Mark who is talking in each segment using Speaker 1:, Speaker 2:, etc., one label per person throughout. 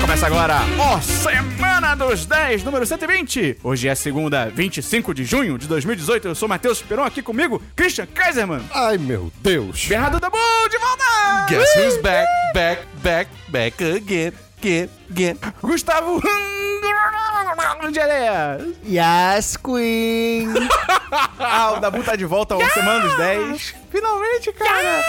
Speaker 1: Começa agora, ó, Semana dos 10, número 120. Hoje é segunda, 25 de junho de 2018. Eu sou Matheus Peron, aqui comigo, Christian Kaiserman.
Speaker 2: Ai, meu Deus.
Speaker 1: Bernardo Dabu, de volta!
Speaker 3: Guess who's back, back, back, back again, again, again.
Speaker 1: Gustavo de Areia.
Speaker 4: Yes, Queen!
Speaker 1: Ah, o Dabu tá de volta ao Semana dos 10. Finalmente, cara.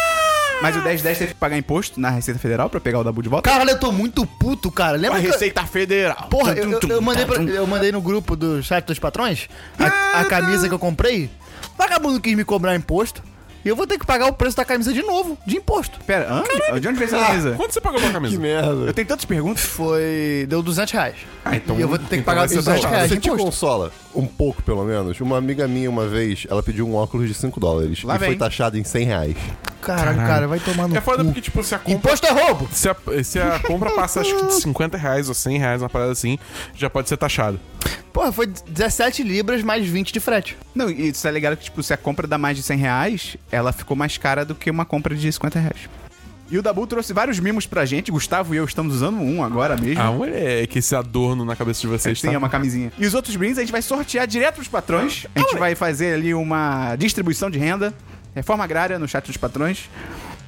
Speaker 1: Mas o 1010 teve que pagar imposto na Receita Federal pra pegar o Dabu de volta.
Speaker 4: Caralho, eu tô muito puto, cara.
Speaker 1: Com a
Speaker 4: Lembra que eu,
Speaker 1: Receita Federal.
Speaker 4: porra, eu, eu- eu mandei pra- eu mandei no grupo do chat dos patrões a, a camisa que eu comprei. Vagabundo quis me cobrar imposto. E eu vou ter que pagar o preço da camisa de novo, de imposto.
Speaker 1: Pera, hã? de onde veio essa camisa?
Speaker 3: Quanto você pagou pra camisa?
Speaker 1: Eu
Speaker 2: merda.
Speaker 1: tenho tantas perguntas.
Speaker 4: Foi. Deu 200 reais.
Speaker 3: Ah, então-
Speaker 4: E eu vou ter que
Speaker 3: então
Speaker 4: pagar
Speaker 3: vai ser
Speaker 4: 200
Speaker 1: é
Speaker 3: dobrado.
Speaker 4: reais de
Speaker 2: Você te
Speaker 4: imposto.
Speaker 2: consola? Um pouco, pelo menos. Uma amiga minha, uma vez, ela pediu um óculos de 5 dólares
Speaker 1: Lá
Speaker 2: e
Speaker 1: vem.
Speaker 2: foi taxado em 100 reais.
Speaker 4: Caralho, cara, vai tomar no.
Speaker 3: É foda
Speaker 4: cu.
Speaker 3: porque, tipo, se a compra...
Speaker 4: Imposto é roubo!
Speaker 3: Se a, se a compra passa, acho que de 50 reais ou 100 reais, uma parada assim, já pode ser taxado.
Speaker 4: Porra, foi 17 libras mais 20 de frete.
Speaker 1: Não, e você tá ligado que, tipo, se a compra dá mais de 100 reais, ela ficou mais cara do que uma compra de 50 reais. E o Dabu trouxe vários mimos pra gente. Gustavo e eu estamos usando um agora mesmo.
Speaker 3: Ah, moleque, esse adorno na cabeça de vocês,
Speaker 1: Sim, é
Speaker 3: tá?
Speaker 1: uma camisinha. E os outros brindes a gente vai sortear direto pros patrões. A gente vai fazer ali uma distribuição de renda, reforma agrária no chat dos patrões.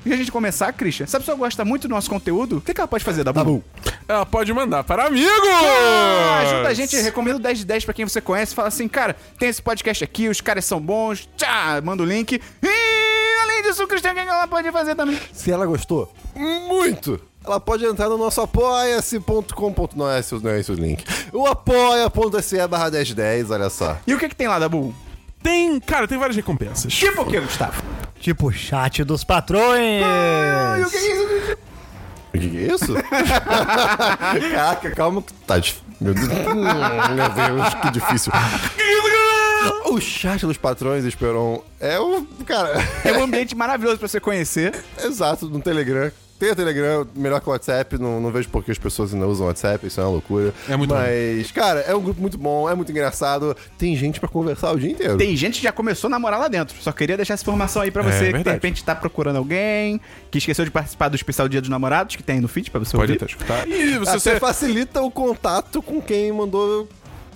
Speaker 1: E a gente começar, Christian, se a pessoa gosta muito do nosso conteúdo, o que, que ela pode fazer, Dabu?
Speaker 2: Dabu.
Speaker 3: Ela pode mandar para amigos!
Speaker 1: Ah, ajuda a gente, recomenda o 10 de 10 pra quem você conhece. Fala assim, cara, tem esse podcast aqui, os caras são bons. Tchá, manda o link. E além disso, o Christian, o que que ela pode fazer também?
Speaker 2: Se ela gostou muito, ela pode entrar no nosso apoia-se.com.br. Não é esse, não é esse o link. O apoia.se barra 1010, olha só.
Speaker 1: E o que, que tem lá, Dabu?
Speaker 3: Tem, cara, tem várias recompensas.
Speaker 1: Tipo o que, Gustavo?
Speaker 4: Tipo, chat dos patrões!
Speaker 1: E o que que é isso?
Speaker 2: O que, que é isso? Caraca, calma que tá dif- Meu Deus, Hum, meu Deus, que difícil. O chat dos patrões, Esperon, é o. Cara,
Speaker 1: É um ambiente maravilhoso pra você conhecer.
Speaker 2: exato, no Telegram. Tem o Telegram, melhor que o WhatsApp, não, não vejo por que as pessoas ainda usam o WhatsApp, isso é uma loucura.
Speaker 3: É muito
Speaker 2: Mas, cara, é um grupo muito bom, é muito engraçado, tem gente pra conversar o dia inteiro.
Speaker 1: Tem gente que já começou a namorar lá dentro. Só queria deixar essa informação aí pra você que de
Speaker 3: verdade.
Speaker 1: repente tá procurando alguém, que esqueceu de participar do especial Dia dos Namorados, que tem aí no feed pra você
Speaker 3: Pode
Speaker 1: ouvir.
Speaker 3: até escutar. E você,
Speaker 2: Até
Speaker 3: você
Speaker 2: facilita o contato com quem mandou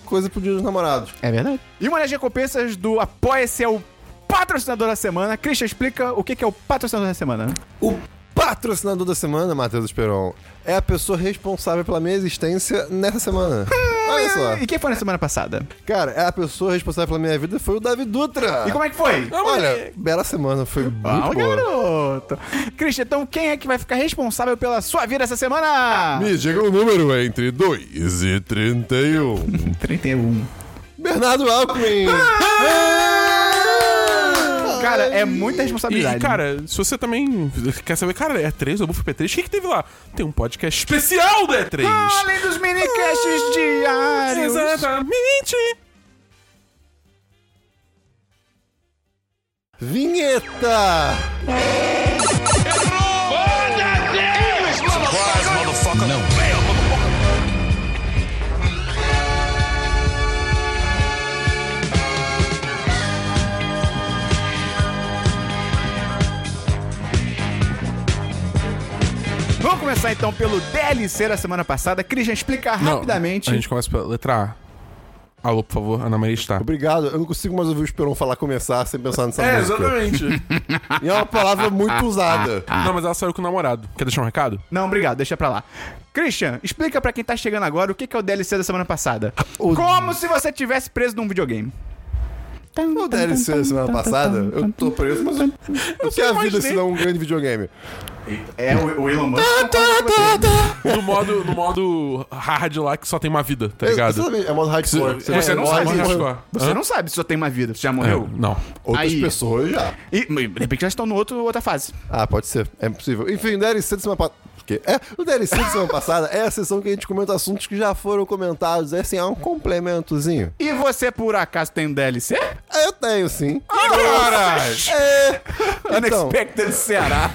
Speaker 2: coisa pro Dia dos Namorados.
Speaker 1: É verdade. E uma das recompensas do Apoia-se é o patrocinador da semana. Christian, explica o que que é o patrocinador da semana.
Speaker 2: O patrocinador da semana, Matheus Esperon, é a pessoa responsável pela minha existência nessa semana. Olha
Speaker 1: E
Speaker 2: só.
Speaker 1: quem foi na semana passada?
Speaker 2: Cara, é a pessoa responsável pela minha vida foi o Davi Dutra.
Speaker 1: E como é que foi?
Speaker 2: Olha, bela semana, foi muito
Speaker 1: Ah,
Speaker 2: boa.
Speaker 1: garoto! Christian, então quem é que vai ficar responsável pela sua vida essa semana?
Speaker 2: Me diga o número entre 2 e 31.
Speaker 1: 31.
Speaker 2: Bernardo Alckmin.
Speaker 1: Cara, é muita
Speaker 3: E,
Speaker 1: responsabilidade.
Speaker 3: cara, se você também quer saber, cara, é E3, ou Buff P3, o que, que teve lá? Tem um podcast especial da E3.
Speaker 1: Além dos minicasts diários.
Speaker 3: Exatamente!
Speaker 2: Vinheta.
Speaker 1: Vamos começar então pelo DLC da semana passada. Christian, explica
Speaker 3: Não,
Speaker 1: rapidamente.
Speaker 3: a gente começa pela letra A. Alô, por favor, Ana Maria está.
Speaker 2: Obrigado. Eu não consigo mais ouvir o Esperon falar começar sem pensar nessa
Speaker 1: É,
Speaker 2: música.
Speaker 3: É, exatamente.
Speaker 2: E é uma palavra muito usada.
Speaker 3: Não, mas ela saiu com o namorado. Quer deixar um recado?
Speaker 1: Não, obrigado, deixa pra lá. Christian, explica pra quem tá chegando agora o que que é o DLC da semana passada.
Speaker 2: O-
Speaker 1: Como se você tivesse preso num videogame.
Speaker 2: O DLC da assim, semana passada, eu tô preso, mas eu- o que é a vida se não um grande videogame?
Speaker 1: É o, o Elon Musk.
Speaker 3: No modo, no modo hard lá que só tem uma vida, tá
Speaker 2: É,
Speaker 3: ligado?
Speaker 2: exatamente, é modo hardcore.
Speaker 3: Você, você
Speaker 2: é,
Speaker 3: não
Speaker 2: modo
Speaker 3: sabe.
Speaker 2: hardcore.
Speaker 3: hardcore.
Speaker 1: Você
Speaker 3: Hã?
Speaker 1: não sabe se só tem uma vida, se já
Speaker 3: É,
Speaker 1: morreu.
Speaker 3: não.
Speaker 2: Outras
Speaker 1: Aí.
Speaker 2: pessoas já.
Speaker 1: E, e, de repente já estão no outro, outra fase.
Speaker 2: Ah, pode ser. É possível. Enfim, o DLC da semana passada. É, o DLC da semana passada é a sessão que a gente comenta assuntos que já foram comentados. É assim, é um complementozinho.
Speaker 1: E você, por acaso, tem um DLC?
Speaker 2: Ah, Eu tenho sim.
Speaker 1: Caralho!
Speaker 2: É. Então,
Speaker 1: Ah, Unexpected Ceará.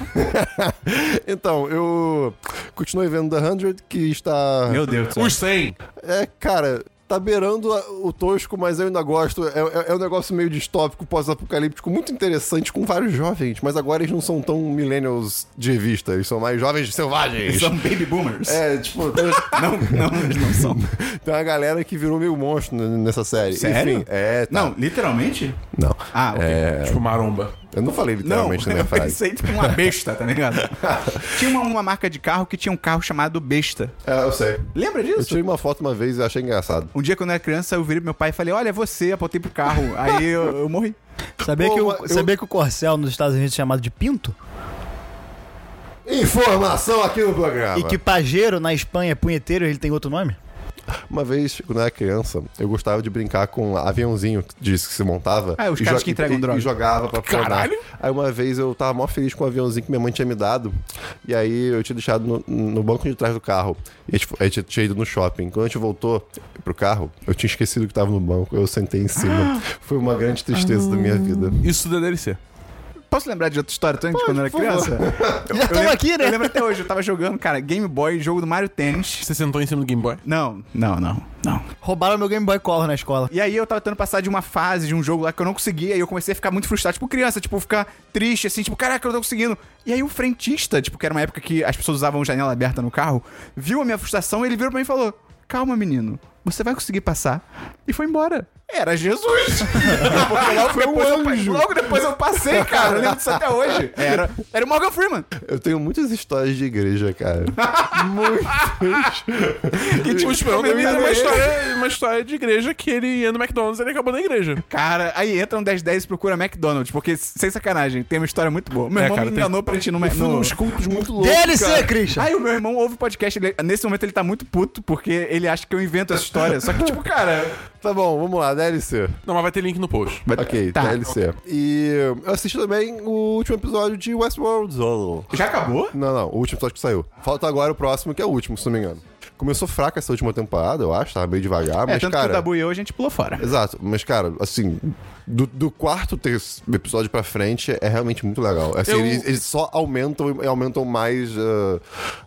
Speaker 2: então, eu continuei vendo The 100, que está.
Speaker 1: Deus do
Speaker 3: Os 100.
Speaker 2: É, cara, tá beirando a- o tosco, mas eu ainda gosto. É, é- é um negócio meio distópico, pós-apocalíptico, muito interessante com vários jovens, mas agora eles não são tão millennials de revista, eles são mais jovens selvagens.
Speaker 1: São baby boomers.
Speaker 2: É, tipo, tem,
Speaker 1: Não, não, eles não são.
Speaker 2: tem uma galera que virou meio monstro n- nessa série.
Speaker 1: Sério?
Speaker 2: Enfim, é, tá.
Speaker 1: Não, literalmente?
Speaker 2: Não. É,
Speaker 1: Ah, ok.
Speaker 3: Tipo maromba.
Speaker 2: Eu não é falei literalmente na minha
Speaker 1: eu
Speaker 2: frase.
Speaker 1: pensei tipo uma besta, tá ligado? tinha uma, uma marca de carro que tinha um carro chamado Besta.
Speaker 2: É, eu sei.
Speaker 1: Lembra
Speaker 2: Eu
Speaker 1: disso?
Speaker 2: tirei uma foto uma vez e achei engraçado.
Speaker 1: Um dia, quando eu era criança, eu virei pro meu pai e falei, olha, é você, apontei pro carro. Aí eu, eu morri.
Speaker 4: Sabia,
Speaker 2: Pô,
Speaker 4: que o,
Speaker 2: mas eu-
Speaker 4: sabia que o Corcel nos Estados Unidos é chamado de Pinto?
Speaker 2: Informação aqui no programa.
Speaker 4: E que pajeiro na Espanha é punheteiro, ele tem outro nome?
Speaker 2: Uma vez, quando eu era criança, eu gostava de brincar com um aviãozinho de- que se montava.
Speaker 1: Ah, os
Speaker 2: e
Speaker 1: caras
Speaker 2: jo-
Speaker 1: que entregam
Speaker 2: e,
Speaker 1: droga.
Speaker 2: E jogava pra pronar.
Speaker 3: Caralho!
Speaker 2: Aí uma vez eu tava mó feliz com o aviãozinho que minha mãe tinha me dado. E aí eu tinha deixado no, no banco de trás do carro. E a gente, a gente tinha ido no shopping. Quando a gente voltou pro carro, eu tinha esquecido que tava no banco. Eu sentei em cima. Foi uma grande tristeza da minha vida.
Speaker 3: Isso da DLC.
Speaker 1: Posso lembrar de outra história também de quando eu era criança?
Speaker 4: Já
Speaker 1: Eu
Speaker 4: estamos
Speaker 1: lembro-
Speaker 4: aqui, né?
Speaker 1: Eu lembro até hoje, eu tava jogando, cara, Game Boy, jogo do Mario Tennis.
Speaker 3: Você sentou em cima do Game Boy?
Speaker 1: Não, não, não, não.
Speaker 4: Roubaram meu Game Boy Color na escola.
Speaker 1: E aí eu tava tentando passar de uma fase de um jogo lá que eu não conseguia, e eu comecei a ficar muito frustrado, tipo criança, tipo, ficar triste, assim, tipo, caraca, eu não tô conseguindo. E aí o frentista, tipo, que era uma época que as pessoas usavam janela aberta no carro, viu a minha frustração, ele virou pra mim e falou: Calma, menino, você vai conseguir passar. E foi embora. Era Jesus! um Porque logo, depois eu, pa- logo depois eu passei, cara. Eu lembro disso até hoje. Era, era o Morgan Freeman.
Speaker 2: Eu tenho muitas histórias de igreja, cara.
Speaker 1: Que
Speaker 3: Tipo, o meu
Speaker 1: comida
Speaker 3: menino é uma
Speaker 1: dele.
Speaker 3: história, uma história de igreja que ele ia no McDonald's e ele acabou na igreja.
Speaker 1: Cara, aí entra um 1010 e procura McDonald's, porque, sem sacanagem, tem uma história muito boa. Meu
Speaker 3: É,
Speaker 1: irmão
Speaker 3: cara,
Speaker 1: me
Speaker 3: tem-
Speaker 1: enganou pra gente no,
Speaker 3: Eu fui
Speaker 1: no-
Speaker 3: nos cultos muito loucos.
Speaker 4: DLC, Christian!
Speaker 1: Aí o meu irmão ouve o podcast, ele- nesse momento ele tá muito puto, porque ele acha que eu invento essa história. Só que, tipo, cara,
Speaker 2: Tá bom, vamos lá, DLC.
Speaker 3: Não, mas vai ter link no post.
Speaker 2: Ok,
Speaker 1: Tá,
Speaker 2: DLC. E eu assisti também o último episódio de Westworld.
Speaker 1: já acabou?
Speaker 2: Não, não, o último episódio que saiu. Falta agora o próximo, que é o último, se não me engano. Começou fraca essa última temporada, eu acho, tava meio devagar,
Speaker 1: É,
Speaker 2: mas
Speaker 1: tanto que o
Speaker 2: cara.
Speaker 1: Dabu e eu a gente pulou fora.
Speaker 2: Exato, mas cara, assim, do, do quarto ter- episódio pra frente é realmente muito legal. Assim,
Speaker 3: Eu-
Speaker 2: eles, eles só aumentam e aumentam mais ah,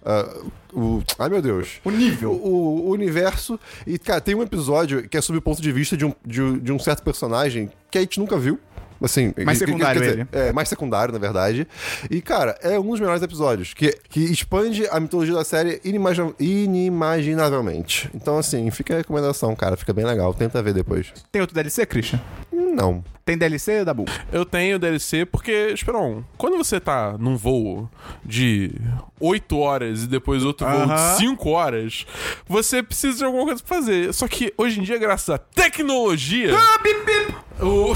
Speaker 2: ah, o. Ai meu Deus.
Speaker 1: O nível.
Speaker 2: O, o universo. E, cara, tem um episódio que é sobre o ponto de vista de um, de, um- de um certo personagem que a gente nunca viu. Assim,
Speaker 1: Mais
Speaker 2: que- que-
Speaker 1: secundário
Speaker 2: quer
Speaker 1: ele.
Speaker 2: É, mais secundário, na verdade. E, cara, é um dos melhores episódios que, que expande a mitologia da série inimagina- inimaginavelmente. Então, assim, fica a recomendação, cara. Fica bem legal. Tenta ver depois.
Speaker 1: Tem outro DLC, Christian?
Speaker 2: Não.
Speaker 1: Tem DLC, Dabu?
Speaker 3: Eu tenho DLC porque, Esperon, quando você tá num voo de 8 horas e depois outro voo
Speaker 1: Aham.
Speaker 3: de 5 horas, você precisa de alguma coisa pra fazer. Só que hoje em dia, graças à tecnologia, o-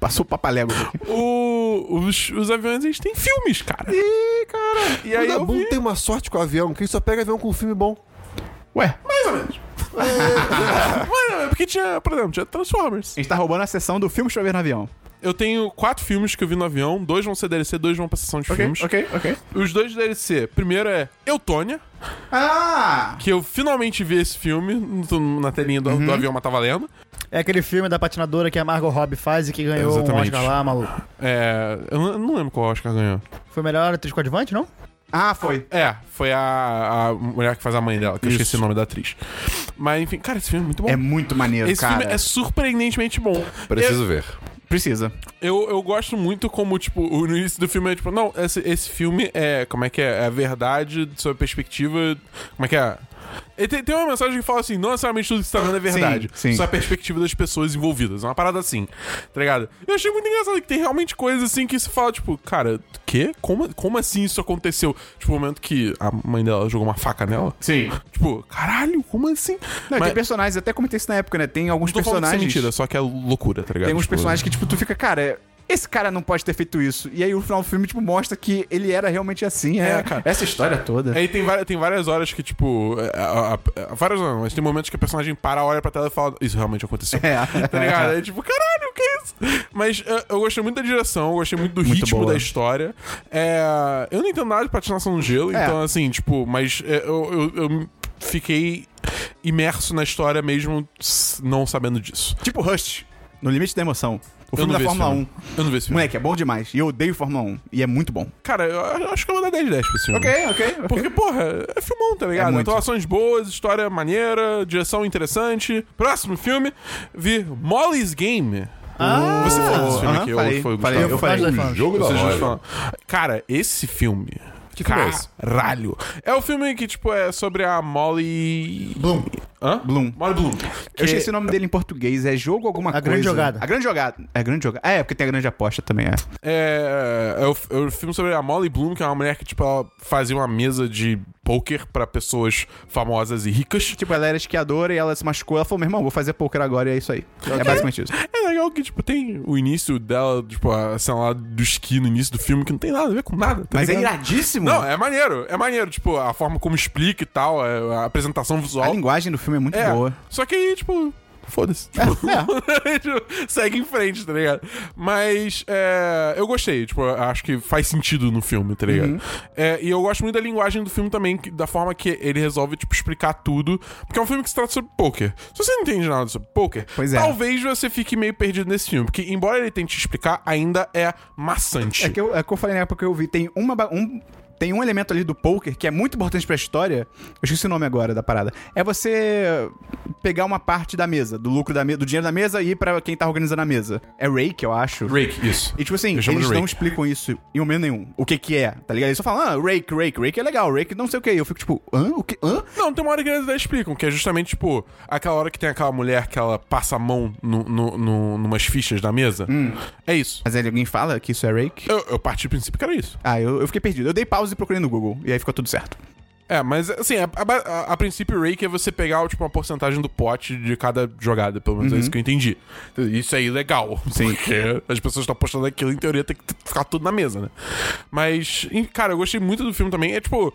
Speaker 1: Passou o papalego.
Speaker 3: o- os, os aviões eles têm filmes, cara.
Speaker 2: Ih, cara.
Speaker 3: E aí
Speaker 2: o
Speaker 3: eu
Speaker 2: Dabu
Speaker 3: vi.
Speaker 2: tem uma sorte com o avião, que ele só pega avião com um filme bom.
Speaker 1: Ué,
Speaker 3: Mais ou menos. Mas não, é porque tinha, por exemplo, tinha Transformers.
Speaker 1: a gente tá roubando a sessão do filme Chover no Avião.
Speaker 3: Eu tenho quatro filmes que eu vi no avião, dois vão ser DLC, dois vão pra sessão de filmes.
Speaker 1: ok, ok.
Speaker 3: Os dois DLC, primeiro é Eutônia,
Speaker 1: Ah!
Speaker 3: que eu finalmente vi esse filme no- na telinha do,
Speaker 1: Uhum.
Speaker 3: do avião, mas tá valendo.
Speaker 4: É aquele filme da patinadora que a Margot Robbie faz e que ganhou um
Speaker 3: Exatamente.
Speaker 4: Oscar lá, maluco.
Speaker 3: É, eu não- eu não lembro qual Oscar ganhou.
Speaker 4: Foi a melhor atriz coadjuvante, não?
Speaker 1: Ah, foi.
Speaker 3: É, foi a, a mulher que faz a mãe dela, que eu
Speaker 1: Isso.
Speaker 3: esqueci o nome da atriz. Mas enfim, cara, esse filme é muito bom.
Speaker 1: É muito maneiro,
Speaker 3: esse
Speaker 1: cara.
Speaker 3: filme é surpreendentemente bom.
Speaker 2: Preciso ver.
Speaker 1: Precisa.
Speaker 3: Eu, eu gosto muito como, tipo, o- no início do filme é tipo, não, esse, esse filme é, como é que é? É a verdade sob a perspectiva. Como é que é? E tem, tem uma mensagem que fala assim: não necessariamente tudo que você tá vendo é verdade.
Speaker 1: Sim, sim.
Speaker 3: Só a perspectiva das pessoas envolvidas. É uma parada assim, tá ligado? Eu achei muito engraçado que tem realmente coisas assim que se fala, tipo, cara, quê? Como, como assim isso aconteceu? Tipo, o momento que a mãe dela jogou uma faca nela.
Speaker 1: Sim.
Speaker 3: Tipo, caralho, como assim?
Speaker 1: Não, e
Speaker 3: Mas-
Speaker 1: tem personagens, eu até comentei isso na época, né? Tem alguns
Speaker 3: não tô falando que isso é
Speaker 1: personagens.
Speaker 3: mentira, só que é loucura, tá ligado?
Speaker 1: Tem uns
Speaker 3: Tipo,
Speaker 1: personagens que, tipo, tu fica, cara, é- esse cara não pode ter feito isso. E aí o final do filme, tipo, mostra que ele era realmente assim. É,
Speaker 3: É, cara. É
Speaker 1: Essa história toda.
Speaker 3: Aí tem várias, tem várias horas que, tipo. é, a- a- a- várias não, mas tem momentos que a personagem para, olha pra tela e fala: Isso realmente aconteceu.
Speaker 1: É.
Speaker 3: Tá ligado? É tipo, caralho, o que é isso? Mas é, eu gostei muito da direção, eu gostei muito do
Speaker 1: Muito
Speaker 3: ritmo
Speaker 1: boa.
Speaker 3: da história. É, eu não entendo nada de patinação no gelo,
Speaker 1: É.
Speaker 3: então, assim, tipo, mas é, eu, eu, eu fiquei imerso na história mesmo s- não sabendo disso.
Speaker 1: Tipo Rust, no limite da emoção.
Speaker 3: Eu
Speaker 1: filme da
Speaker 3: não vi esse
Speaker 1: Fórmula
Speaker 3: filme.
Speaker 1: 1.
Speaker 3: Eu não vi esse filme.
Speaker 1: Moleque, é bom demais. E eu odeio Fórmula 1. E é muito bom.
Speaker 3: Cara, eu eu acho que eu vou dar 10 de 10 pra esse filme.
Speaker 1: ok.
Speaker 3: Porque, porra, é filmão, tá ligado?
Speaker 1: muito.
Speaker 3: Atuações boas, história maneira, direção interessante. Próximo filme, vi Molly's Game. Você falou desse filme
Speaker 1: Ah. aham,
Speaker 3: aqui,
Speaker 1: falei,
Speaker 3: ou foi o
Speaker 1: falei,
Speaker 3: Gustavo?
Speaker 1: eu falei. "Um
Speaker 4: Mas,
Speaker 2: O jogo da
Speaker 3: Vocês dois
Speaker 2: hora.
Speaker 3: falam. Cara, esse filme. Que
Speaker 2: filme é esse?
Speaker 3: Caralho. É o filme que, tipo, é sobre a Molly.
Speaker 4: Bloom.
Speaker 3: Hã?
Speaker 1: Bloom.
Speaker 3: Molly Bloom.
Speaker 1: Eu esqueci o nome dele em português. É jogo alguma
Speaker 4: A
Speaker 1: coisa.
Speaker 4: Grande Jogada.
Speaker 1: A grande jogada. É a grande jogada. É, porque tem a grande aposta também, é.
Speaker 3: É, é, o, é o filme sobre a Molly Bloom, que é uma mulher que, tipo, ela fazia uma mesa de poker pra pessoas famosas e ricas.
Speaker 1: Tipo, ela era esquiadora e ela se machucou. Ela falou, meu irmão, vou fazer poker agora e é isso aí. É basicamente isso.
Speaker 3: É legal que, tipo, tem o início dela, tipo, a cena lá do esqui no início do filme, que não tem nada a ver com nada. tá
Speaker 1: Mas é
Speaker 3: ligado?
Speaker 1: iradíssimo.
Speaker 3: Não, é maneiro, é maneiro, tipo, a forma como explica e tal, é, a a apresentação
Speaker 1: A
Speaker 3: visual.
Speaker 1: linguagem do filme é muito
Speaker 3: É,
Speaker 1: boa. É,
Speaker 3: só que aí, tipo, foda-se. Tipo, tipo, segue em frente, tá ligado? Mas é, eu gostei, tipo, eu acho que faz sentido no filme, tá
Speaker 1: Uhum.
Speaker 3: ligado? É, e eu gosto muito da linguagem do filme também, que- da forma que ele resolve, tipo, explicar tudo. Porque é um filme que se trata sobre poker. Se você não entende nada sobre poker,
Speaker 1: Pois é.
Speaker 3: talvez você fique meio perdido nesse filme. Porque, embora ele tente explicar, ainda é maçante.
Speaker 1: É que, eu, é que eu falei na época que eu vi. Tem uma. ba- Um, tem um elemento ali do poker que é muito importante pra história. Eu esqueci o nome agora da parada. É você pegar uma parte da mesa, do lucro da mesa, do dinheiro da mesa e ir pra quem tá organizando a mesa. É Rake, eu acho.
Speaker 3: Rake, isso.
Speaker 1: E tipo assim,
Speaker 3: Eu
Speaker 1: eles
Speaker 3: chamo de
Speaker 1: não
Speaker 3: rake.
Speaker 1: explicam isso em um momento nenhum. O que que é, tá ligado? Eles só falam, ah, rake, rake, rake é legal, rake não sei o que. Eu fico tipo, hã? O que? Hã?
Speaker 3: Não, tem uma hora que eles até explicam, que é justamente, tipo, aquela hora que tem aquela mulher que ela passa a mão no, no, no- numas fichas da mesa. É isso.
Speaker 1: Mas aí alguém fala que isso é rake?
Speaker 3: Eu, eu parti do princípio que era isso.
Speaker 1: Ah, eu, eu fiquei perdido. Eu dei pausa e procurei no Google. E aí ficou tudo certo.
Speaker 3: É, mas assim, a, a- a- a princípio, Rake é você pegar, tipo, uma porcentagem do pote de cada jogada, pelo menos é isso que eu entendi. Isso é ilegal.
Speaker 1: Uhum. Sim.
Speaker 3: Porque as pessoas estão apostando aquilo, em teoria tem que t- ficar tudo na mesa, né? Mas, em- cara, eu gostei muito do filme também. É tipo,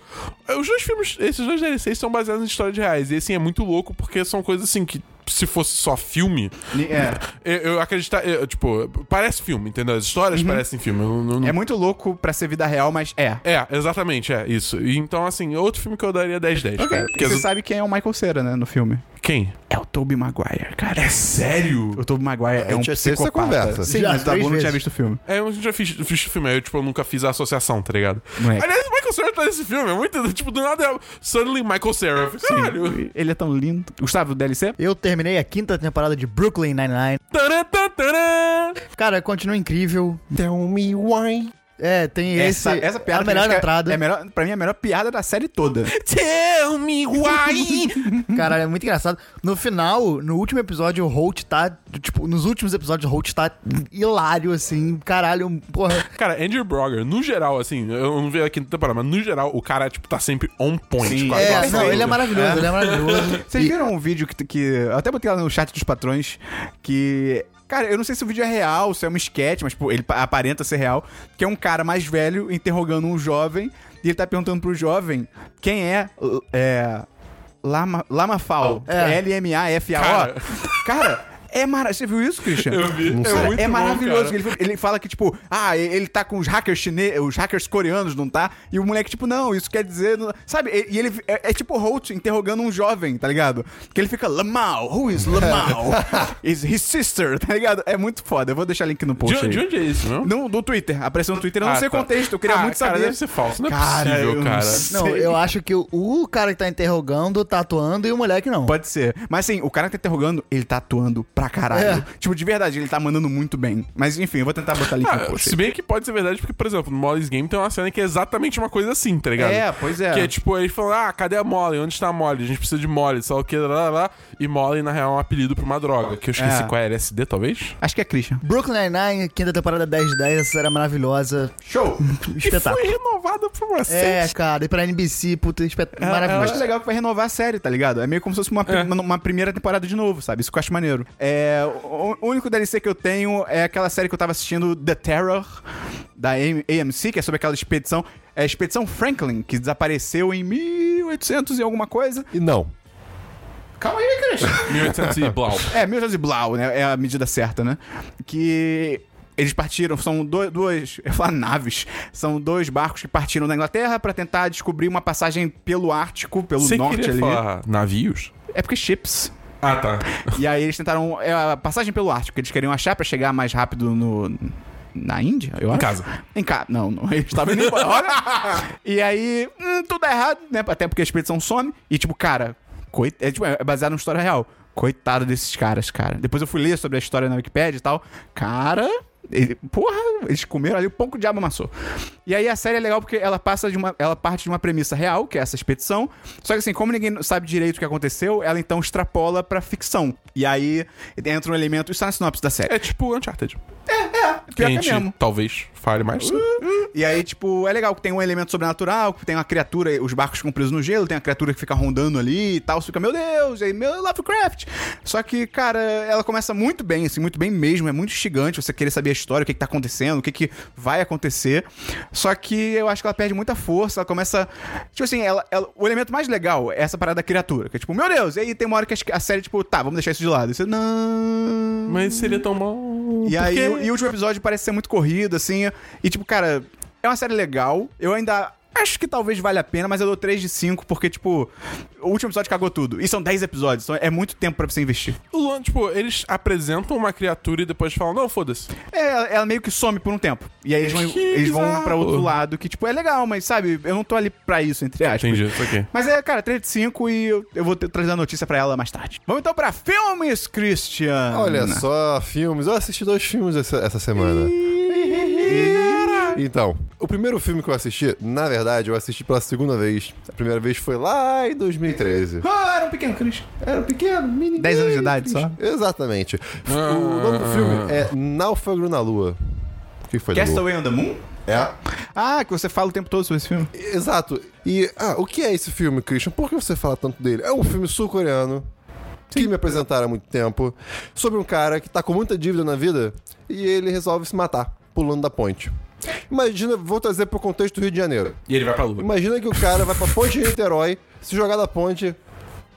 Speaker 3: os dois filmes, esses dois DLCs são baseados em histórias reais. E assim, é muito louco porque são coisas assim que. Se fosse só filme,
Speaker 1: É,
Speaker 3: eu, eu acreditar. eu, tipo, parece filme, entendeu? As histórias parecem filme. Eu, não- não-
Speaker 1: Uhum. é muito louco pra ser vida real, mas é.
Speaker 3: É, exatamente, é isso. E, então, assim, outro filme que eu daria 10 10.
Speaker 1: Ok.
Speaker 3: Cara,
Speaker 1: E
Speaker 3: porque
Speaker 1: Você
Speaker 3: as-
Speaker 1: sabe quem é o Michael Cera, né, no filme?
Speaker 3: Quem?
Speaker 1: É o Tobey Maguire, cara. É
Speaker 3: Sério?
Speaker 1: O Tobey Maguire é
Speaker 2: A
Speaker 1: um
Speaker 2: gente já teve essa
Speaker 1: psicopata.
Speaker 2: conversa.
Speaker 1: Sim,
Speaker 4: Já,
Speaker 1: mas o Dabu
Speaker 4: três
Speaker 1: não tinha
Speaker 4: vezes.
Speaker 1: visto o filme.
Speaker 3: É, eu já fiz, fiz o filme, eu, tipo, eu nunca fiz a associação, tá ligado?
Speaker 1: Moleque.
Speaker 3: Aliás, o Michael Cera tá nesse filme, é muito, tipo, do nada é Suddenly Michael Cera. Eu falei, Caralho.
Speaker 1: Ele é tão lindo. Gustavo, DLC?
Speaker 4: Eu terminei a quinta temporada de Brooklyn Nine-Nine.
Speaker 3: Tarã, tarã, tarã.
Speaker 4: Cara, continua incrível.
Speaker 2: Tell me why.
Speaker 4: É, tem
Speaker 1: Essa,
Speaker 4: esse.
Speaker 1: essa piada
Speaker 4: a melhor
Speaker 1: acho que é-
Speaker 4: entrada.
Speaker 1: É a melhor, pra mim é a melhor piada da série toda.
Speaker 3: Tell me why.
Speaker 4: Cara, é muito engraçado. No final, no último episódio, o Holt tá. Tipo, nos últimos episódios, o Holt tá hilário, assim. Caralho, porra.
Speaker 3: cara, Andrew Brogger, no geral, assim, eu não vi a quinta temporada, mas no geral, o cara, tipo, tá sempre on point.
Speaker 1: Sim.
Speaker 3: com a
Speaker 4: É,
Speaker 3: atuação
Speaker 4: não, ele é
Speaker 3: dele.
Speaker 4: maravilhoso, ele é maravilhoso.
Speaker 1: Vocês viram um vídeo que, que. Eu até botei lá no chat dos patrões que. Cara, eu não sei se o vídeo é real, se é um esquete, mas pô, ele pa- aparenta ser real. Que é um cara mais velho interrogando um jovem. E ele tá perguntando pro jovem quem é. l- É. Lama, Lamafal.
Speaker 4: É.
Speaker 1: L-M-A-F-A-O.
Speaker 3: Cara.
Speaker 1: Cara, é maravilhoso. Você viu isso, Christian?
Speaker 3: Eu vi.
Speaker 2: Não
Speaker 3: É
Speaker 2: sei.
Speaker 1: Cara,
Speaker 3: muito
Speaker 1: é
Speaker 3: bom,
Speaker 1: maravilhoso.
Speaker 3: cara.
Speaker 1: Ele, ele fala que, tipo, ah, e- ele tá com os hackers chineses, os hackers coreanos, não tá? E o moleque, tipo, não, isso quer dizer. não- Sabe? E e ele é, é tipo Holt interrogando um jovem, tá ligado? Que ele fica, Lamau, who is Lamau? is his sister, tá ligado? É muito foda. Eu vou deixar link no post.
Speaker 3: De,
Speaker 1: aí.
Speaker 3: de onde é isso, não?
Speaker 1: Não, do Twitter. Apareceu no Twitter, eu não
Speaker 3: Ah,
Speaker 1: sei o
Speaker 3: tá.
Speaker 1: contexto. Eu queria
Speaker 3: Ah,
Speaker 1: muito
Speaker 3: cara,
Speaker 1: saber.
Speaker 3: deve ser falso, não é
Speaker 1: Cara,
Speaker 3: possível,
Speaker 1: eu não
Speaker 3: cara.
Speaker 1: sei.
Speaker 4: Não, eu acho que o, o cara que tá interrogando tá atuando e o moleque não.
Speaker 1: Pode ser. Mas assim, o cara que tá interrogando, ele tá atuando pra
Speaker 4: É.
Speaker 1: caralho. Tipo, de verdade, ele tá mandando muito bem. Mas enfim, eu vou tentar botar link no
Speaker 3: Ah,
Speaker 1: post.
Speaker 3: se
Speaker 1: aí.
Speaker 3: bem que pode ser verdade, porque, por exemplo, no Molly's Game tem uma cena que é exatamente uma coisa assim, tá ligado?
Speaker 1: É, pois é.
Speaker 3: Que é tipo, eles falam, ah, cadê a Molly? Onde está a Molly? A gente precisa de Molly, sei lá o que, lá, lá, lá. E Molly, na real, é um apelido pra uma droga, que eu esqueci
Speaker 1: É.
Speaker 3: qual é, LSD, talvez?
Speaker 1: Acho que é Christian.
Speaker 4: Brooklyn Nine-Nine, quinta temporada 10 10, essa era maravilhosa.
Speaker 1: Show!
Speaker 4: Espetáculo.
Speaker 3: E foi Ah, renovada por você.
Speaker 4: É, cara, e pra NBC, puta, espetáculo.
Speaker 1: Eu acho
Speaker 4: maravilhoso.
Speaker 1: É, legal que vai renovar a série, tá ligado? É meio como se fosse uma, pri- uma- uma primeira temporada de novo, sabe? Isso que eu acho maneiro. É, o, o único DLC que eu tenho é aquela série que eu tava assistindo, The Terror, da AM AMC, que é sobre aquela expedição. É a Expedição Franklin, que desapareceu em 1800 e alguma coisa.
Speaker 2: E não.
Speaker 1: Calma aí, Christian.
Speaker 3: 1800 e blau.
Speaker 1: É, 1800 e Blau, né? É a medida certa, né? Que eles partiram, são do- duas, eu ia falar naves, são dois barcos que partiram da Inglaterra pra tentar descobrir uma passagem pelo Ártico, pelo
Speaker 3: Você
Speaker 1: norte
Speaker 3: queria
Speaker 1: ali.
Speaker 3: falar navios?
Speaker 1: É porque chips.
Speaker 3: Ah, tá.
Speaker 1: E aí eles tentaram. É a passagem pelo Ártico, que eles queriam achar pra chegar mais rápido no. Na Índia, eu acho. Em
Speaker 3: casa.
Speaker 1: Em casa. Não, não, eles estavam indo embora. Olha. E aí, hum, tudo errado, né? Até porque a expedição some. E, tipo, cara, coit... é, tipo, é baseado numa história real. Coitado desses caras, cara. Depois eu fui ler sobre a história na Wikipédia e tal. Cara. ele- porra, eles comeram ali, o pão que o diabo amassou. E aí a série é legal porque ela passa de uma. Ela parte de uma premissa real, que é essa expedição. Só que assim, como ninguém sabe direito o que aconteceu, ela então extrapola pra ficção. E aí entra um elemento. Isso tá na sinopse da série.
Speaker 3: É tipo Uncharted. Que
Speaker 1: Pior
Speaker 3: a
Speaker 1: que é
Speaker 3: gente
Speaker 1: mesmo. Uh.
Speaker 3: talvez fale mais.
Speaker 1: E aí, tipo, é legal que tem um elemento sobrenatural, que tem uma criatura, os barcos ficam presos no gelo, tem uma criatura que fica rondando ali e tal, você fica, meu Deus, e aí, meu Lovecraft. Só que, cara, ela começa muito bem, assim, muito bem mesmo, é muito instigante você querer saber a história, o que, que tá acontecendo, o que, que vai acontecer. Só que eu acho que ela perde muita força, ela começa. Tipo assim, ela, ela- o elemento mais legal é essa parada da criatura, que é tipo, meu Deus, e aí tem uma hora que a- a série, tipo, tá, vamos deixar isso de lado. E você, não.
Speaker 3: Mas seria tão bom.
Speaker 1: E aí,
Speaker 3: porque-
Speaker 1: o- e o último episódio parece ser muito corrido, assim. E, tipo, cara, é uma série legal. Eu ainda acho que talvez valha a pena, mas eu dou 3 de 5, porque, tipo, o último episódio cagou tudo. E são 10 episódios, então é muito tempo pra você investir.
Speaker 3: O Luan, tipo, eles apresentam uma criatura e depois falam, não, foda-se.
Speaker 1: É, ela- ela meio que some por um tempo. E aí eles vão,
Speaker 3: Que
Speaker 1: eles vão
Speaker 3: bizarro.
Speaker 1: pra outro lado, que, tipo, é legal, mas, sabe, eu não tô ali pra isso, entre aspas.
Speaker 3: Entendi, isso aqui.
Speaker 1: Mas é, cara, 3 de 5 e eu, eu vou ter- trazer a notícia pra ela mais tarde. Vamos então pra filmes, Christian!
Speaker 2: Olha só, filmes. Eu assisti dois filmes essa, essa semana. Então, o primeiro filme que eu assisti, na verdade, eu assisti pela segunda vez. A primeira vez foi lá em 2013.
Speaker 1: Ah, era um pequeno Christian.
Speaker 2: Era pequeno, mini.
Speaker 1: 10 anos de idade só.
Speaker 2: Exatamente. O nome do filme é Náufrago na Lua. O que foi da Lua?
Speaker 1: Castaway on the Moon?
Speaker 2: É.
Speaker 1: Ah, que você fala o tempo todo sobre esse filme.
Speaker 2: Exato. E, ah, o que é esse filme, Christian? Por que você fala tanto dele? É um filme sul-coreano que me apresentaram há muito tempo sobre um cara que tá com muita dívida na vida e ele resolve se matar pulando da ponte. Imagina, vou trazer pro contexto do Rio de Janeiro.
Speaker 3: E ele vai pra lua.
Speaker 2: Imagina que o cara vai pra ponte de Niterói, se jogar da ponte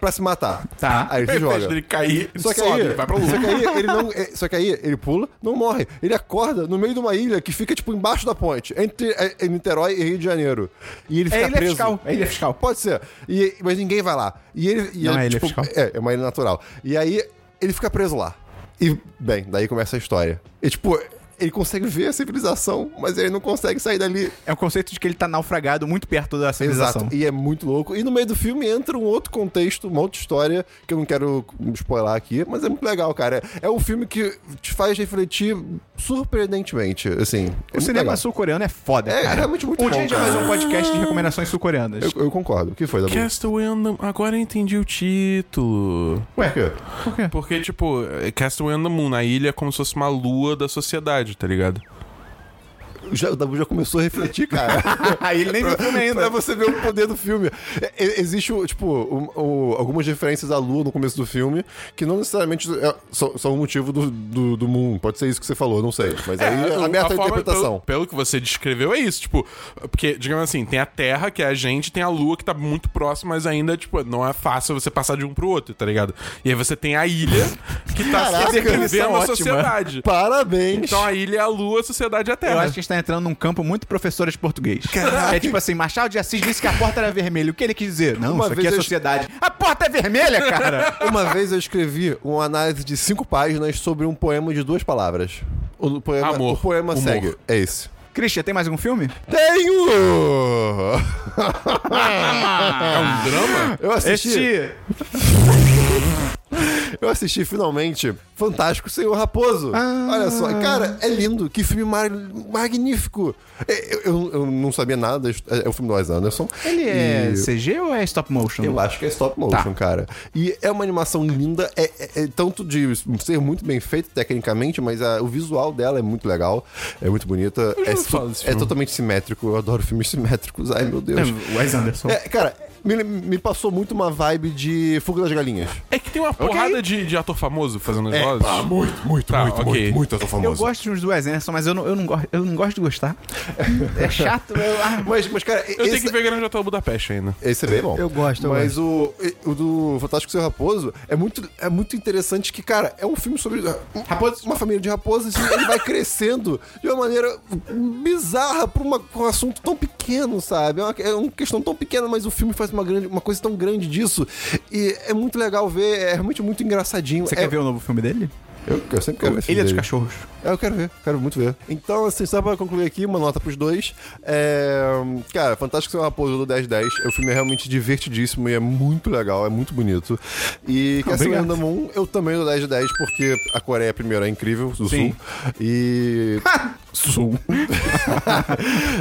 Speaker 2: pra se matar.
Speaker 1: Tá.
Speaker 2: Aí ele
Speaker 3: Ao
Speaker 2: se
Speaker 3: invés
Speaker 2: joga.
Speaker 3: dele cair, ele
Speaker 2: Só que,
Speaker 3: sobe,
Speaker 2: aí,
Speaker 3: ele vai pra lua.
Speaker 2: só que aí ele não. é, Só que aí ele pula, não morre. Ele acorda no meio de uma ilha que fica, tipo, embaixo da ponte, entre é, é, Niterói e Rio de Janeiro. E ele fica
Speaker 1: É ilha
Speaker 2: preso.
Speaker 1: fiscal. É ilha fiscal.
Speaker 2: Pode ser. E, mas ninguém vai lá. E ele. e
Speaker 1: Não
Speaker 2: ele,
Speaker 1: é ilha
Speaker 2: tipo,
Speaker 1: fiscal.
Speaker 2: É, é uma ilha natural. E aí ele fica preso lá. E, bem, daí começa a história. E tipo. Ele consegue ver a civilização, mas ele não consegue sair dali.
Speaker 1: É o conceito de que ele tá naufragado muito perto da civilização.
Speaker 2: E é muito louco. E no meio do filme entra um outro contexto, uma outra história, que eu não quero spoiler aqui, mas é muito legal, cara. É um filme que te faz refletir surpreendentemente, assim.
Speaker 1: O cinema sul-coreano é foda,
Speaker 2: É,
Speaker 1: cara.
Speaker 2: é realmente muito
Speaker 1: um
Speaker 2: bom,
Speaker 1: dia a gente vai
Speaker 2: cara.
Speaker 1: fazer um podcast de recomendações sul-coreanas.
Speaker 2: Eu, eu concordo. O que foi, Dabu?
Speaker 3: Castaway on the... Agora eu entendi o título.
Speaker 2: Ué, o quê?
Speaker 3: Porque, tipo, é Castaway on the Moon, a ilha é como se fosse uma lua da sociedade, tá ligado?
Speaker 2: Já, o Dabu já começou a refletir, cara.
Speaker 1: Aí ele nem viu o filme
Speaker 2: pra
Speaker 1: ainda.
Speaker 2: você ver o poder do filme. É, é, Existe, o, tipo, um- o- algumas referências à lua no começo do filme que não necessariamente é, são, são o motivo do, do, do Moon. Pode ser isso que você falou, não sei. Mas aí é
Speaker 3: o-
Speaker 2: aberta a
Speaker 3: forma-
Speaker 2: interpretação.
Speaker 3: Pelo, pelo que você descreveu, é isso. Tipo, porque, digamos assim, tem a Terra, que é a gente, tem a Lua, que tá muito próxima, mas ainda, tipo, não é fácil você passar de um pro outro, tá ligado? E aí você tem a ilha, que tá
Speaker 2: Caraca,
Speaker 1: definição
Speaker 3: sobrevivendo a
Speaker 1: ótima.
Speaker 3: sociedade.
Speaker 2: Parabéns!
Speaker 3: Então a ilha é a Lua, a sociedade é a
Speaker 1: Eu
Speaker 3: Terra.
Speaker 1: acho que a gente tá entrando num campo muito professora de português. É tipo assim, Machado de Assis disse que a porta era vermelha. O que ele quis dizer? Não,
Speaker 2: Uma
Speaker 1: isso aqui
Speaker 2: vez
Speaker 1: é
Speaker 2: eu-
Speaker 1: sociedade. A porta é vermelha, cara!
Speaker 2: Uma vez eu escrevi uma análise de cinco páginas sobre um poema de duas palavras. O poema,
Speaker 3: Amor.
Speaker 2: o poema
Speaker 3: Humor.
Speaker 2: segue. É esse.
Speaker 1: Christian, tem mais algum filme?
Speaker 2: Tenho!
Speaker 3: É um drama?
Speaker 2: Eu assisti,
Speaker 1: Este...
Speaker 2: eu assisti finalmente Fantástico Senhor Raposo. Olha só, cara, é lindo. Que filme mar- magnífico. É, Eu, eu- eu não sabia nada. É, é o filme do Wes Anderson.
Speaker 1: Ele é
Speaker 2: E-
Speaker 1: CG ou é stop motion?
Speaker 2: Eu acho que é stop motion, cara. E é uma animação linda, é, é- é tanto de ser muito bem feito tecnicamente, mas a- o visual dela é muito legal, é muito bonita, é,
Speaker 3: ouvi
Speaker 2: to-
Speaker 3: falar desse
Speaker 2: é totalmente simétrico. Eu adoro filmes simétricos, ai meu Deus.
Speaker 1: Wes Anderson.
Speaker 2: É, cara, me, me passou muito uma vibe de Fuga das Galinhas.
Speaker 3: É que tem uma porrada de, de ator famoso fazendo
Speaker 2: É,
Speaker 3: as vozes.
Speaker 2: muito, muito,
Speaker 3: Tá, ok.
Speaker 2: muito, eu tô famoso.
Speaker 1: Eu gosto de uns do Wes Anderson, mas eu não, eu não, gosto, eu não gosto de gostar. É chato. Eu... Ah,
Speaker 2: Mas, mas, cara,
Speaker 3: Eu tenho
Speaker 2: esse-
Speaker 3: que ver Grande Hotel Budapeste ainda.
Speaker 2: Esse é bem bom.
Speaker 4: Eu gosto, eu
Speaker 2: Mas o, o do Fantástico Seu Raposo é muito, é muito interessante que, cara, é um filme sobre raposas. uma família de raposas e ele vai crescendo de uma maneira bizarra pra uma- um assunto tão pequeno, sabe? É uma, é uma questão tão pequena, mas o filme faz faz uma, grande, uma coisa tão grande disso. E é muito legal ver, é realmente muito engraçadinho.
Speaker 1: Você
Speaker 2: É-
Speaker 1: quer ver o novo filme dele?
Speaker 2: Eu, eu sempre quero ver esse
Speaker 1: Ele é dos
Speaker 2: filme dele.
Speaker 1: Cachorros.
Speaker 2: É, eu quero ver, quero muito ver. Então, assim, só pra concluir aqui, uma nota pros dois. É, Cara, Fantástico Seu Raposo do 1010. O filme é realmente divertidíssimo e é muito legal, é muito bonito. E Castlevania
Speaker 1: Obrigado.
Speaker 2: the Moon, um, eu também dou 10 de 10, porque a Coreia, primeiro, é incrível, do
Speaker 1: Sim.
Speaker 2: Sul. E. Sul.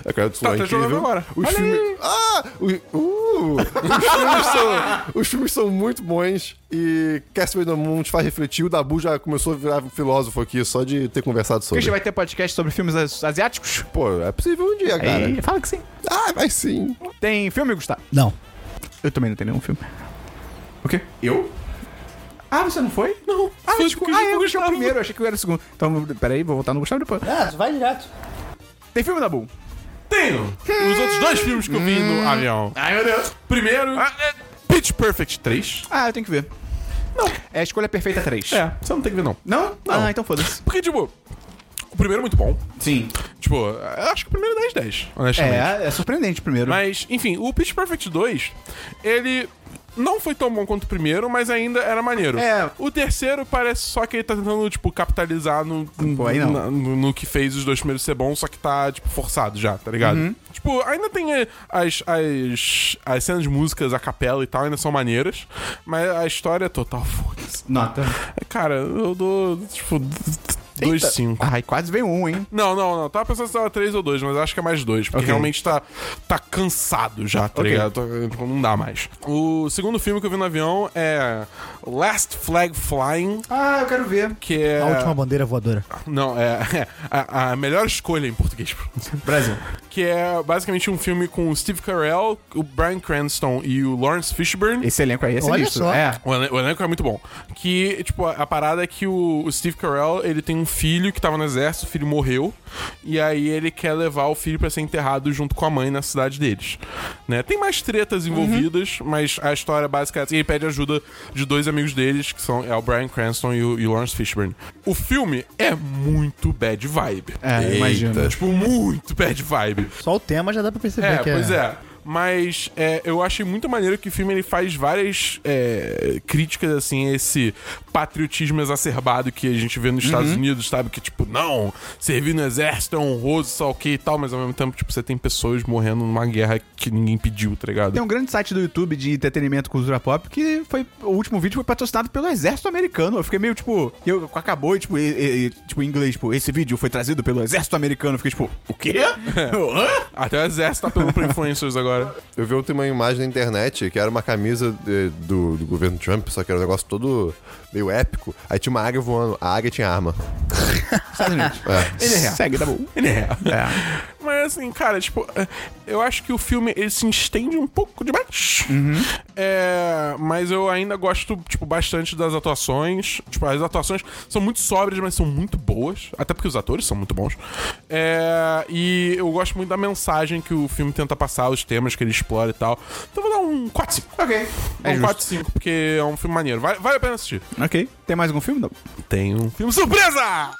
Speaker 2: a Coreia do Sul
Speaker 3: Tá,
Speaker 2: é
Speaker 3: tá jogando
Speaker 2: incrível.
Speaker 3: agora.
Speaker 2: Os
Speaker 3: Olha
Speaker 2: filmes. Ah! Os, uh, os, filmes são, os filmes são muito bons e Castlevania the Moon te faz refletir. O Dabu já começou a virar filósofo aqui só de ter conversado sobre.
Speaker 1: Christian vai ter podcast sobre filmes as- asiáticos?
Speaker 2: Pô, é possível um dia, cara.
Speaker 1: Aí, fala que sim.
Speaker 2: Ah, mas sim.
Speaker 1: Tem filme, Gustavo?
Speaker 4: Não.
Speaker 1: Eu também não tenho nenhum filme. O quê? Eu? Ah, você não foi? Não. Ah,
Speaker 3: Foi
Speaker 1: desculpa.
Speaker 3: porque
Speaker 1: Ah,
Speaker 3: eu
Speaker 1: eu
Speaker 3: não
Speaker 1: achei o
Speaker 3: gostava.
Speaker 1: primeiro, eu achei que eu era o segundo. Então, peraí, vou voltar no Gustavo depois.
Speaker 4: Ah, vai direto.
Speaker 1: Tem filme da Bull?
Speaker 3: Tenho os outros dois filmes que eu vi no avião.
Speaker 1: Ai, meu Deus.
Speaker 3: Primeiro, Pitch Perfect 3.
Speaker 1: Ah, eu tenho que ver. Não. É a Escolha Perfeita 3.
Speaker 3: É, você não tem que ver, não.
Speaker 1: Não? Ah, então foda-se.
Speaker 3: Porque, tipo, o primeiro é muito bom.
Speaker 1: Sim.
Speaker 3: Tipo, eu acho que o primeiro é 10 10, honestamente.
Speaker 1: É, é surpreendente primeiro.
Speaker 3: Mas, enfim, o Pitch Perfect 2, ele não foi tão bom quanto o primeiro, mas ainda era maneiro.
Speaker 1: É.
Speaker 3: O terceiro parece só que ele tá tentando, tipo, capitalizar no,
Speaker 1: Pô, aí não.
Speaker 3: na- no, no que fez os dois primeiros ser bom, só que tá, tipo, forçado já, tá ligado?
Speaker 1: Uhum.
Speaker 3: Tipo, ainda tem eh, as, as, as cenas de músicas, a capela e tal, ainda são maneiras, mas a história é total foda-se.
Speaker 1: Nota.
Speaker 3: Cara, eu dou, tipo, 2-5.
Speaker 1: Ai, quase veio um, hein?
Speaker 3: Não, não, não. Tava pensando se tava 3 ou 2, mas acho que é mais 2. Porque
Speaker 1: Ok.
Speaker 3: realmente tá, tá cansado já, tá
Speaker 1: Ok.
Speaker 3: ligado? Tá- tipo, não dá mais. O segundo filme que eu vi no avião é Last Flag Flying,
Speaker 1: Ah, eu quero ver.
Speaker 3: que é.
Speaker 4: A última bandeira voadora.
Speaker 3: Não, é, é a, a melhor escolha em português.
Speaker 1: Brasil.
Speaker 3: Que é basicamente um filme com o Steve Carell, o Brian Cranston e o Lawrence Fishburne.
Speaker 1: Esse elenco aí é
Speaker 4: Olha
Speaker 1: sinistro.
Speaker 4: só.
Speaker 1: É.
Speaker 3: O elen- o elenco é muito bom. Que, tipo, a, a parada é que o, o Steve Carell, ele tem um filho que tava no exército, o filho morreu, e aí ele quer levar o filho pra ser enterrado junto com a mãe na cidade deles. Né? Tem mais tretas envolvidas,
Speaker 1: Uhum.
Speaker 3: mas a história básica é assim, ele pede ajuda de dois amigos deles, que são é o Brian Cranston e o, e o Lawrence Fishburne. O filme é muito bad vibe.
Speaker 1: É, eu imagino.
Speaker 3: Tipo, muito bad vibe.
Speaker 4: Só o tema já dá pra perceber
Speaker 3: É,
Speaker 4: que
Speaker 3: pois é. Mas é, eu achei muito maneiro que o filme ele faz várias é, críticas, assim, a esse patriotismo exacerbado que a gente vê nos
Speaker 1: Uhum.
Speaker 3: Estados Unidos, sabe? Que, tipo, não, servir no exército é honroso, só o que e tal, mas ao mesmo tempo, tipo, você tem pessoas morrendo numa guerra que ninguém pediu, tá ligado?
Speaker 1: Tem um grande site do YouTube de entretenimento e cultura pop que foi. O último vídeo foi patrocinado pelo exército americano. Eu fiquei meio tipo. Eu acabou, e, tipo, e- e- e, tipo, em inglês, tipo, esse vídeo foi trazido pelo exército americano. Eu fiquei tipo, o quê? Eu, hã?
Speaker 3: Até o exército tá pegando pra influencers agora.
Speaker 2: Eu vi ontem uma imagem na internet que era uma camisa de- do, do governo Trump, só que era um negócio todo meio épico. Aí tinha uma águia voando. A águia tinha arma.
Speaker 1: Estados Unidos. Ele é real. Segue, tá bom. É.
Speaker 3: Mas assim, cara, tipo, é, eu acho que o filme ele se estende um pouco demais.
Speaker 1: Uhum.
Speaker 3: É, mas eu ainda gosto, tipo, bastante das atuações. Tipo, as atuações são muito sóbrias, mas são muito boas. Até porque os atores são muito bons. É, e eu gosto muito da mensagem que o filme tenta passar, os temas que ele explora e tal. Então eu vou dar um 4-5.
Speaker 1: Ok. É
Speaker 3: um
Speaker 1: justo.
Speaker 3: 4-5, porque é um filme maneiro. Vale, vale a pena assistir.
Speaker 1: Ok. Tem mais algum filme? Não.
Speaker 3: Tem um filme surpresa!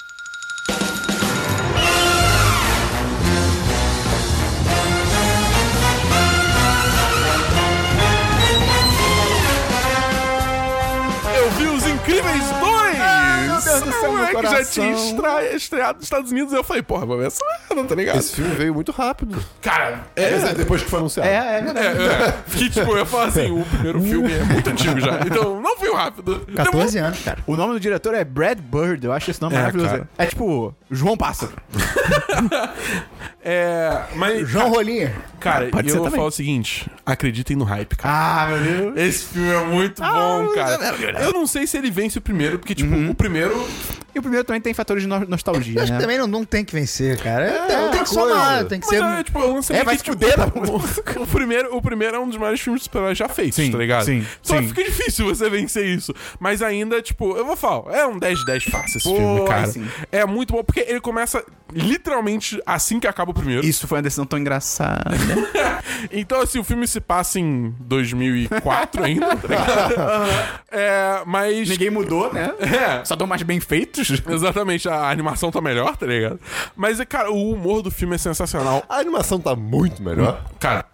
Speaker 3: Eu vi Os Incríveis 2!
Speaker 1: Ah, meu Deus do céu,
Speaker 3: O
Speaker 1: meu
Speaker 3: moleque já
Speaker 1: coração.
Speaker 3: tinha estra- estreado nos Estados Unidos. Eu falei, porra, vou ver essa merda, tá ligado?
Speaker 2: Esse filme veio muito rápido.
Speaker 3: Cara, é,
Speaker 2: Mas é depois que foi anunciado.
Speaker 1: É, é
Speaker 3: é,
Speaker 1: verdade.
Speaker 3: é. Que, tipo, eu ia falar assim, o primeiro filme é muito antigo já. Então, não viu rápido.
Speaker 4: 14 anos, cara.
Speaker 1: O nome do diretor é Brad Bird. Eu acho esse nome
Speaker 3: É,
Speaker 1: maravilhoso.
Speaker 3: cara.
Speaker 1: É tipo João Pássaro.
Speaker 3: É, mas...
Speaker 4: João Rolinha.
Speaker 3: Cara,
Speaker 1: Pode
Speaker 3: eu
Speaker 1: ser
Speaker 3: vou
Speaker 1: também.
Speaker 3: falar o seguinte: acreditem no hype, cara.
Speaker 1: Ah, meu Deus. Ah, é
Speaker 3: Esse filme é muito bom, cara.
Speaker 1: né?
Speaker 3: Eu não sei se ele vence o primeiro, porque, tipo,
Speaker 1: Uhum.
Speaker 3: o primeiro.
Speaker 1: E o primeiro também tem fatores de no- nostalgia,
Speaker 4: Eu acho que
Speaker 1: né?
Speaker 4: também não, não tem que vencer, cara.
Speaker 2: É,
Speaker 4: tem
Speaker 2: outra
Speaker 4: que somar,
Speaker 2: coisa.
Speaker 4: tem que
Speaker 3: Mas
Speaker 4: ser.
Speaker 3: é, tipo, eu não sei
Speaker 1: É, vai
Speaker 3: que,
Speaker 1: se fuder, tá
Speaker 3: o, o, primeiro, o primeiro é um dos maiores filmes de super-heróis já feitos,
Speaker 1: Sim,
Speaker 3: tá ligado?
Speaker 1: sim,
Speaker 3: Só
Speaker 1: sim.
Speaker 3: fica difícil você vencer isso. Mas ainda, tipo, eu vou falar, é um 10 de 10 fácil esse
Speaker 1: Pô,
Speaker 3: filme,
Speaker 1: aí
Speaker 3: cara.
Speaker 1: sim.
Speaker 3: É muito bom, porque ele começa literalmente assim que acaba o primeiro.
Speaker 1: Isso foi uma decisão tão engraçada.
Speaker 3: Então, assim, o filme se passa em 2004 ainda, tá ligado? É, mas.
Speaker 1: Ninguém mudou, né?
Speaker 3: É,
Speaker 1: Só dão mais bem feitos.
Speaker 3: Exatamente, a animação tá melhor, tá ligado? Mas, é, cara, o humor do filme é sensacional.
Speaker 2: A animação tá muito melhor.
Speaker 3: Cara,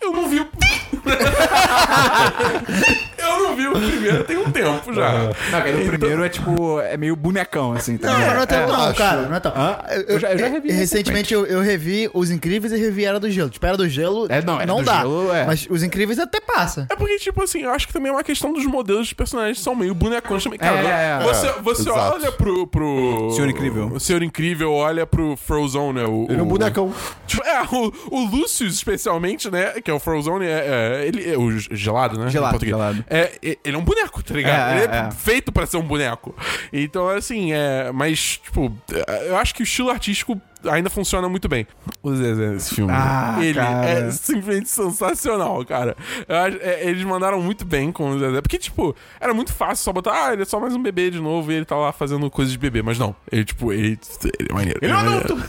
Speaker 3: eu não vi. o- Eu não vi o primeiro tem um tempo já.
Speaker 1: Não, cara, o primeiro é tipo, é meio bonecão, assim, tá
Speaker 4: Não,
Speaker 1: ligado?
Speaker 4: não é tão
Speaker 2: eu
Speaker 4: não,
Speaker 2: acho.
Speaker 4: cara. Não é tão.
Speaker 1: Hã? Eu já- eu já revi
Speaker 4: Recentemente eu, eu revi Os Incríveis e revi Era do Gelo. Tipo, Era do Gelo
Speaker 1: É, não, Era do
Speaker 4: dá.
Speaker 1: Gelo, é.
Speaker 4: Mas Os Incríveis até passa.
Speaker 3: É porque, tipo assim, eu acho que também é uma questão dos modelos de personagens que são meio bonecões também. Cara,
Speaker 1: é, é.
Speaker 3: você,
Speaker 2: É,
Speaker 3: você
Speaker 2: exato.
Speaker 3: olha pro, pro.
Speaker 1: Senhor Incrível.
Speaker 3: O Senhor Incrível olha pro Frozen, né? O,
Speaker 2: Ele é um
Speaker 3: o-
Speaker 2: bonecão.
Speaker 3: Tipo, é, o, o Lucius, especialmente, né? Que é o Frozen, é, é, ele é o ge- gelado, né?
Speaker 1: Gelado,
Speaker 3: Em português.
Speaker 1: gelado.
Speaker 3: É, e- ele é um boneco, tá ligado?
Speaker 1: É, é,
Speaker 3: ele é,
Speaker 1: é.
Speaker 3: feito pra ser um boneco. Então, assim, é. Mas, tipo, eu acho que o estilo artístico ainda funciona muito bem. O Zezé, esse filme.
Speaker 1: Ah,
Speaker 3: ele
Speaker 1: cara.
Speaker 3: é simplesmente sensacional, cara. Eu acho- é, eles mandaram muito bem com o Zezé. Porque, tipo, era muito fácil só botar, ah, ele é só mais um bebê de novo e ele tá lá fazendo coisas de bebê. Mas não, ele, tipo, ele, ele é maneiro.
Speaker 1: Ele é um
Speaker 3: maneiro.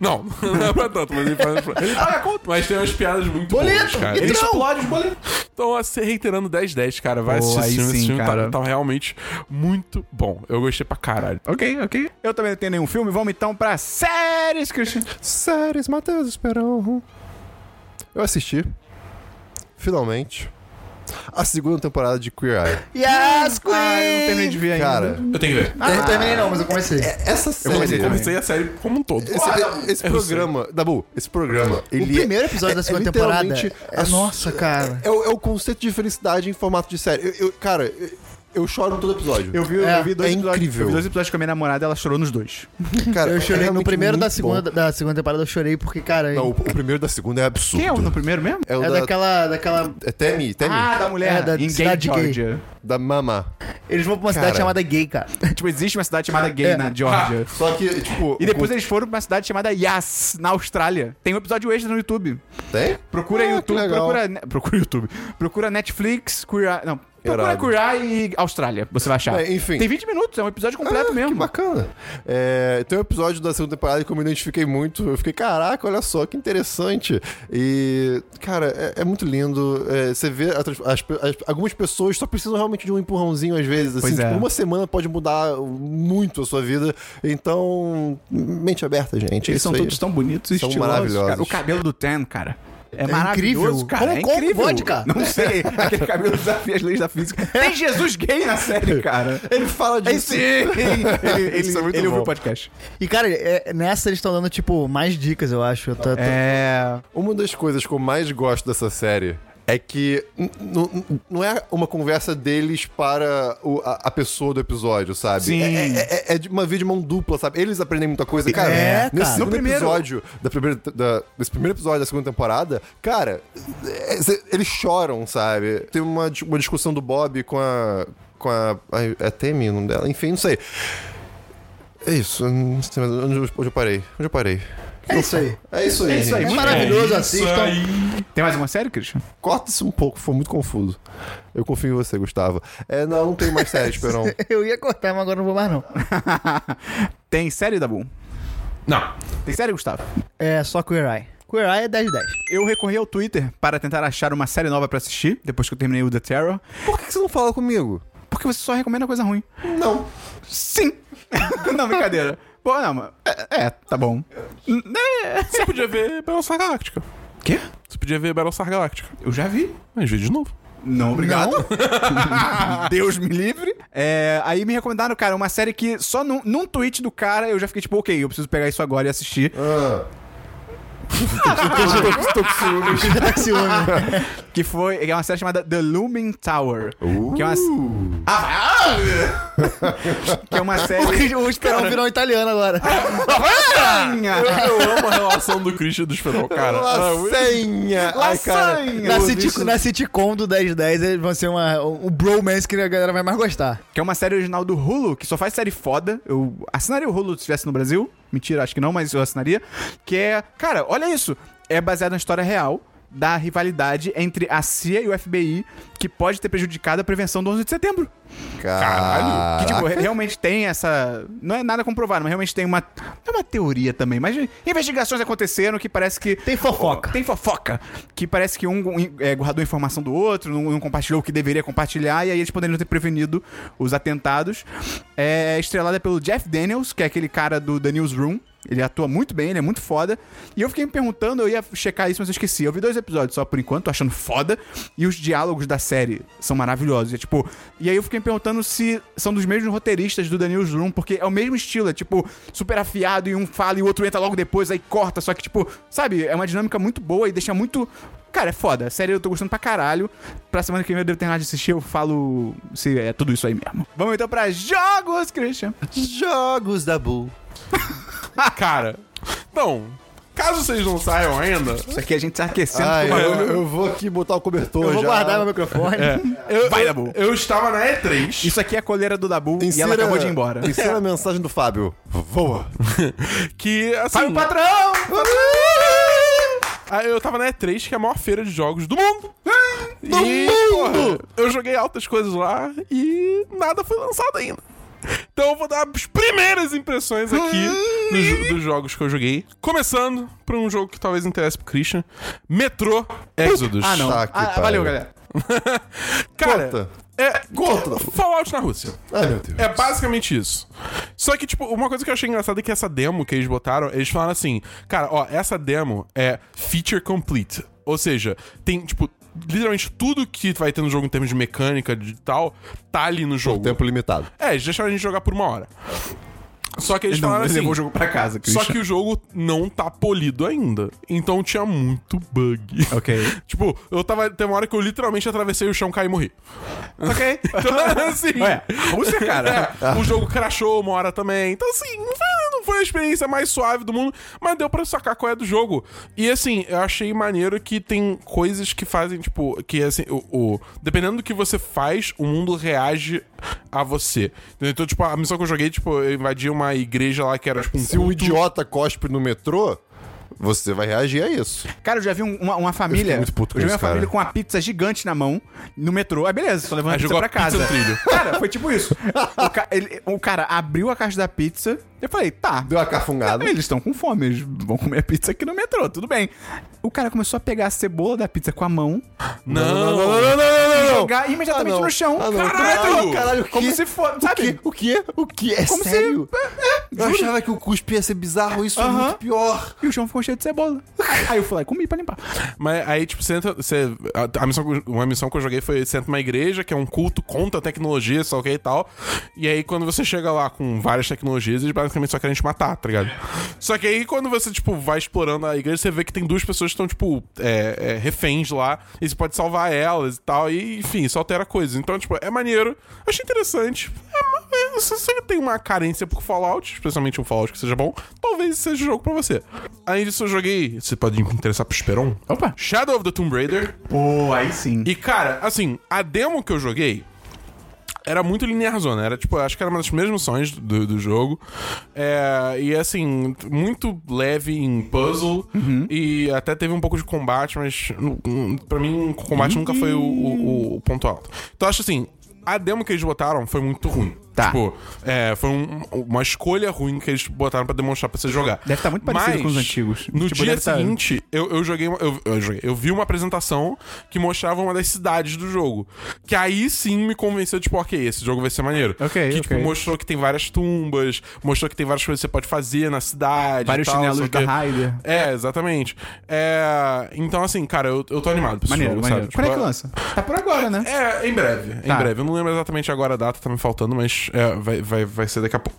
Speaker 3: não, não é pra tanto, mas ele faz. mas tem umas piadas muito boas,
Speaker 4: Boleto!
Speaker 3: cara.
Speaker 4: E
Speaker 1: Ele
Speaker 4: Não.
Speaker 1: explode os boletos.
Speaker 3: Então, assim, reiterando 10-10, cara, vai
Speaker 1: Pô,
Speaker 3: assistir esse
Speaker 1: aí
Speaker 3: filme. esse
Speaker 1: sim,
Speaker 3: filme tá,
Speaker 1: cara.
Speaker 3: tá realmente muito bom. Eu gostei pra caralho.
Speaker 1: Ok, ok. Eu também não tenho nenhum filme. Vamos então pra séries, Christian.
Speaker 2: Séries, Matheus Esperão. Eu assisti. Finalmente. A segunda temporada de Queer Eye.
Speaker 4: Yes, Queen!
Speaker 1: Ah, eu não terminei de ver ainda.
Speaker 2: Cara,
Speaker 3: Eu tenho que ver.
Speaker 4: Ah, Eu não terminei não, mas eu comecei.
Speaker 1: É,
Speaker 2: essa série.
Speaker 1: comecei também.
Speaker 3: Comecei a série como um todo.
Speaker 2: Esse, esse
Speaker 3: Eu
Speaker 2: programa, Dabu, esse programa, ele
Speaker 4: o primeiro episódio
Speaker 2: é-
Speaker 4: da
Speaker 2: é
Speaker 4: segunda temporada.
Speaker 2: literalmente
Speaker 4: É,
Speaker 2: a su-
Speaker 4: nossa, cara.
Speaker 2: É, o, é o conceito de felicidade em formato de série. Eu, eu- cara, eu, eu choro em todo episódio.
Speaker 1: Eu vi,
Speaker 4: É,
Speaker 1: eu vi dois
Speaker 2: é
Speaker 1: episódios.
Speaker 2: incrível.
Speaker 1: Eu vi dois episódios com a minha namorada, ela chorou nos dois.
Speaker 2: cara,
Speaker 4: Eu
Speaker 2: é
Speaker 4: chorei no
Speaker 2: realmente
Speaker 4: primeiro da
Speaker 2: muito
Speaker 4: segunda,
Speaker 2: bom.
Speaker 4: da segunda temporada, eu chorei porque, cara,
Speaker 2: Não, o, o primeiro da segunda é absurdo.
Speaker 1: Quem é o no primeiro mesmo?
Speaker 2: É o
Speaker 4: é
Speaker 2: da,
Speaker 4: daquela, daquela...
Speaker 2: É Tammy, Tammy,
Speaker 1: Ah, da mulher.
Speaker 4: É, da
Speaker 1: em
Speaker 4: cidade
Speaker 1: Gay,
Speaker 4: gay.
Speaker 1: Georgia.
Speaker 2: da Mama.
Speaker 4: Eles vão pra uma
Speaker 2: Cara.
Speaker 4: cidade chamada Gay, cara.
Speaker 1: Tipo, existe uma cidade chamada Gay
Speaker 4: É.
Speaker 1: na Georgia.
Speaker 2: Só que, tipo...
Speaker 1: E depois eles foram pra uma cidade chamada Yas, na Austrália. Tem um episódio extra no YouTube.
Speaker 2: Tem?
Speaker 1: Procura
Speaker 2: Ah,
Speaker 1: YouTube,
Speaker 2: que legal.
Speaker 1: procura, ne- procura YouTube. Procura Netflix, Queer Eye, não, procura
Speaker 2: Irado.
Speaker 1: Queer Eye e Austrália, você vai achar.
Speaker 2: É, enfim.
Speaker 1: Tem 20 minutos, é um episódio completo
Speaker 2: Ah,
Speaker 1: mesmo.
Speaker 2: Que bacana. É, tem um episódio da segunda temporada que eu me identifiquei muito. Eu fiquei, caraca, olha só, que interessante. E, cara, é, é muito lindo. É, você vê a trans- as pe- as- algumas pessoas só precisam realmente de um empurrãozinho às vezes. Assim,
Speaker 1: Pois é.
Speaker 2: tipo, uma semana pode mudar muito a sua vida. Então, mente aberta, gente. é
Speaker 1: Eles
Speaker 2: isso
Speaker 1: são
Speaker 2: aí.
Speaker 1: todos tão bonitos e
Speaker 2: São
Speaker 1: estilosos,
Speaker 2: maravilhosos.
Speaker 1: cara. O cabelo do Ten, cara. É,
Speaker 4: É
Speaker 1: maravilhoso,
Speaker 4: incrível.
Speaker 1: cara.
Speaker 4: Como-
Speaker 1: é
Speaker 4: como
Speaker 1: incrível.
Speaker 4: vodka?
Speaker 1: Não sei. Aquele cabelo desafia as leis da física. Tem Jesus gay na série, cara.
Speaker 2: Ele fala
Speaker 1: É Aí
Speaker 2: disso.
Speaker 1: sim. Ele, ele,
Speaker 2: Isso é muito
Speaker 1: ele ouviu
Speaker 2: bom.
Speaker 1: o podcast.
Speaker 4: E, cara, é- nessa eles estão dando, tipo, mais dicas, eu acho. Eu tô- tô-
Speaker 1: É...
Speaker 2: Uma das coisas que eu mais gosto dessa série é que n- n- n- não é uma conversa deles para o- a, a pessoa do episódio, sabe?
Speaker 1: Sim.
Speaker 2: É, é- é- é de uma via de mão dupla, sabe? Eles aprendem muita coisa. Cara,
Speaker 4: É, cara.
Speaker 2: nesse
Speaker 4: No
Speaker 2: segundo
Speaker 1: primeiro-
Speaker 2: episódio, da primeira, da- desse primeiro episódio da segunda temporada, cara, é- cê- eles choram, sabe? Tem uma, di- uma discussão do Bob com a... Com a... ai, É Temi o nome dela? Enfim, não sei. É isso. eu não sei mais Onde eu- onde eu parei? Onde eu parei?
Speaker 4: É isso aí.
Speaker 2: É isso aí,
Speaker 1: É isso aí,
Speaker 2: gente.
Speaker 4: É maravilhoso, então, assistam.
Speaker 1: Tem mais uma série, Christian?
Speaker 2: Corta-se um pouco, foi muito confuso. Eu confio em você, Gustavo. É, não, não tem mais série, Esperão.
Speaker 4: Eu ia cortar, mas agora não vou mais, não.
Speaker 1: Tem série, Dabu?
Speaker 3: Não.
Speaker 1: Tem série, Gustavo?
Speaker 4: É só Queer Eye. Queer Eye é 10-10.
Speaker 1: Eu recorri ao Twitter para tentar achar uma série nova pra assistir, depois que eu terminei o The Terror,
Speaker 2: Por que você não fala comigo?
Speaker 1: porque você só recomenda coisa ruim.
Speaker 2: Não.
Speaker 1: Sim! não, brincadeira. Pô, não, mas- é, é, tá bom. É.
Speaker 3: Você podia ver Battlestar Galactica.
Speaker 1: Quê?
Speaker 3: Você podia ver Battlestar Galactica.
Speaker 1: Eu já vi.
Speaker 3: Mas vê de novo.
Speaker 1: Não, obrigado. Deus me livre. É, aí me recomendaram, cara, uma série que só num, num tweet do cara eu já fiquei tipo, ok, eu preciso pegar isso agora e assistir.
Speaker 2: Ah,
Speaker 4: Tá com ciúme.
Speaker 1: Que foi. É uma série chamada The Looming Tower. Que é uma. Ah, que é uma série.
Speaker 4: Vou esperar um final italiano agora.
Speaker 3: Eu amo a relação do Christian e do Esperão, cara.
Speaker 2: lasanha! Ai, cara.
Speaker 1: Lasanha!
Speaker 4: Na, city, na sitcom do 10-10 eles vão ser uma, um bromance que a galera vai mais gostar.
Speaker 1: Que é uma série original do Hulu, que só faz série foda. Eu assinaria o Hulu se estivesse no Brasil. Mentira, acho que não, mas eu assinaria. Que é. Cara, olha isso. É baseado na história real da rivalidade entre a CIA e o FBI, que pode ter prejudicado a prevenção do 11 de setembro.
Speaker 2: Caralho.
Speaker 1: Que, tipo, re- realmente tem essa. Não é nada comprovado, mas realmente tem uma. Não é uma teoria também, mas investigações aconteceram que parece que.
Speaker 4: Tem fofoca.
Speaker 1: Tem fofoca. Que parece que um é, guardou informação do outro, não, não compartilhou o que deveria compartilhar, e aí eles poderiam ter prevenido os atentados. É estrelada pelo Jeff Daniels, que é aquele cara do The Newsroom. Ele atua muito bem, ele é muito foda. E eu fiquei me perguntando, eu ia checar isso, mas eu esqueci. Eu vi dois episódios só por enquanto, tô achando foda. E os diálogos da série são maravilhosos. É tipo. E aí eu fiquei me perguntando se são dos mesmos roteiristas do Daniel Jrum, porque é o mesmo estilo, é tipo, super afiado e um fala e o outro entra logo depois, aí corta. Só que, tipo, sabe, é uma dinâmica muito boa e deixa muito. Cara, é foda. A série eu tô gostando pra caralho. Pra semana que vem eu devo terminar de assistir, eu falo se é tudo isso aí mesmo. Vamos então pra jogos, Christian.
Speaker 4: Jogos da Bull.
Speaker 3: Cara, então, caso vocês não saiam ainda,
Speaker 1: Isso aqui a gente tá aquecendo.
Speaker 2: Ai,
Speaker 1: pro
Speaker 2: eu,
Speaker 1: bagulho.
Speaker 2: eu vou aqui botar o cobertor
Speaker 4: Eu vou
Speaker 2: já.
Speaker 4: guardar meu microfone.
Speaker 3: eu,
Speaker 1: Vai,
Speaker 3: eu-
Speaker 1: Dabu.
Speaker 3: eu estava na E3.
Speaker 1: Isso aqui é a coleira do Dabu e
Speaker 2: Insira-
Speaker 1: ela acabou de ir embora.
Speaker 2: Insira a mensagem do Fábio. Voa.
Speaker 3: Que, assim...
Speaker 1: Sai o patrão!
Speaker 3: Ah, Eu tava na E3, que é a maior feira de jogos do mundo. Do
Speaker 2: mundo!
Speaker 3: eu joguei altas coisas lá e nada foi lançado ainda. Então eu vou dar as primeiras impressões aqui dos, jo- dos jogos que eu joguei. Começando por um jogo que talvez interesse pro Christian. Metrô Exodus.
Speaker 1: Ah, não.
Speaker 2: Tá que
Speaker 1: Ah,
Speaker 2: pariu.
Speaker 1: valeu, galera.
Speaker 3: Cara,
Speaker 2: Conta.
Speaker 3: é...
Speaker 2: Conta.
Speaker 3: Fallout na Rússia.
Speaker 2: Ai, meu Deus.
Speaker 3: É basicamente isso. Só que, tipo, uma coisa que eu achei engraçada é que essa demo que eles botaram, eles falaram assim, cara, ó, essa demo é feature complete. Ou seja, tem, tipo, literalmente tudo que vai ter no jogo em termos de mecânica, de tal, tá ali no jogo.
Speaker 2: Tempo limitado.
Speaker 3: É, eles deixaram a gente jogar por uma hora. Só que eles
Speaker 1: Não,
Speaker 3: falaram
Speaker 1: ele
Speaker 3: assim.
Speaker 1: levou o jogo pra casa, Christian.
Speaker 3: Só que o jogo não tá polido ainda. Então tinha muito bug.
Speaker 1: Ok.
Speaker 3: tipo, eu tava. Tem uma hora que eu literalmente atravessei o chão, caí e morri.
Speaker 1: Ok.
Speaker 3: Então, assim.
Speaker 1: Ué, Rússia, cara.
Speaker 3: É, o jogo crashou uma hora também. Então, assim, não foi, não foi a experiência mais suave do mundo, mas deu pra sacar qual é do jogo. E, assim, eu achei maneiro que tem coisas que fazem, tipo, que, assim, o, o- dependendo do que você faz, o mundo reage a você. Entendeu? Então, tipo, a missão que eu joguei, tipo, eu invadi uma igreja lá que era, tipo, um
Speaker 2: Se um
Speaker 3: culto.
Speaker 2: idiota cospe no metrô, você vai reagir a isso.
Speaker 1: Cara, eu já vi um- uma, uma família.
Speaker 2: fiquei muito puto com
Speaker 1: eu já vi
Speaker 2: isso,
Speaker 1: uma família
Speaker 2: cara.
Speaker 1: com uma pizza gigante na mão no metrô. Ah, beleza, só levando a
Speaker 3: Aí
Speaker 1: pizza
Speaker 3: jogou
Speaker 1: pra
Speaker 3: a
Speaker 1: casa.
Speaker 3: pizza no trilho.
Speaker 1: Cara, foi tipo isso. O, ca- ele- o cara abriu a caixa da pizza. Eu falei, tá.
Speaker 2: Deu uma cafungada.
Speaker 1: Eles estão com fome, eles vão comer pizza aqui no metrô, tudo bem. O cara começou a pegar a cebola da pizza com a mão,
Speaker 3: Não,
Speaker 2: não, não, não.
Speaker 1: jogar imediatamente
Speaker 2: Ah, não.
Speaker 1: no chão.
Speaker 2: Ah, não.
Speaker 1: Caralho!
Speaker 2: Ah, caralho, o
Speaker 1: como
Speaker 2: quê?
Speaker 1: se fosse,
Speaker 2: O
Speaker 1: sabe?
Speaker 2: quê? O quê? O quê? É
Speaker 1: Como se-
Speaker 2: sério?
Speaker 1: É,
Speaker 2: Eu
Speaker 1: juro.
Speaker 2: achava que o cuspe ia ser bizarro, isso
Speaker 1: Aham.
Speaker 2: é muito pior.
Speaker 1: E o chão ficou cheio de cebola. Aí eu fui lá e comi pra limpar.
Speaker 3: Mas aí, tipo, você entra. Você, a, a missão, que eu- uma missão que eu joguei foi: você entra numa igreja, que é um culto contra a tecnologia, só que e tal. E aí, quando você chega lá com várias tecnologias, eles basicamente só querem te matar, tá ligado? Só que aí, quando você, tipo, vai explorando a igreja, você vê que tem duas pessoas que estão, tipo, é, é, reféns lá, e você pode salvar elas e tal. E, enfim, isso altera coisas. Então, tipo, é maneiro. Achei interessante. É, ma- é, se você tem uma carência por Fallout, especialmente um Fallout que seja bom, talvez seja o jogo pra você. Além disso, eu joguei. Você pode me interessar um? pro Esperon?
Speaker 1: Opa.
Speaker 3: Shadow of the Tomb Raider.
Speaker 1: Pô, aí sim.
Speaker 3: E, cara, assim, a demo que eu joguei era muito linear zona. Era, tipo, acho que era uma das primeiras missões do, do jogo. É, e, assim, muito leve em puzzle.
Speaker 1: Uhum.
Speaker 3: E até teve um pouco de combate, mas hum, hum, pra mim, o combate nunca foi o, o- o ponto alto. Então, acho assim, a demo que eles botaram foi muito ruim.
Speaker 1: Tá.
Speaker 3: Tipo, é, foi um- uma escolha ruim que eles botaram pra demonstrar pra você jogar.
Speaker 1: Deve tá muito parecido
Speaker 3: Mas,
Speaker 1: com os antigos.
Speaker 3: No
Speaker 1: Tipo,
Speaker 3: dia
Speaker 1: deve tá-
Speaker 3: seguinte, seguinte, eu, eu joguei. uma- Eu, eu joguei- eu vi uma apresentação que mostrava uma das cidades do jogo. Que aí sim me convenceu, tipo, ok, esse jogo vai ser maneiro.
Speaker 1: Ok,
Speaker 3: que, tipo,
Speaker 1: ok.
Speaker 3: mostrou que tem várias tumbas, mostrou que tem várias coisas que você pode fazer na cidade.
Speaker 1: Vários
Speaker 3: e tal,
Speaker 1: chinelos
Speaker 3: só
Speaker 1: da Raider.
Speaker 3: É, exatamente. É, então, assim, cara, eu, eu tô animado pra esse
Speaker 1: Maneiro,
Speaker 3: jogo,
Speaker 1: maneiro.
Speaker 3: sabe?
Speaker 1: Quando é que
Speaker 3: Tipo,
Speaker 1: lança? Tá por agora, né?
Speaker 3: é, em breve.
Speaker 1: Tá.
Speaker 3: Em breve. Eu não lembro exatamente agora a data, tá me faltando, mas é, vai, vai, vai ser daqui a pouco.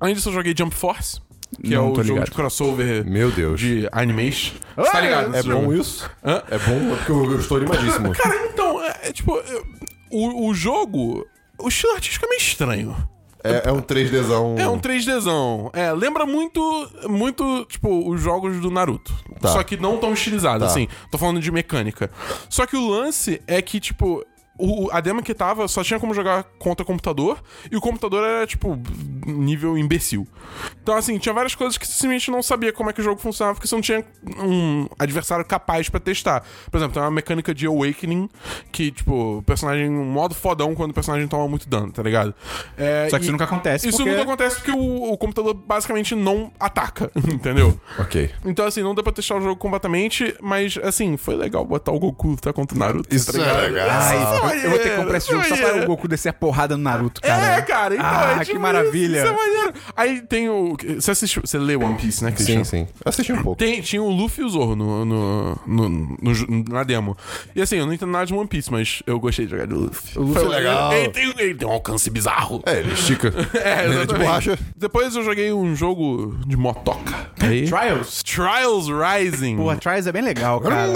Speaker 3: Além disso, eu joguei Jump Force, que
Speaker 1: Não tô
Speaker 3: é o jogo
Speaker 1: ligado.
Speaker 3: de crossover
Speaker 2: Meu Deus.
Speaker 3: de animes.
Speaker 1: Ah,
Speaker 3: Você tá ligado?
Speaker 2: É
Speaker 3: nesse jogo?
Speaker 2: bom isso?
Speaker 3: Hã?
Speaker 2: É bom porque eu, eu estou animadíssimo.
Speaker 3: Cara, então, é, é tipo, é, o, o jogo. O estilo artístico é meio estranho.
Speaker 2: É, é um 3Dzão.
Speaker 3: É um 3Dzão. É, lembra muito, muito, tipo, os jogos do Naruto.
Speaker 2: Tá.
Speaker 3: Só que não tão estilizado,
Speaker 2: Tá.
Speaker 3: assim. Tô falando de mecânica. Só que o lance é que, tipo, o, o- a demo que tava só tinha como jogar contra computador. E o computador era, tipo, nível imbecil. Então, assim, tinha várias coisas que você simplesmente não sabia como é que o jogo funcionava, porque você não tinha um adversário capaz pra testar. Por exemplo, tem uma mecânica de Awakening que, tipo, o personagem. Um modo fodão quando o personagem toma muito dano, tá ligado? É,
Speaker 1: Só que
Speaker 3: e-
Speaker 1: isso nunca acontece,
Speaker 3: Isso
Speaker 1: porque-
Speaker 3: nunca acontece porque o, o computador basicamente não ataca, entendeu?
Speaker 2: Ok.
Speaker 3: Então, assim, não deu pra testar o jogo completamente, mas, assim, foi legal botar o Goku lutar contra o Naruto.
Speaker 2: Isso é legal.
Speaker 1: Ai, eu- eu vou ter que comprar esse jogo só
Speaker 3: Maneiro.
Speaker 1: pra o Goku descer a porrada no Naruto, cara.
Speaker 3: É, cara, então,
Speaker 1: ah,
Speaker 3: é
Speaker 1: que
Speaker 3: tipo
Speaker 1: Maravilha.
Speaker 3: Isso é maneiro. Aí tem o. Você assistiu. Você lê One Piece, né, Christian?
Speaker 2: Sim, sim. Assisti um pouco.
Speaker 3: Tem, tinha o Luffy e o Zorro no, no, no- no ju- na demo. E assim, eu não entendo nada de One Piece, mas eu gostei de jogar de Luffy. O Luffy
Speaker 2: é legal.
Speaker 3: Ele tem, ele tem um alcance bizarro.
Speaker 2: É, ele estica.
Speaker 3: É,
Speaker 2: Ele é de
Speaker 3: exatamente.
Speaker 2: borracha.
Speaker 3: Depois eu joguei um jogo de motoca. tá Aí-
Speaker 1: Trials?
Speaker 3: Trials Rising.
Speaker 1: Pô, Trials é bem legal, cara.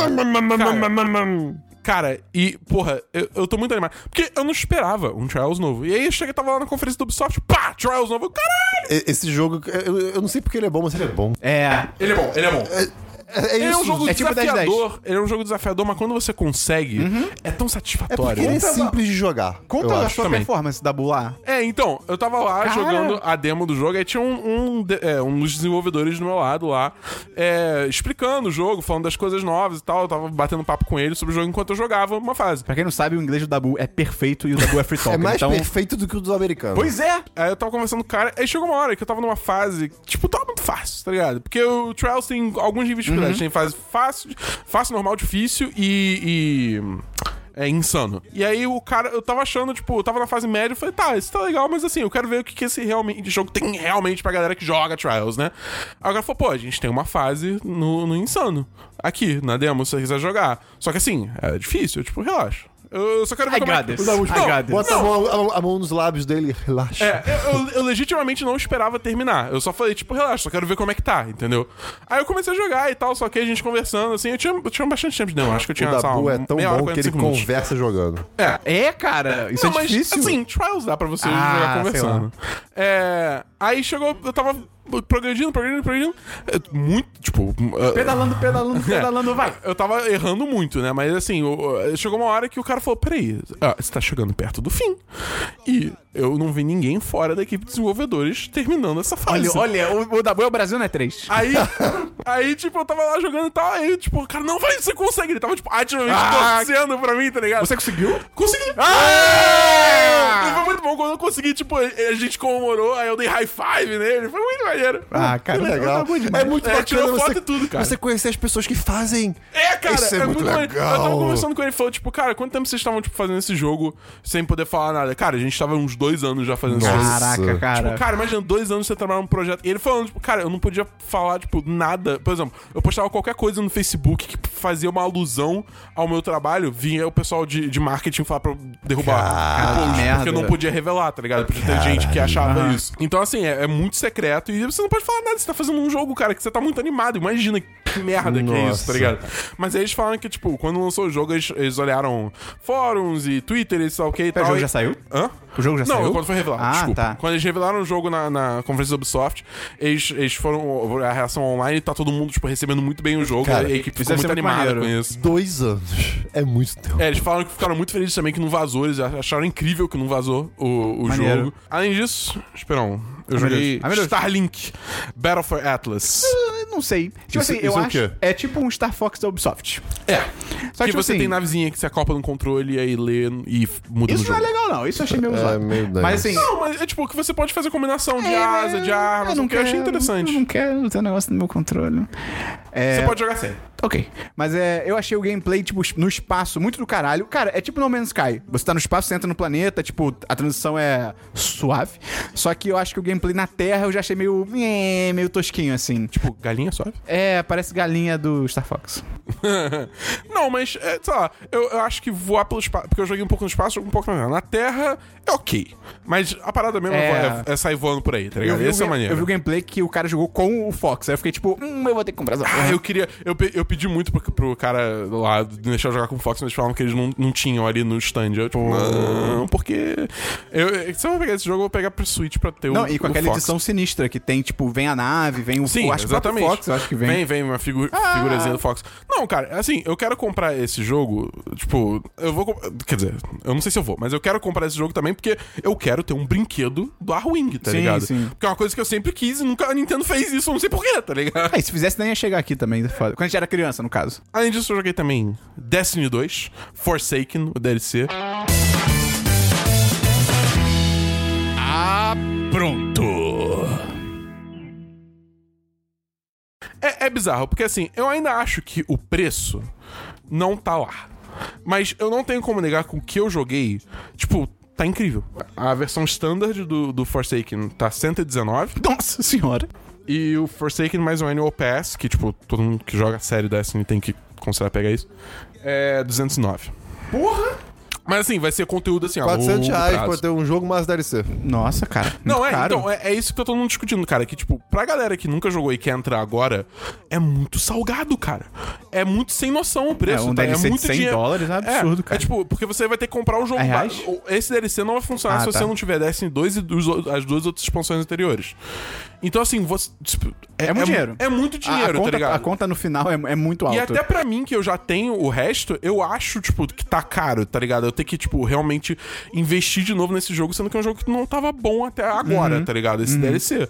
Speaker 3: Cara, e, porra, eu, eu tô muito animado. Porque eu não esperava um Trials novo. E aí eu cheguei, tava lá na conferência do Ubisoft, pá, Trials novo. Caralho!
Speaker 2: E- Esse jogo, eu, eu não sei porque ele é bom, mas ele é bom.
Speaker 1: É.
Speaker 3: Ele é bom, ele é bom.
Speaker 2: É, é
Speaker 3: Ele é um
Speaker 2: isso.
Speaker 3: jogo
Speaker 1: é tipo 10.
Speaker 3: desafiador. Ele é um jogo desafiador, mas quando você consegue, é tão
Speaker 2: É porque
Speaker 3: satisfatório.
Speaker 2: ele é simples de jogar. eu
Speaker 1: Conta a
Speaker 2: acho.
Speaker 1: sua
Speaker 3: também.
Speaker 1: performance da Bula.
Speaker 3: É, então, eu tava lá jogando a demo do jogo, aí tinha um, um, de- é, um dos desenvolvedores do meu lado lá, é, explicando o jogo, falando das coisas novas e tal. Eu tava batendo papo com ele sobre o jogo enquanto eu jogava uma fase.
Speaker 1: Pra quem não sabe, o inglês do Dabu é perfeito e o Dabu é free talk.
Speaker 2: É mais
Speaker 1: então...
Speaker 2: perfeito do que o dos americanos.
Speaker 1: Pois é!
Speaker 3: Aí eu tava conversando com o cara, aí chegou uma hora que eu tava numa fase, tipo, tava muito fácil, tá ligado? Porque o Trials tem alguns níveis
Speaker 1: Uhum.
Speaker 3: de dificuldade. Tem fase fácil, fácil, normal, difícil e. e- É insano. E aí o cara, eu tava achando, tipo, eu tava na fase média, eu falei, tá, isso tá legal, mas assim, eu quero ver o que, que esse realmente, jogo tem realmente pra galera que joga Trials, né? Aí o cara falou, pô, a gente tem uma fase no, no insano. Aqui, na demo, se você quiser jogar. Só que assim, é difícil, eu, tipo, relaxa. Eu só quero ver
Speaker 1: I
Speaker 3: como é
Speaker 1: got
Speaker 3: que...
Speaker 1: this.
Speaker 3: Não,
Speaker 1: I got this.
Speaker 2: Bota a mão, a- a mão nos lábios dele, relaxa.
Speaker 3: é, eu, eu- eu legitimamente não esperava terminar. Eu só falei, tipo, relaxa, só quero ver como é que tá, entendeu? Aí eu comecei a jogar e tal, só que a gente conversando, assim, eu tinha, eu tinha bastante tempo de demo. Acho que eu tinha
Speaker 2: o
Speaker 3: sei lá,
Speaker 2: Dabu é tão
Speaker 3: meia hora,
Speaker 2: bom que ele
Speaker 3: 45 minutos.
Speaker 2: conversa jogando.
Speaker 3: É.
Speaker 1: É, cara, isso
Speaker 3: Não,
Speaker 1: é
Speaker 3: mas,
Speaker 1: difícil.
Speaker 3: assim, Trials dá pra você
Speaker 1: Ah,
Speaker 3: jogar
Speaker 1: sei
Speaker 3: conversando. É, aí chegou, eu tava progredindo, progredindo, progredindo. é, Muito, tipo... é,
Speaker 1: pedalando, pedalando, pedalando, vai.
Speaker 3: Ah, eu tava errando muito, né? Mas assim, eu- eu- chegou uma hora que o cara falou: peraí, ah, você tá chegando perto do fim. E eu não vi ninguém fora da equipe de desenvolvedores terminando essa fase.
Speaker 1: Olha, olha, o, o Dabu é o Brasil, não é três.
Speaker 3: Aí, aí, tipo, eu tava lá jogando e tal. Aí, tipo, cara, não, vai, você consegue. Ele tava, tipo, ativamente
Speaker 1: Ah,
Speaker 3: torcendo pra mim, tá ligado?
Speaker 1: Você conseguiu?
Speaker 3: Consegui!
Speaker 1: Ah!
Speaker 3: E foi muito bom quando eu consegui, tipo, a gente comemorou, aí eu dei high five nele, foi muito maneiro.
Speaker 1: Ah, cara,
Speaker 2: Que legal. É muito
Speaker 3: É,
Speaker 2: bacana
Speaker 3: tirou foto
Speaker 2: você,
Speaker 3: e tudo, cara.
Speaker 2: você conhecer as pessoas que fazem.
Speaker 3: É, cara,
Speaker 2: Isso é muito
Speaker 3: maneiro.
Speaker 2: legal.
Speaker 3: Eu tava conversando com ele e falou, tipo, cara, quanto tempo vocês estavam, tipo, fazendo esse jogo sem poder falar nada? Cara, a gente tava uns dois anos já fazendo esse jogo.
Speaker 1: Caraca,
Speaker 2: Nossa.
Speaker 1: cara.
Speaker 3: Tipo, cara, imagina dois anos você trabalhar num projeto. E ele falando, tipo, cara, eu não podia falar, tipo, nada. Por exemplo, eu postava qualquer coisa no Facebook que fazia uma alusão ao meu trabalho, vinha o pessoal de, de marketing falar pra eu derrubar.
Speaker 1: Cara,
Speaker 3: o post,
Speaker 1: que
Speaker 3: Porque
Speaker 1: merda.
Speaker 3: eu não podia revelar, tá ligado? Porque tem gente que achava isso. Então, assim, é, é muito secreto e você não pode falar nada. Você tá fazendo um jogo, cara, que você tá muito animado. Imagina que merda que é isso, tá
Speaker 2: Nossa.
Speaker 3: ligado? Mas aí eles falam que, tipo, quando lançou o jogo, eles, eles olharam fóruns e Twitter e tal, ok e
Speaker 1: Pera,
Speaker 3: tal.
Speaker 1: o jogo já
Speaker 3: e-
Speaker 1: saiu?
Speaker 3: Hã?
Speaker 1: O jogo já
Speaker 3: não,
Speaker 1: saiu?
Speaker 3: quando foi revelado.
Speaker 1: Ah,
Speaker 3: desculpa.
Speaker 1: tá.
Speaker 3: Quando eles revelaram o jogo na, na conferência da Ubisoft, eles, eles foram. A reação online tá todo mundo, tipo, recebendo muito bem o jogo.
Speaker 2: Cara,
Speaker 3: a equipe
Speaker 1: isso
Speaker 3: ficou
Speaker 1: deve ser
Speaker 3: muito
Speaker 1: muito
Speaker 3: animada com
Speaker 1: maneiro.
Speaker 3: isso.
Speaker 2: Dois anos. É muito tempo.
Speaker 3: É, eles falaram que ficaram muito felizes também que não vazou, eles acharam incrível que não vazou o, o
Speaker 1: Maneiro.
Speaker 3: jogo. Além disso, esperam, eu
Speaker 1: Ah, meu
Speaker 3: joguei
Speaker 1: Deus. Ah, meu Deus.
Speaker 3: Starlink Battle for Atlas.
Speaker 1: Eu Não sei. Tipo
Speaker 2: Isso-
Speaker 1: assim, eu
Speaker 2: isso é o
Speaker 1: acho.
Speaker 2: quê?
Speaker 1: É tipo um Star Fox da Ubisoft.
Speaker 3: É.
Speaker 1: Só
Speaker 3: que
Speaker 1: que
Speaker 3: você
Speaker 1: assim,
Speaker 3: tem navezinha que você acopla no controle e aí lê e f- muda
Speaker 1: Isso
Speaker 3: no
Speaker 1: não
Speaker 3: jogo.
Speaker 1: é legal, não. Isso eu achei meio
Speaker 2: É,
Speaker 1: usado.
Speaker 2: meio dano.
Speaker 1: Mas assim.
Speaker 3: Não, mas é tipo que você pode fazer combinação de asa, de armas, o que É, eu achei interessante.
Speaker 1: Eu não quero ter um negócio no meu controle. É,
Speaker 3: Você pode jogar sem.
Speaker 1: Ok. Mas é, eu achei o gameplay, tipo, no espaço, muito do caralho. Cara, é tipo No Man's Sky. Você tá no espaço, você entra no planeta, tipo, a transição é suave. Só que eu acho que o gameplay na Terra eu já achei meio. é, meio tosquinho, assim. Tipo,
Speaker 3: Pô, galinha sobe?
Speaker 1: é, parece galinha do Star Fox.
Speaker 3: não, mas, é, sei lá, eu, eu acho que voar pelo espaço. Porque eu joguei um pouco no espaço, joguei um pouco na terra. Na terra é ok. Mas a parada mesmo é,
Speaker 1: É.
Speaker 3: voar- é- é sair voando por aí, tá ligado?
Speaker 1: vi o
Speaker 3: Essa é a
Speaker 1: ga-
Speaker 3: maneira.
Speaker 1: eu vi o gameplay que o cara jogou com o Fox. Aí eu fiquei tipo, hum, eu vou ter que comprar essa
Speaker 3: Ah,
Speaker 1: porra.
Speaker 3: eu queria. Eu, pe- eu pedi muito pro, pro cara lá deixar eu jogar com o Fox, mas eles falavam que eles não, não tinham ali no stand. Eu, tipo, não, porque. Eu, eu- se eu vou pegar esse jogo, eu vou pegar pro Switch pra ter o.
Speaker 1: Não, e com
Speaker 3: o
Speaker 1: aquela
Speaker 3: Fox.
Speaker 1: edição sinistra que tem, tipo, vem a nave, vem o
Speaker 3: Sim,
Speaker 1: eu acho que o próprio
Speaker 3: exatamente.
Speaker 1: Fox, eu acho que vem. Ah.
Speaker 3: Vem, uma figu- figurazinha do Fox. Não, cara, assim, eu quero comprar esse jogo, tipo, eu vou... comp- Quer dizer, eu não sei se eu vou, mas eu quero comprar esse jogo também porque eu quero ter um brinquedo do Arwing, tá
Speaker 1: Sim,
Speaker 3: ligado?
Speaker 1: sim.
Speaker 3: Porque é uma coisa que eu sempre quis e nunca a Nintendo fez isso, eu não sei porquê, tá ligado?
Speaker 1: Ah, e se fizesse, nem ia chegar aqui também. Foda. Quando a gente era criança, no caso.
Speaker 3: Além disso, eu joguei também Destiny 2, Forsaken, o DLC. Ah, pronto! É, é bizarro, porque assim, eu ainda acho que o preço não tá lá. Mas eu não tenho como negar que o que eu joguei, tipo, tá incrível. A versão standard do, do Forsaken tá 119.
Speaker 1: Nossa senhora.
Speaker 3: E o Forsaken mais um Annual Pass, que, tipo, todo mundo que joga a série Destiny tem que considerar pegar isso, é 209.
Speaker 1: Porra!
Speaker 3: Mas assim, vai ser conteúdo assim, a
Speaker 2: 400
Speaker 3: longo
Speaker 2: reais
Speaker 3: prazo.
Speaker 2: pra ter um jogo mais DLC.
Speaker 1: Nossa, cara.
Speaker 3: Não,
Speaker 1: muito
Speaker 3: é,
Speaker 1: caro.
Speaker 3: então, é, é isso que tá todo mundo discutindo, cara. Que, tipo, pra galera que nunca jogou e quer entrar agora, é muito salgado, cara. É muito sem noção o preço.
Speaker 1: É, um
Speaker 3: tá?
Speaker 1: DLC de
Speaker 3: muito
Speaker 1: 100 dólares é um absurdo, cara.
Speaker 3: É tipo, porque você vai ter que comprar o jogo.
Speaker 1: É
Speaker 3: ba-
Speaker 1: reais?
Speaker 3: Esse DLC não vai funcionar
Speaker 1: Ah,
Speaker 3: se
Speaker 1: tá.
Speaker 3: você não tiver Destiny 2 e dos o- as duas outras expansões anteriores. Então, assim, você. tipo,
Speaker 1: É muito dinheiro.
Speaker 3: É muito
Speaker 1: A-
Speaker 3: dinheiro,
Speaker 1: a, conta,
Speaker 3: tá ligado?
Speaker 1: a conta no final é, é muito alta.
Speaker 3: E até pra mim, que eu já tenho o resto, eu acho, tipo, que tá caro, tá ligado? Eu tenho que, tipo, realmente investir de novo nesse jogo, sendo que é um jogo que não tava bom até agora,
Speaker 1: Uhum.
Speaker 3: tá ligado? Esse DLC.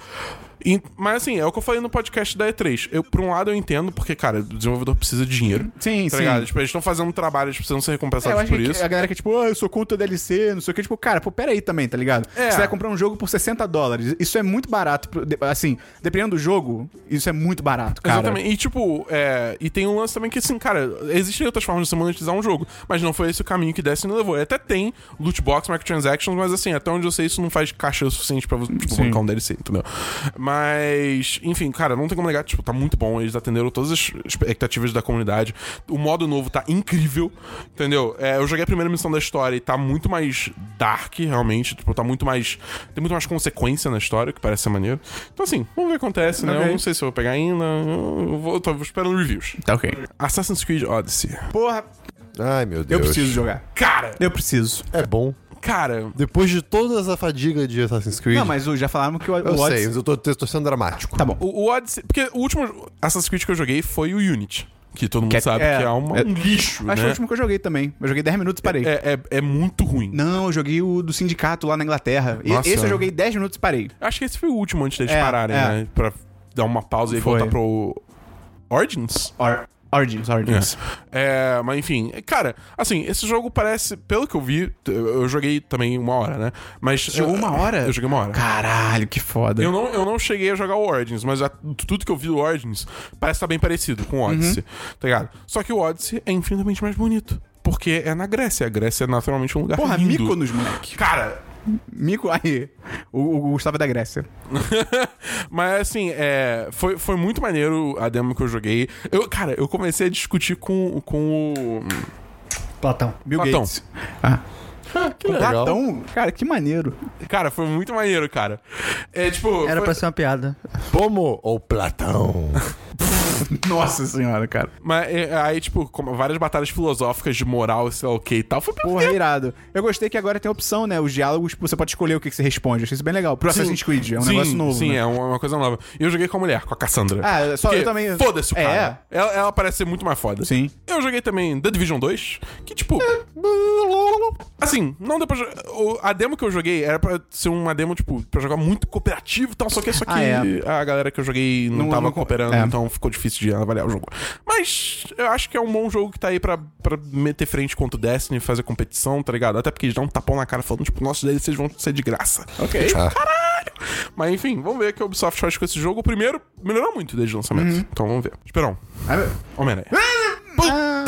Speaker 3: E- mas assim, é o que eu falei no podcast da E3. Eu, por um lado, eu entendo, porque, cara, o desenvolvedor precisa de dinheiro.
Speaker 1: Sim,
Speaker 3: tá
Speaker 1: sim.
Speaker 3: ligado? Tipo, eles estão fazendo um trabalho, eles precisam ser
Speaker 1: É, eu
Speaker 3: recompensados
Speaker 1: acho
Speaker 3: por
Speaker 1: que
Speaker 3: isso.
Speaker 1: a galera que é tipo, ah, eu sou contra DLC, não sei o que, tipo, cara, pô, peraí também, tá ligado?
Speaker 3: É.
Speaker 1: Você vai comprar um jogo por 60 dólares. Isso é muito barato. pro- de- Assim, dependendo do jogo, isso é muito barato, cara.
Speaker 3: Exatamente. E, tipo, é, e tem um lance também que, assim, cara, existem outras formas de você monetizar um jogo, mas não foi esse o caminho que Destiny levou. E até tem loot box, microtransactions, mas, assim, até onde eu sei, isso não faz caixa o suficiente pra, tipo, bancar um DLC, entendeu? Mas, enfim, cara, não tem como negar, tipo, tá muito bom, eles atenderam todas as expectativas da comunidade. O modo novo tá incrível, entendeu? É, eu joguei a primeira missão da história e tá muito mais dark, realmente, tipo, tá muito mais... Tem muito mais consequência na história, que parece ser maneiro. Então, assim, vamos ver o que acontece, né?
Speaker 1: Ok.
Speaker 3: Eu não sei se eu vou pegar ainda. Eu vou, tô esperando reviews.
Speaker 1: Tá ok.
Speaker 3: Assassin's Creed Odyssey.
Speaker 1: Porra,
Speaker 2: Ai, meu
Speaker 1: eu
Speaker 2: Deus.
Speaker 1: preciso um jogar.
Speaker 3: Cara,
Speaker 1: Eu preciso.
Speaker 2: É bom.
Speaker 3: cara,
Speaker 2: Depois de toda a fadiga de Assassin's Creed.
Speaker 1: Não, mas o- já falaram que o,
Speaker 2: Eu
Speaker 1: o Odyssey-
Speaker 2: sei, mas eu tô, tô sendo dramático.
Speaker 1: Tá bom.
Speaker 3: o, o Odyssey. Porque o último Assassin's Creed que eu joguei foi o Unity. Que todo mundo
Speaker 1: Que é-
Speaker 3: sabe
Speaker 1: é,
Speaker 3: que é, uma-
Speaker 1: é-
Speaker 3: um lixo,
Speaker 1: Acho que foi o
Speaker 3: né?
Speaker 1: último que eu joguei também. Eu joguei 10 minutos e parei.
Speaker 3: É, é, é muito ruim.
Speaker 1: Não, eu joguei o do sindicato lá na Inglaterra. E-
Speaker 3: Nossa.
Speaker 1: Esse eu joguei 10 minutos e parei.
Speaker 3: Acho que esse foi o último antes deles
Speaker 1: É,
Speaker 3: pararem,
Speaker 1: é.
Speaker 3: né? Pra dar uma pausa e
Speaker 1: Foi.
Speaker 3: voltar pro Origins.
Speaker 1: Or Origins, Origins.
Speaker 3: É, mas enfim, cara, assim, esse jogo parece, pelo que eu vi, eu eu joguei também uma hora, né? Mas
Speaker 1: Jogou uma hora?
Speaker 3: Eu joguei uma hora.
Speaker 1: Caralho, que foda.
Speaker 3: É. Eu não, eu não cheguei a jogar o Origins, mas a- tudo que eu vi do Origins parece estar bem parecido
Speaker 1: Uhum.
Speaker 3: com o Odyssey, tá ligado? Só que o Odyssey é infinitamente mais bonito. Porque é na Grécia. A Grécia é naturalmente um lugar
Speaker 1: Porra, né?
Speaker 3: lindo.
Speaker 1: Mykonos, moleque.
Speaker 3: Cara,
Speaker 1: Mico aí. O, o Gustavo é da Grécia.
Speaker 3: Mas assim, é, foi, foi muito maneiro a demo que eu joguei. Eu, cara, eu comecei a discutir com, com o.
Speaker 4: Platão.
Speaker 1: Bill
Speaker 3: Platão.
Speaker 1: Gates. Ah.
Speaker 2: que legal.
Speaker 1: Platão? Cara, que maneiro.
Speaker 3: Cara, foi muito maneiro, cara. É tipo.
Speaker 4: Era
Speaker 3: foi-
Speaker 4: pra ser uma piada.
Speaker 2: Pomo ou Platão?
Speaker 1: Nossa senhora, cara.
Speaker 3: Mas é, aí, tipo, como várias batalhas filosóficas de moral, sei lá o que e tal. Foi
Speaker 1: Porra, é irado. Eu gostei que agora tem opção, né? Os diálogos, tipo, você pode escolher o que, que você responde. Achei isso bem legal. Pro Assassin's Creed, é um
Speaker 3: Sim,
Speaker 1: negócio novo.
Speaker 3: Sim,
Speaker 1: né?
Speaker 3: é uma, uma coisa nova. E eu joguei com a mulher, com a Cassandra.
Speaker 1: Ah, só
Speaker 3: Porque
Speaker 1: eu também.
Speaker 3: Foda-se o
Speaker 1: É.
Speaker 3: cara. Ela, ela parece ser muito mais foda.
Speaker 1: Sim. É.
Speaker 3: Eu joguei também The Division 2, que tipo. Assim, não deu pra jogar. A demo que eu joguei era pra ser uma demo, tipo, pra jogar muito cooperativo e tal, só que só que
Speaker 1: Ah, é.
Speaker 3: a galera que eu joguei não,
Speaker 1: Não-
Speaker 3: tava
Speaker 1: não co-
Speaker 3: cooperando,
Speaker 1: é.
Speaker 3: então ficou difícil de avaliar o jogo. Mas eu acho que é um bom jogo que tá aí pra, pra meter frente contra o Destiny, fazer competição, tá ligado? Até porque eles dão um tapão na cara falando, tipo, nossos DLCs vão ser de graça. Tipo,
Speaker 1: Ok.
Speaker 3: Mas enfim, vamos ver o que a Ubisoft faz com esse jogo. O primeiro melhorou muito desde o lançamento.
Speaker 1: Uhum.
Speaker 3: Então vamos ver. Esperão,
Speaker 1: Ah, meu-
Speaker 3: Homem-Aranha.
Speaker 1: Ah,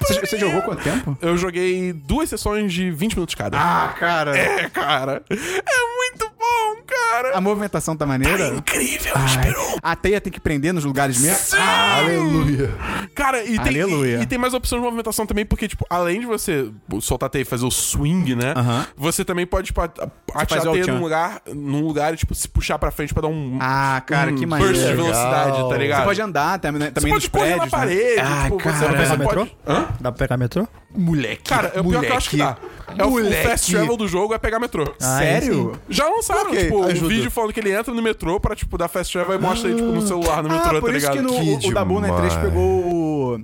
Speaker 1: você, você jogou quanto tempo?
Speaker 3: Eu joguei duas sessões de 20 minutos cada.
Speaker 1: Ah, cara.
Speaker 3: É, cara. É muito bom, cara. É
Speaker 1: A movimentação tá maneira.
Speaker 3: Incrível, Esperon.
Speaker 1: A teia tem que prender nos lugares mesmo.
Speaker 3: Sim!
Speaker 2: Aleluia.
Speaker 3: Cara, e tem,
Speaker 1: Aleluia.
Speaker 3: e, e tem mais opções de movimentação também, porque, tipo, além de você soltar a teia e fazer o swing, né?
Speaker 1: Aham.
Speaker 3: Você também pode, tipo, a- a- atirar
Speaker 1: faz
Speaker 3: a
Speaker 1: o
Speaker 3: teia
Speaker 1: all-chan.
Speaker 3: num lugar, num lugar e, tipo, se puxar pra frente pra dar um,
Speaker 1: Ah, cara,
Speaker 3: um
Speaker 1: que maneiro.
Speaker 3: burst de
Speaker 1: Você
Speaker 3: velocidade,
Speaker 2: Legal.
Speaker 3: tá ligado?
Speaker 1: pode andar tam- né, também
Speaker 3: Você
Speaker 1: nos
Speaker 3: pode correr
Speaker 1: prédios.
Speaker 3: na parede,
Speaker 1: né?
Speaker 3: tipo,
Speaker 1: ah, cara.
Speaker 3: você, você
Speaker 4: Pegar
Speaker 3: pode...
Speaker 4: metrô?
Speaker 3: Hã?
Speaker 4: Dá pra pegar metrô?
Speaker 1: Moleque.
Speaker 3: Cara, é o pior que eu acho que dá. É o, o
Speaker 1: Moleque. Ah,
Speaker 3: fast travel do jogo é pegar metrô.
Speaker 1: Sério?
Speaker 3: Já lançaram,
Speaker 2: Ok,
Speaker 3: tipo, um
Speaker 2: ajuda.
Speaker 3: vídeo falando que ele entra no metrô pra, tipo, dar fast travel e mostra ele, tipo, no celular, no metrô,
Speaker 1: Ah,
Speaker 3: tá
Speaker 1: por isso
Speaker 3: ligado?
Speaker 1: que no,
Speaker 2: Que
Speaker 1: o, o Dabu na E3
Speaker 2: demais.
Speaker 1: pegou o...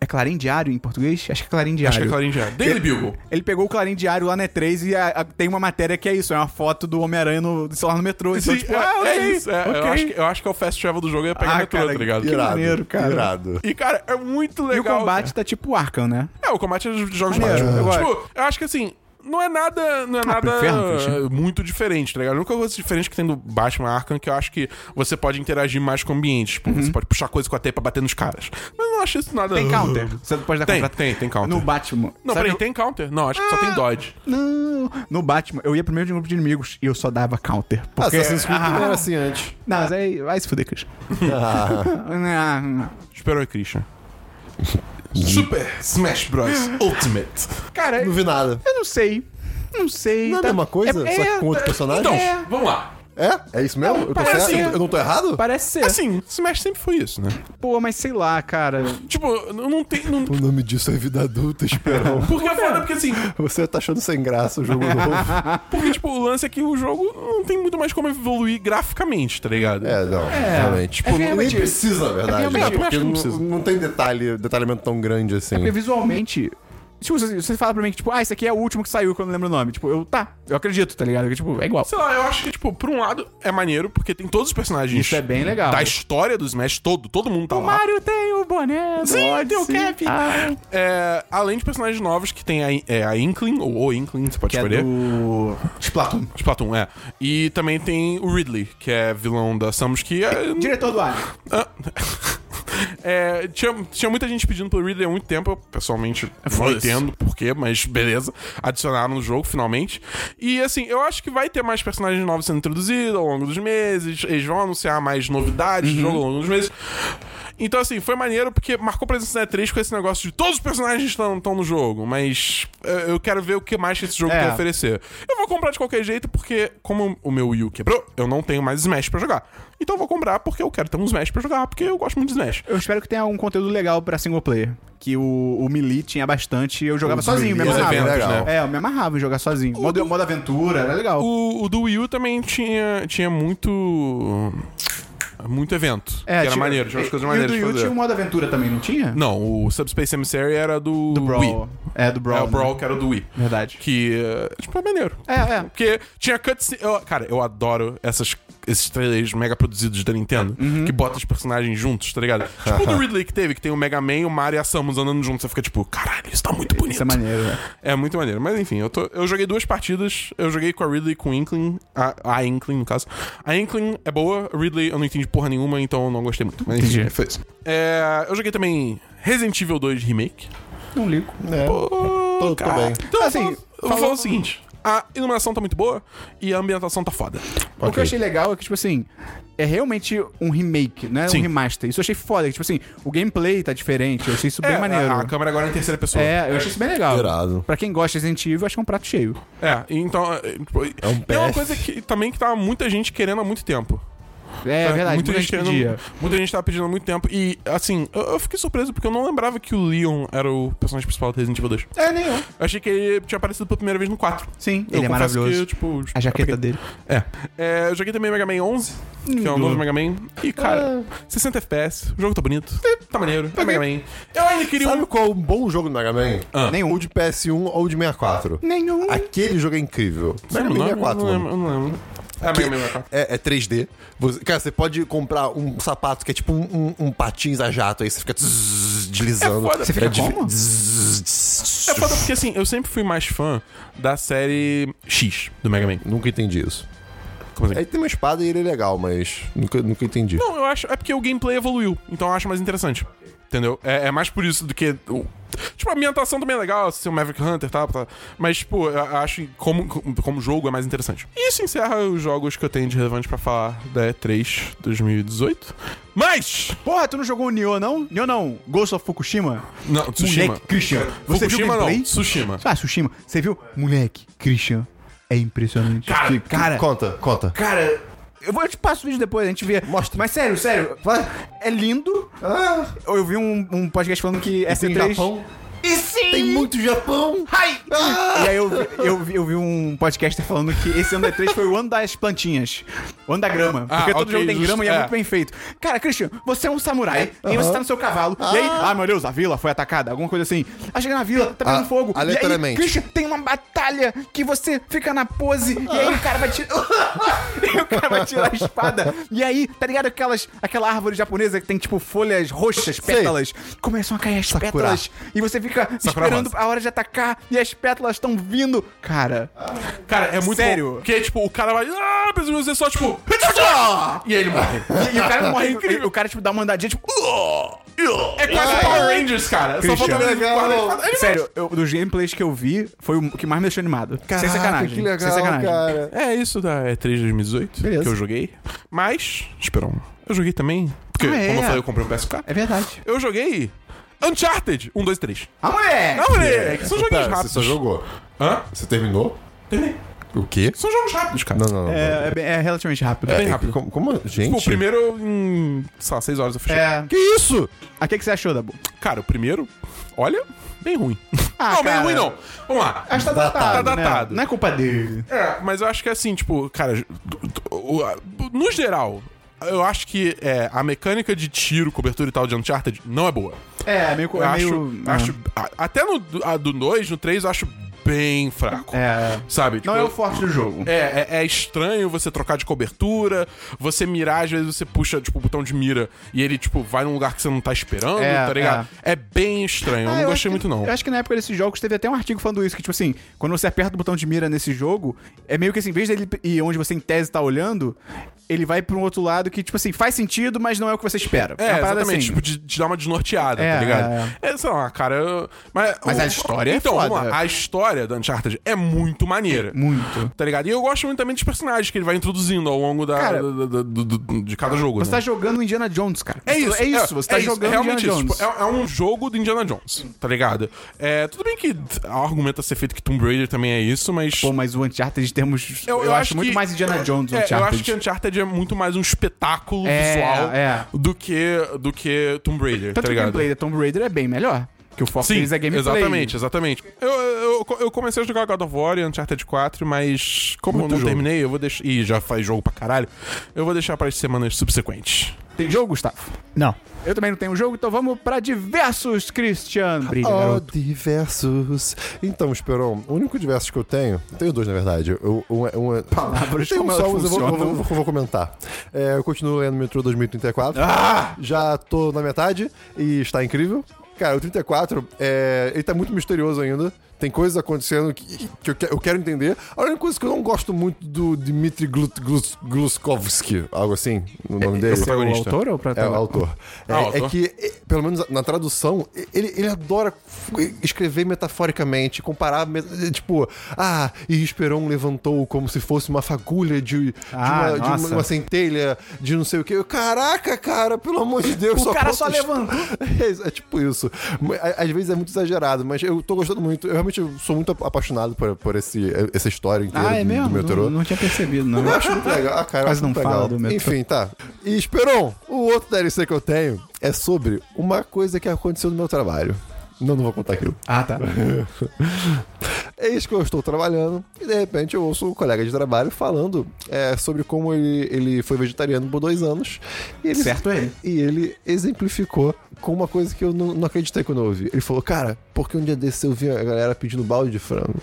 Speaker 1: É Clarim Diário em português? Acho que é Clarim Diário.
Speaker 3: Acho que é Clarim Diário. Daily Bugle.
Speaker 1: Ele pegou o Clarim Diário lá na E3 e a- a- tem uma matéria que é isso, é uma foto do Homem-Aranha no sei lá no metrô. Então,
Speaker 3: Sim,
Speaker 1: tipo,
Speaker 3: é,
Speaker 1: ah,
Speaker 3: é
Speaker 1: ok,
Speaker 3: isso. é, eu,
Speaker 1: ok.
Speaker 3: acho que, eu acho que é o fast travel do jogo é pegar
Speaker 1: Ah,
Speaker 3: metrô,
Speaker 1: cara,
Speaker 3: tá ligado?
Speaker 1: que
Speaker 2: Irado.
Speaker 1: maneiro, cara.
Speaker 2: Irado.
Speaker 3: E, cara, é muito
Speaker 1: E
Speaker 3: legal.
Speaker 1: o combate tá tipo Arkham, né?
Speaker 3: É, o combate é de jogos de
Speaker 1: Maneiro,
Speaker 3: Batman.
Speaker 1: eu Ah,
Speaker 3: Tipo, eu acho que assim. não é nada, não é nada
Speaker 5: inferno, Cristian.
Speaker 3: eh, muito diferente, tá ligado? A única coisa diferente que tem do Batman Arkham é que eu acho que você pode interagir mais com o ambiente. Tipo, você pode puxar coisa com a teia pra bater nos caras. Mas eu não acho isso nada.
Speaker 1: Uhum. Tem counter. Uhum. Você pode dar
Speaker 3: Tem,
Speaker 1: contra-
Speaker 3: tem, tem counter.
Speaker 1: No Batman.
Speaker 3: Não,
Speaker 1: Sabe Ah.
Speaker 3: peraí,
Speaker 1: o-
Speaker 3: tem counter? Não, acho que só tem dodge.
Speaker 1: Não, no Batman, eu ia primeiro de um grupo de inimigos e eu só dava counter. Porque...
Speaker 2: Assassin's Creed não
Speaker 1: Ah, Hum.
Speaker 2: era assim antes.
Speaker 1: não, mas aí vai se fuder, Christian. Ah, não.
Speaker 3: Esperou aí, é Christian. Super Smash Bros. Ultimate.
Speaker 1: Cara,
Speaker 3: é-
Speaker 2: Não vi nada.
Speaker 1: eu não sei. Não sei. tá?
Speaker 2: Não é a mesma coisa? Só que com outro personagem?
Speaker 1: Então,
Speaker 3: Então,
Speaker 1: é,
Speaker 3: vamos lá.
Speaker 2: É? É isso mesmo? eu, tô
Speaker 1: parece assim.
Speaker 2: certo?
Speaker 1: que-
Speaker 2: eu não tô errado?
Speaker 1: parece ser.
Speaker 3: Assim, Smash sempre foi isso, né?
Speaker 1: Pô, mas sei lá, cara.
Speaker 3: Tipo, não não tem. Não...
Speaker 2: O nome disso é vida adulta, Esperão.
Speaker 3: Porque é foda, porque assim,
Speaker 2: Você tá achando sem graça o jogo novo.
Speaker 3: porque, tipo, o lance é que o jogo não tem muito mais como evoluir graficamente, tá ligado?
Speaker 2: É, não, realmente. Tipo, nem
Speaker 1: realmente-
Speaker 2: precisa, na verdade.
Speaker 1: realmente-
Speaker 2: né?
Speaker 1: eu acho
Speaker 2: Porque
Speaker 3: que não
Speaker 2: não,
Speaker 3: precisa.
Speaker 2: não tem detalhe, detalhamento tão grande assim.
Speaker 1: Porque visualmente. Tipo, você, você fala pra mim que, tipo, ah, esse aqui é o último que saiu, que eu não lembro o nome. Tipo, eu tá, eu acredito, tá ligado? Porque, tipo, é igual.
Speaker 3: Sei lá, eu acho que, tipo, por um lado é maneiro, porque tem todos os personagens.
Speaker 1: Isso é bem legal.
Speaker 3: Da história do Smash todo, todo mundo tá
Speaker 1: O
Speaker 3: lá.
Speaker 1: Mario tem o boné, do
Speaker 3: Sim, tem o
Speaker 1: Odyssey.
Speaker 3: Cap.
Speaker 1: Ah,
Speaker 3: É, além de personagens novos que tem a, é, a Inkling, ou o Inkling, você pode
Speaker 1: que é
Speaker 3: escolher.
Speaker 1: do. Splatoon.
Speaker 3: Splatoon, é. E também tem o Ridley, que é vilão da Samus, que é.
Speaker 1: Diretor do Alien.
Speaker 3: Ah. É, tinha, tinha muita gente pedindo pelo Ridley há muito tempo. Eu, pessoalmente, não
Speaker 1: Foda-se.
Speaker 3: entendo por quê, mas beleza. Adicionaram no jogo, finalmente. E, assim, eu acho que vai ter mais personagens novos sendo introduzidos ao longo dos meses. Eles vão anunciar mais novidades do jogo ao longo dos meses. Então, assim, foi maneiro porque marcou presença na E3 com esse negócio de todos os personagens estão estão no jogo, mas é, eu quero ver o que mais que esse jogo
Speaker 1: É.
Speaker 3: tem a oferecer. Eu vou comprar de qualquer jeito porque, como o meu Wii U quebrou, eu não tenho mais Smash pra jogar. Então eu vou comprar porque eu quero ter um Smash pra jogar, porque eu gosto muito de Smash.
Speaker 1: Eu espero que tenha um conteúdo legal pra single player. Que o, o Melee tinha bastante e eu jogava sozinho, me
Speaker 2: Melee
Speaker 1: amarrava.
Speaker 2: é bem legal.
Speaker 3: né?
Speaker 1: É, eu me amarrava em jogar sozinho. Modo, modo aventura, era legal.
Speaker 3: O, o do Wii U também tinha, tinha muito. muito evento. que era
Speaker 1: É, tinha-
Speaker 3: maneiro, tinha umas coisas
Speaker 1: e
Speaker 3: maneiras
Speaker 1: o
Speaker 3: de
Speaker 1: do Yu
Speaker 3: fazer.
Speaker 1: tinha um modo aventura também, não tinha?
Speaker 3: Não, o Subspace Emissary era do,
Speaker 1: Do Brawl.
Speaker 3: Wii.
Speaker 1: É, do Brawl.
Speaker 3: é o
Speaker 1: né?
Speaker 3: Brawl que era do Wii.
Speaker 1: Verdade.
Speaker 3: Que, eh, tipo, é maneiro.
Speaker 1: É, é.
Speaker 3: Porque tinha cutscene. eu- cara, eu adoro essas, esses trailers mega produzidos da Nintendo
Speaker 1: Uhum.
Speaker 3: que botam os personagens juntos, tá ligado? tipo o do Ridley que teve, que tem o Mega Man, o Mario e a Samus andando juntos. Você fica tipo, caralho, isso tá muito bonito.
Speaker 1: Isso é maneiro, né?
Speaker 3: É muito maneiro. Mas enfim, eu, tô- eu joguei duas partidas. Eu joguei com a Ridley e com o Inkling. A, a Inkling, no caso. A Inkling é boa, a Ridley eu não entendi porra nenhuma, então eu não gostei muito. Mas enfim,
Speaker 1: Entendi.
Speaker 3: foi isso. É, eu joguei também Resident Evil 2 Remake.
Speaker 1: Não ligo.
Speaker 2: É, tô, tô
Speaker 3: cara.
Speaker 2: bem.
Speaker 3: Então,
Speaker 1: Assim,
Speaker 3: assim, eu vou falar o seguinte. A iluminação tá muito boa e a ambientação tá foda.
Speaker 1: O que eu achei legal é que, tipo assim, é realmente um remake, não é
Speaker 3: Sim.
Speaker 1: um remaster. Isso eu achei foda. que, Tipo assim, o gameplay tá diferente. Eu achei isso bem
Speaker 3: É,
Speaker 1: maneiro.
Speaker 3: A, a câmera agora é em terceira pessoa.
Speaker 1: É, eu achei isso bem legal.
Speaker 2: Irado.
Speaker 1: Pra quem gosta de Resident Evil, acho que é um prato cheio.
Speaker 3: É, então. É, tipo,
Speaker 2: É um
Speaker 3: tem uma
Speaker 2: PF.
Speaker 3: coisa que também que tava muita gente querendo há muito tempo.
Speaker 1: É, verdade, muita, gente
Speaker 3: querendo-
Speaker 1: pedia.
Speaker 3: muita gente tava pedindo há muito tempo. E, assim, eu, eu fiquei surpreso porque eu não lembrava que o Leon era o personagem principal do Resident Evil 2.
Speaker 1: É, nenhum.
Speaker 3: Eu achei que ele tinha aparecido pela primeira vez no 4.
Speaker 1: Sim,
Speaker 3: Eu
Speaker 1: ele é
Speaker 3: confesso
Speaker 1: maravilhoso.
Speaker 3: Que, tipo,
Speaker 1: A jaqueta dele.
Speaker 3: É. É, Eu joguei também Mega Man 11, que é o novo Mega Man. E, cara,
Speaker 1: Ah.
Speaker 3: 60 FPS, o jogo tá bonito. Tá maneiro, é Mega Man. Eu ainda queria
Speaker 2: Sabe
Speaker 3: um.
Speaker 2: qual é um bom jogo do Mega Man?
Speaker 1: Nenhum.
Speaker 2: Ou de PS1 ou de 64.
Speaker 1: Nenhum.
Speaker 2: Aquele jogo é incrível. Mega Man
Speaker 3: Não, não
Speaker 2: 64, mano.
Speaker 3: lembro, eu não lembro. É Mega Man 64.
Speaker 2: É, é 3D. Você- cara, você pode comprar um sapato que é tipo um, um- um patins a jato, aí você fica tzzz, deslizando.
Speaker 3: É foda. Você fica
Speaker 2: é dif-
Speaker 1: como?
Speaker 2: tzzz, tzzz.
Speaker 3: É foda porque, assim, eu sempre fui mais fã da série X do Mega Man.
Speaker 2: Nunca entendi isso.
Speaker 3: Como assim?
Speaker 2: Aí tem uma espada e ele é legal, mas nunca, nunca entendi.
Speaker 3: Não, eu acho. É porque o gameplay evoluiu, então eu acho mais interessante. Entendeu? É, é mais por isso do que. o- Tipo, a ambientação também é legal, ser um Maverick Hunter e tal, tá. Mas, tipo, eu eu acho que como, como jogo é mais interessante. E isso encerra os jogos que eu tenho de relevante pra falar da E3 2018. Mas!
Speaker 1: Porra, tu não jogou o Nioh, não? Nioh não. Ghost of Fukushima?
Speaker 3: Não, Tsushima.
Speaker 1: Moleque, Christian. Você viu o
Speaker 3: Fukushima não,
Speaker 1: gameplay?
Speaker 3: Tsushima.
Speaker 1: Ah, Tsushima. Você viu? Moleque, Christian. É impressionante. Cara,
Speaker 3: é.
Speaker 1: cara,
Speaker 2: Conta, conta.
Speaker 1: cara, Eu, vou, eu te passo o vídeo depois, a gente vê. Mostra. Mas sério, sério. fala- É lindo. Eu vi um, um podcast falando que essa
Speaker 2: Tem
Speaker 1: E3...
Speaker 2: Japão? Tem muito Japão!
Speaker 1: Ai! E aí eu vi, eu, vi, eu vi um podcaster falando que esse ano da E3 foi o ano das plantinhas. O ano da grama.
Speaker 3: Ah,
Speaker 1: porque todo
Speaker 3: ok,
Speaker 1: jogo tem
Speaker 3: justo,
Speaker 1: grama e é,
Speaker 3: é.
Speaker 1: muito bem feito. Cara, Christian, você é um samurai e você tá no seu cavalo. E aí, ah, meu Deus, a vila foi atacada. Alguma coisa assim. Aí chega na vila, tá pegando
Speaker 2: Ah,
Speaker 1: fogo. E aí,
Speaker 2: aleatoriamente.
Speaker 1: Christian, tem uma batalha que você fica na pose e aí o cara vai tirar... e o cara vai tirar a espada. E aí, tá ligado aquelas, aquela árvore japonesa que tem, tipo, folhas roxas, pétalas. Começam a cair as pétalas. E você fica
Speaker 3: Sakura
Speaker 1: esperando a hora de atacar e as pétalas estão vindo. Cara,
Speaker 3: Cara, é muito
Speaker 1: Sério?
Speaker 3: bom, Porque, tipo, o cara vai. Ah, precisa você só, tipo. E aí ele morre.
Speaker 1: e, e o cara morre incrível. O cara, tipo, dá uma andadinha, tipo...
Speaker 3: É quase Power Rangers, cara. Só
Speaker 1: Christian.
Speaker 3: falta ele
Speaker 2: Legal.
Speaker 3: guardar- Ele
Speaker 1: Sério, eu- dos gameplays que eu vi, foi o que mais me deixou animado. sem sacanagem.
Speaker 2: que legal,
Speaker 1: sem sacanagem.
Speaker 2: cara.
Speaker 3: É isso da E3 2018
Speaker 1: Beleza.
Speaker 3: que eu joguei. Mas, espera um. Eu joguei também. Porque,
Speaker 1: Ah, é?
Speaker 3: como eu falei, eu comprei um PSK.
Speaker 1: É verdade.
Speaker 3: Eu joguei Uncharted 1, 2, 3.
Speaker 1: Ah, moleque!
Speaker 3: Não,
Speaker 1: é.
Speaker 3: moleque, são jogos
Speaker 2: Pera,
Speaker 3: rápidos.
Speaker 2: você só jogou.
Speaker 3: Hã?
Speaker 2: Você terminou?
Speaker 3: Terminei.
Speaker 2: O quê?
Speaker 3: São jogos rápidos, cara.
Speaker 2: Não, não, não.
Speaker 1: É, é bem- é relativamente rápido.
Speaker 3: É bem
Speaker 1: É.
Speaker 3: rápido.
Speaker 2: Como, como- Gente.
Speaker 3: Pô, Tipo, o primeiro, em, sei lá, 6 horas eu fechei.
Speaker 1: É.
Speaker 2: Que isso?
Speaker 1: Ah, o que, que você achou, Dabu?
Speaker 3: Cara, o primeiro, olha, bem ruim.
Speaker 1: Ah, cara.
Speaker 3: não, bem ruim não. Vamos lá.
Speaker 1: Acho que tá
Speaker 2: datado,
Speaker 1: datado.
Speaker 3: né?
Speaker 1: Não é culpa dele.
Speaker 3: É, mas eu acho que assim, tipo, cara, d- d- o- a- no geral, eu acho que é, a mecânica de tiro, cobertura e tal de Uncharted não é boa.
Speaker 1: É, meio.
Speaker 3: Eu
Speaker 1: é
Speaker 3: acho,
Speaker 1: meio
Speaker 3: acho a- até no do- a do 2, no 3, eu acho bem fraco.
Speaker 1: É.
Speaker 3: Sabe? Tipo,
Speaker 1: Não é o forte do jogo.
Speaker 3: É, é, é estranho você trocar de cobertura, você mirar, às vezes você puxa, tipo, o botão de mira e ele, tipo, vai num lugar que você não tá esperando,
Speaker 1: É,
Speaker 3: tá ligado? É. bem estranho, eu
Speaker 1: Ah,
Speaker 3: não
Speaker 1: acho
Speaker 3: gostei
Speaker 1: que-
Speaker 3: muito não.
Speaker 1: Eu acho que na época desses jogos teve até um artigo falando isso, que tipo assim, quando você aperta o botão de mira nesse jogo, é meio que assim, em vez dele ir onde você em tese tá olhando, ele vai pra um outro lado que tipo assim, faz sentido, mas não é o que você espera.
Speaker 3: É,
Speaker 1: uma parada
Speaker 3: exatamente,
Speaker 1: assim.
Speaker 3: tipo, de, de dar uma desnorteada,
Speaker 1: É,
Speaker 3: tá ligado?
Speaker 1: é,
Speaker 3: É, sei lá, cara. eu- Mas,
Speaker 1: Mas
Speaker 3: o-
Speaker 1: a história é
Speaker 3: Então, vamos
Speaker 1: foda.
Speaker 3: lá. A história da Uncharted é muito maneira.
Speaker 1: Muito.
Speaker 3: Tá ligado? E eu gosto muito também dos personagens que ele vai introduzindo ao longo da,
Speaker 1: Cara,
Speaker 3: da- da- do- do- de cada jogo.
Speaker 1: Você
Speaker 3: né?
Speaker 1: tá jogando Indiana Jones, cara.
Speaker 3: É isso,
Speaker 1: É isso, você tá
Speaker 3: é
Speaker 1: jogando
Speaker 3: realmente
Speaker 1: Indiana
Speaker 3: isso.
Speaker 1: Jones.
Speaker 3: Tipo, é, é um jogo do Indiana Jones, tá ligado? É, tudo bem que há um argumento a ser feito que Tomb Raider também é isso, mas.
Speaker 1: Pô, mas o Uncharted temos. Eu, acho, muito
Speaker 3: que-
Speaker 1: mais Indiana Jones o
Speaker 3: é,
Speaker 1: Uncharted.
Speaker 3: Eu acho que Uncharted é muito mais um espetáculo
Speaker 1: É,
Speaker 3: visual
Speaker 1: é.
Speaker 3: Do, que, do que Tomb
Speaker 1: Tanto
Speaker 3: Raider, tá
Speaker 1: que o
Speaker 3: ligado?
Speaker 1: gameplay da Tomb Raider é bem melhor. Que o foco deles é gameplay.
Speaker 3: Exatamente, exatamente. Eu, eu, eu comecei a jogar God of War e Uncharted 4, mas como eu não
Speaker 1: jogo.
Speaker 3: terminei, eu vou deixar. Ih, já faz jogo pra caralho. Eu vou deixar para as semanas subsequentes.
Speaker 1: Tem jogo, Gustavo?
Speaker 4: Não.
Speaker 1: Eu também não tenho jogo, então vamos pra diversos, Christian. Brilha,
Speaker 2: Oh,
Speaker 1: garoto.
Speaker 2: diversos. Então, Esperon, o único diversos que eu tenho. Eu tenho dois, na verdade. Eu- um é- um é-
Speaker 1: Palavras
Speaker 2: Tem um
Speaker 1: como elas
Speaker 2: só, mas eu vou,
Speaker 1: funcionam.
Speaker 2: eu vou- eu vou comentar. É, eu continuo lendo Metrô 2034.
Speaker 1: Ah!
Speaker 2: Já tô na metade e está incrível. Cara, o 34, é, ele tá muito misterioso ainda. Tem coisas acontecendo que, que eu, que- eu quero entender. A única coisa que eu não gosto muito do Dmitry Glut, Glus- Gluskovsky, algo assim, o nome
Speaker 1: É
Speaker 2: dele.
Speaker 1: o
Speaker 3: protagonista.
Speaker 1: autor ou o
Speaker 2: É, o
Speaker 1: protagonista?
Speaker 2: autor. É,
Speaker 3: Ah, autor.
Speaker 2: é que, é, pelo menos na tradução, ele, ele adora f- escrever metaforicamente, comparar, met- é, tipo, ah, e Esperon levantou como se fosse uma fagulha de, de
Speaker 1: Ah,
Speaker 2: uma, de uma-
Speaker 1: nossa.
Speaker 2: uma centelha, de não sei o quê. Eu, Caraca, cara, pelo amor de Deus.
Speaker 1: O cara
Speaker 2: conta
Speaker 1: só
Speaker 2: his-
Speaker 1: levantou.
Speaker 2: É, isso, é tipo isso. Mas, a- Às vezes é muito exagerado, mas eu tô gostando muito. Eu realmente sou muito apaixonado por, por esse, essa história inteira
Speaker 1: Ah, é
Speaker 2: do,
Speaker 1: mesmo?
Speaker 2: do Metrô.
Speaker 1: Não, não tinha percebido, não.
Speaker 2: Eu acho muito legal. Ah, cara, eu
Speaker 1: Mas
Speaker 2: acho
Speaker 1: não
Speaker 2: muito
Speaker 1: fala
Speaker 2: legal.
Speaker 1: do metrô.
Speaker 2: Enfim, tá. E Esperon, o outro DLC que eu tenho é sobre uma coisa que aconteceu no meu trabalho. Não, não vou contar aquilo.
Speaker 1: Ah, tá.
Speaker 2: Eis É que eu estou trabalhando e de repente eu ouço um colega de trabalho falando é, sobre como ele, ele foi vegetariano por dois anos. E ele,
Speaker 1: Certo ele.
Speaker 2: E ele exemplificou com uma coisa que eu não, não acreditei quando eu ouvi. Ele falou, cara, porque um dia desse eu vi a galera pedindo balde de frango.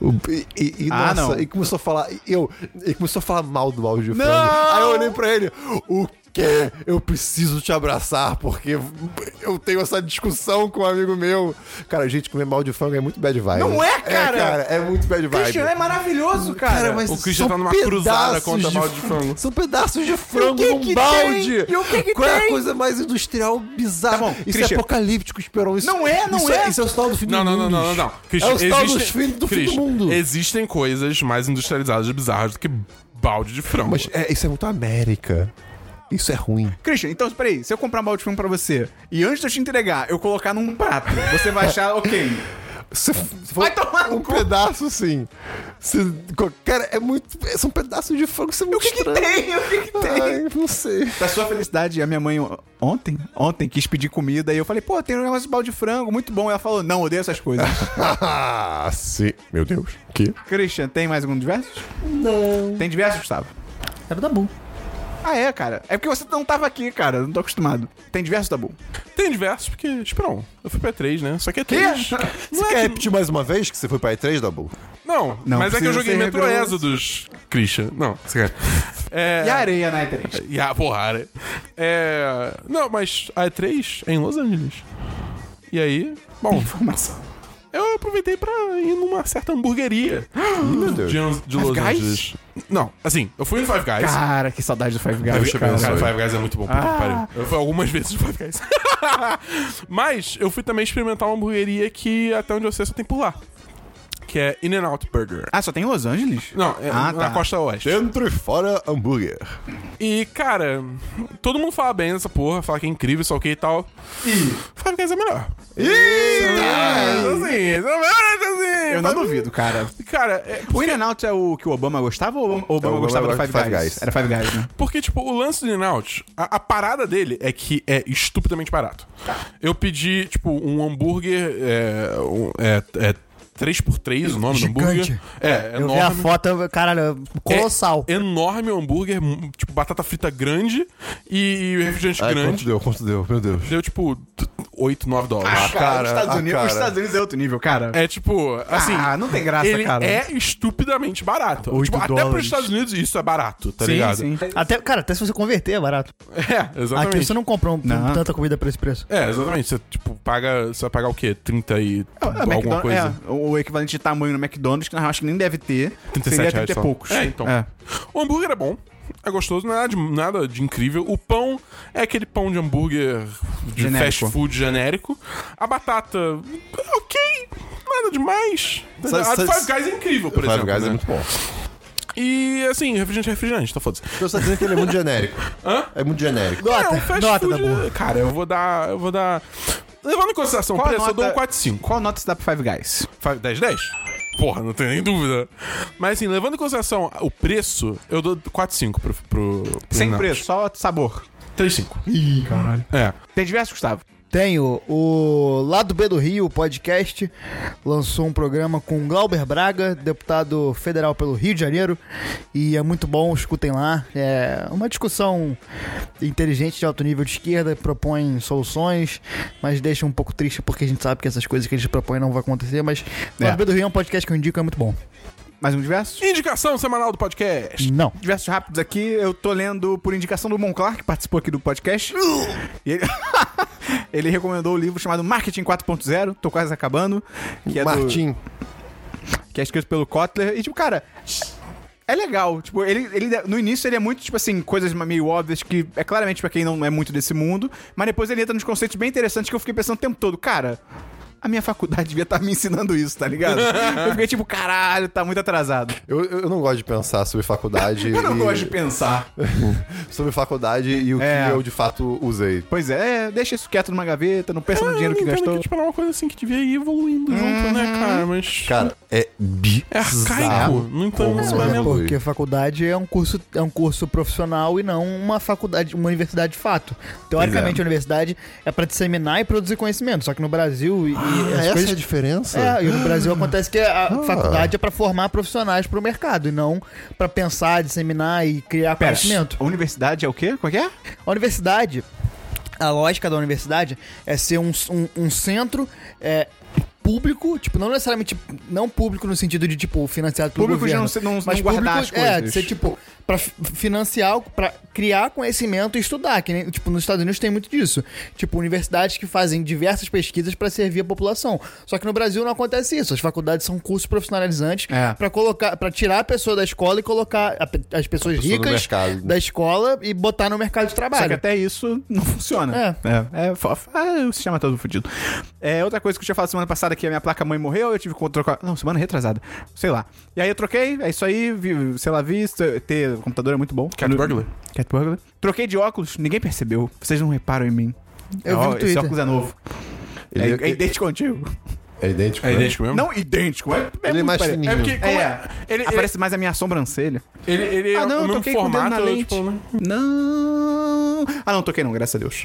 Speaker 2: O- E, e- e,
Speaker 1: Ah,
Speaker 2: nossa,
Speaker 1: não.
Speaker 2: e começou a falar. e Eu, ele começou a falar mal do balde de frango.
Speaker 1: Não!
Speaker 2: Aí eu olhei pra ele, o quê? Eu preciso te abraçar, porque eu tenho essa discussão com um amigo meu. Cara, gente, comer balde de frango é muito bad vibe.
Speaker 1: Não é, cara?
Speaker 2: É, cara, é muito bad vibe.
Speaker 1: Christian é maravilhoso, cara.
Speaker 3: o Christian tá numa cruzada contra balde de frango.
Speaker 2: São pedaços de frango
Speaker 1: que
Speaker 2: num
Speaker 1: que
Speaker 2: balde.
Speaker 1: tem? E o que que
Speaker 2: Qual é
Speaker 1: tem?
Speaker 2: a coisa mais industrial bizarra?
Speaker 1: Tá bom,
Speaker 2: isso
Speaker 1: Christian.
Speaker 2: é apocalíptico, Esperon. Isso,
Speaker 1: Não é, não
Speaker 2: isso
Speaker 1: é.
Speaker 2: Isso é o sinal do fim
Speaker 3: Não,
Speaker 2: do
Speaker 3: não,
Speaker 2: mundo.
Speaker 3: não, não, não, não. Christian,
Speaker 2: É o sinal dos
Speaker 3: existem-
Speaker 2: fins- do fim do
Speaker 3: Christian,
Speaker 2: mundo.
Speaker 3: Existem coisas mais industrializadas e bizarras do que balde de frango.
Speaker 2: Mas é, isso é muito América. Isso é ruim.
Speaker 1: Christian, então, peraí, se eu comprar um balde de frango pra você e antes de eu te entregar, eu colocar num prato, você vai achar ok.
Speaker 2: Se f- se for
Speaker 1: Vai tomar no
Speaker 2: um
Speaker 1: cu.
Speaker 2: pedaço, sim. Se, co- cara, é muito. é- São pedaços de frango, isso é muito
Speaker 1: O que, que
Speaker 2: estranho.
Speaker 1: tem? O que, que tem?
Speaker 2: Ai, não sei.
Speaker 1: Pra sua felicidade, a minha mãe ontem, ontem quis pedir comida e eu falei, pô, tem um negócio de balde de frango, muito bom. Ela falou, não, odeio essas coisas.
Speaker 2: Ah, sim. Meu Deus. Que?
Speaker 1: Christian, tem mais algum diversos? Não. Tem diversos, Gustavo?
Speaker 4: Era da Bull.
Speaker 1: Ah, é, cara. É porque você não tava aqui, cara. Eu Não tô acostumado. Tem diversos, Dabu?
Speaker 3: Tem diversos, porque, espera um, eu fui pra E3, né? Só que é
Speaker 1: Quê?
Speaker 3: 3.
Speaker 2: Você
Speaker 1: é
Speaker 2: quer repetir mais uma vez que você foi pra E3, Dabu?
Speaker 3: Não,
Speaker 1: Não,
Speaker 3: mas é que
Speaker 1: precisa
Speaker 3: eu joguei
Speaker 1: ser
Speaker 3: Metro
Speaker 1: rigoroso.
Speaker 3: Exodus, Christian. Não, você quer. É,
Speaker 1: E a areia né, na E3?
Speaker 3: E a porrada. É. Não, mas a E3 é em Los Angeles. E aí. Bom,
Speaker 1: Informação.
Speaker 3: eu aproveitei pra ir numa certa hamburgueria
Speaker 2: Meu Deus.
Speaker 3: de, Los- de
Speaker 1: Five
Speaker 3: Los
Speaker 1: Guys?
Speaker 3: Angeles. Não, assim, eu fui no Five Guys.
Speaker 1: Cara, que saudade do Five Guys.
Speaker 3: Deus te abençoe.
Speaker 1: cara.
Speaker 3: Cara, Five Guys é muito bom. puta que
Speaker 1: Ah.
Speaker 3: pariu. Eu fui algumas vezes no Five Guys. Mas eu fui também experimentar uma hamburgueria que até onde eu sei só tem por lá. Que é In-N-Out Burger.
Speaker 1: Ah, só tem em Los Angeles?
Speaker 3: Não, é
Speaker 1: Ah,
Speaker 3: na
Speaker 1: tá.
Speaker 3: Costa Oeste.
Speaker 2: Dentro e fora hambúrguer.
Speaker 3: E, cara, todo mundo fala bem dessa porra, fala que é incrível, só que e tal. Five Guys é melhor.
Speaker 4: É,
Speaker 3: é
Speaker 2: Eita!
Speaker 3: Assim,
Speaker 1: Eu não duvido, cara.
Speaker 3: Cara, é,
Speaker 1: O in n é o que o Obama gostava ou o Obama,
Speaker 2: Obama
Speaker 1: gostava do
Speaker 2: gosta
Speaker 1: Five,
Speaker 2: de Five
Speaker 1: Guys?
Speaker 2: Guys.
Speaker 1: Era Five Guys, né?
Speaker 3: Porque, tipo, o lance do In-N-Out, a, a parada dele é que é estupidamente barato. Eu pedi, tipo, um hambúrguer. É, um- é, é 3x3 o nome do hambúrguer. É,
Speaker 4: Eu vi a
Speaker 3: enorme.
Speaker 4: foto, eu- caralho, colossal.
Speaker 3: É enorme o hambúrguer, mu- tipo, batata frita grande e, e refrigerante
Speaker 2: Ai, quanto
Speaker 3: grande.
Speaker 2: deu? Quanto deu? Meu Deus.
Speaker 3: Deu, tipo, 8, 9 dólares.
Speaker 2: Ah, cara,
Speaker 1: os, Estados
Speaker 2: ah,
Speaker 1: Unidos,
Speaker 2: cara.
Speaker 1: os Estados Unidos é outro nível, cara.
Speaker 3: É tipo, assim.
Speaker 1: Ah, não tem graça,
Speaker 3: ele
Speaker 1: cara. Tá
Speaker 3: É estupidamente barato.
Speaker 4: Oito
Speaker 3: Tipo, até para os
Speaker 4: dólares.
Speaker 3: Estados Unidos isso é barato, tá ligado?
Speaker 4: Até, cara, até se você converter é barato.
Speaker 3: É, exatamente.
Speaker 4: Aqui você não compra um-
Speaker 1: Não.
Speaker 4: tanta comida por esse preço.
Speaker 3: É, exatamente. Você, tipo, paga... Você vai pagar o quê? 30 e
Speaker 1: É, o
Speaker 3: alguma
Speaker 1: McDonald's-
Speaker 3: coisa?
Speaker 1: é, o equivalente de tamanho no McDonald's, que na real acho que nem deve ter.
Speaker 3: 37
Speaker 1: seria 30
Speaker 3: reais
Speaker 1: e
Speaker 3: só.
Speaker 1: poucos.
Speaker 3: É, então. O hambúrguer é bom. É gostoso, nada de, nada de incrível. O pão é aquele pão de hambúrguer de
Speaker 1: Genérico.
Speaker 3: fast food genérico. A batata, ok, nada demais.
Speaker 2: Sabe-
Speaker 3: a do
Speaker 2: sabe-
Speaker 3: Five Guys é incrível, por
Speaker 2: Five
Speaker 3: exemplo.
Speaker 2: Guys
Speaker 3: né?
Speaker 2: é muito bom.
Speaker 3: E assim, refrigerante é refrigerante, tá foda-se.
Speaker 2: Você tá dizendo que ele é muito genérico.
Speaker 3: Hã?
Speaker 2: É muito genérico.
Speaker 4: Nota,
Speaker 3: é um fast
Speaker 4: nota da
Speaker 3: food.
Speaker 4: burra.
Speaker 3: cara, eu vou dar. Eu vou dar. Levando em consideração o
Speaker 1: Qual a
Speaker 3: preço, eu dou um
Speaker 1: nota-
Speaker 3: 4,5.
Speaker 1: Qual nota você dá pro Five Guys?
Speaker 3: 5, 10, 10? Porra, não tenho nem dúvida. Mas assim, levando em consideração o preço, eu dou 4,5 pro, pro, pro.
Speaker 1: Sem
Speaker 3: Renato.
Speaker 1: preço, só sabor.
Speaker 3: 3,5.
Speaker 1: Ih, caralho.
Speaker 3: É.
Speaker 1: Tem diversos, Gustavo.
Speaker 4: Tenho o Lado B do Rio podcast, lançou um programa com Glauber Braga, deputado federal pelo Rio de Janeiro, e é muito bom, escutem lá. É uma discussão inteligente de alto nível de esquerda, propõe soluções, mas deixa um pouco triste porque a gente sabe que essas coisas que eles propõem não vão acontecer, mas
Speaker 1: É.
Speaker 4: Lado B do Rio é um podcast que eu indico, é muito bom.
Speaker 1: Mais um diverso?
Speaker 3: Indicação semanal do podcast.
Speaker 4: Não.
Speaker 1: Diversos rápidos aqui, eu tô lendo por indicação do Monclar, que participou aqui do podcast. E ele... ele recomendou o livro chamado Marketing 4.0, tô quase acabando, que é, do-
Speaker 2: Martim.
Speaker 1: que é escrito pelo Kotler. E, tipo, cara, é legal. Tipo, ele, ele- no início ele é muito, tipo assim, coisas meio óbvias que é claramente pra quem não é muito desse mundo, mas depois ele entra nos conceitos bem interessantes que eu fiquei pensando o tempo todo. Cara. A minha faculdade devia estar me ensinando isso, tá ligado? Eu fiquei tipo, caralho, tá muito atrasado.
Speaker 2: Eu, eu não gosto de pensar sobre faculdade.
Speaker 1: Eu não
Speaker 2: e-
Speaker 1: gosto de pensar.
Speaker 2: Sobre faculdade e o
Speaker 1: É.
Speaker 2: que eu de fato usei.
Speaker 1: Pois é, é, deixa isso quieto numa gaveta, não pensa no dinheiro Ah, então que
Speaker 3: Eu entendo
Speaker 1: gastou. Uhum.
Speaker 3: Que, tipo, era uma coisa assim que devia ir evoluindo junto, né, cara? Mas.
Speaker 2: Cara, é
Speaker 3: é arcaico.
Speaker 2: bizarro.
Speaker 3: Não entendo isso
Speaker 2: como
Speaker 3: mais
Speaker 2: é
Speaker 3: mesmo.
Speaker 2: evolui.
Speaker 4: Porque faculdade é um curso, é um curso profissional e não uma faculdade, uma universidade de fato. Teoricamente, a universidade é pra disseminar e produzir conhecimento. Só que no Brasil e, e as
Speaker 2: essa
Speaker 4: coisas-
Speaker 2: é Ah. a diferença?
Speaker 4: É, e no Brasil acontece que a faculdade é pra formar profissionais pro mercado e não pra pensar, disseminar e criar conhecimento.
Speaker 1: A universidade é o quê? Qual que é?
Speaker 4: A universidade, a lógica da universidade é ser um, um- um centro é, público, tipo, não necessariamente não público no sentido de, tipo, financiado pelo
Speaker 1: Público de
Speaker 4: governo.
Speaker 1: não ser- não- não guardar as
Speaker 4: É,
Speaker 1: coisas.
Speaker 4: de ser, tipo, pra fi- financiar, algo, pra criar conhecimento e estudar, que nem, tipo, nos Estados Unidos tem muito disso. Tipo, universidades que fazem diversas pesquisas pra servir a população. Só que no Brasil não acontece isso. As faculdades são cursos profissionalizantes
Speaker 1: É.
Speaker 4: pra colocar, para tirar a pessoa da escola e colocar a pe- as pessoas
Speaker 2: pessoa no
Speaker 4: ricas
Speaker 2: mercado.
Speaker 4: da escola e botar no mercado de trabalho.
Speaker 1: Só que até isso não funciona. É. é, fo- ah, o sistema todo fudido. É, outra coisa que eu tinha falado semana passada que a minha placa mãe morreu, eu tive que trocar. Não, semana retrasada. Sei lá. E aí eu troquei, é isso aí, vi- sei lá, vi, se- ter o computador é muito bom.
Speaker 3: Cat
Speaker 1: No-
Speaker 3: burglar.
Speaker 1: Cat Burglar. Troquei de óculos, ninguém percebeu. Vocês não reparam em mim.
Speaker 4: Eu vi no
Speaker 1: Ó, Esse
Speaker 4: Twitter.
Speaker 1: óculos é novo.
Speaker 2: Ele
Speaker 1: é, é
Speaker 2: é-
Speaker 1: idêntico contigo.
Speaker 2: É idêntico.
Speaker 3: É
Speaker 2: né?
Speaker 3: idêntico mesmo?
Speaker 1: Não idêntico, é, é
Speaker 2: Ele é
Speaker 1: muito
Speaker 2: mais
Speaker 1: parecido.
Speaker 2: fininho.
Speaker 3: É porque. como
Speaker 1: É.
Speaker 3: Ele, ele,
Speaker 1: Aparece mais a minha sobrancelha.
Speaker 3: ele, ele é
Speaker 1: Ah, não,
Speaker 3: o
Speaker 1: eu
Speaker 3: mesmo
Speaker 1: toquei com o dedo
Speaker 3: formato,
Speaker 1: na lente.
Speaker 3: tipo, né?
Speaker 1: Não. Ah, não, toquei não, graças a Deus.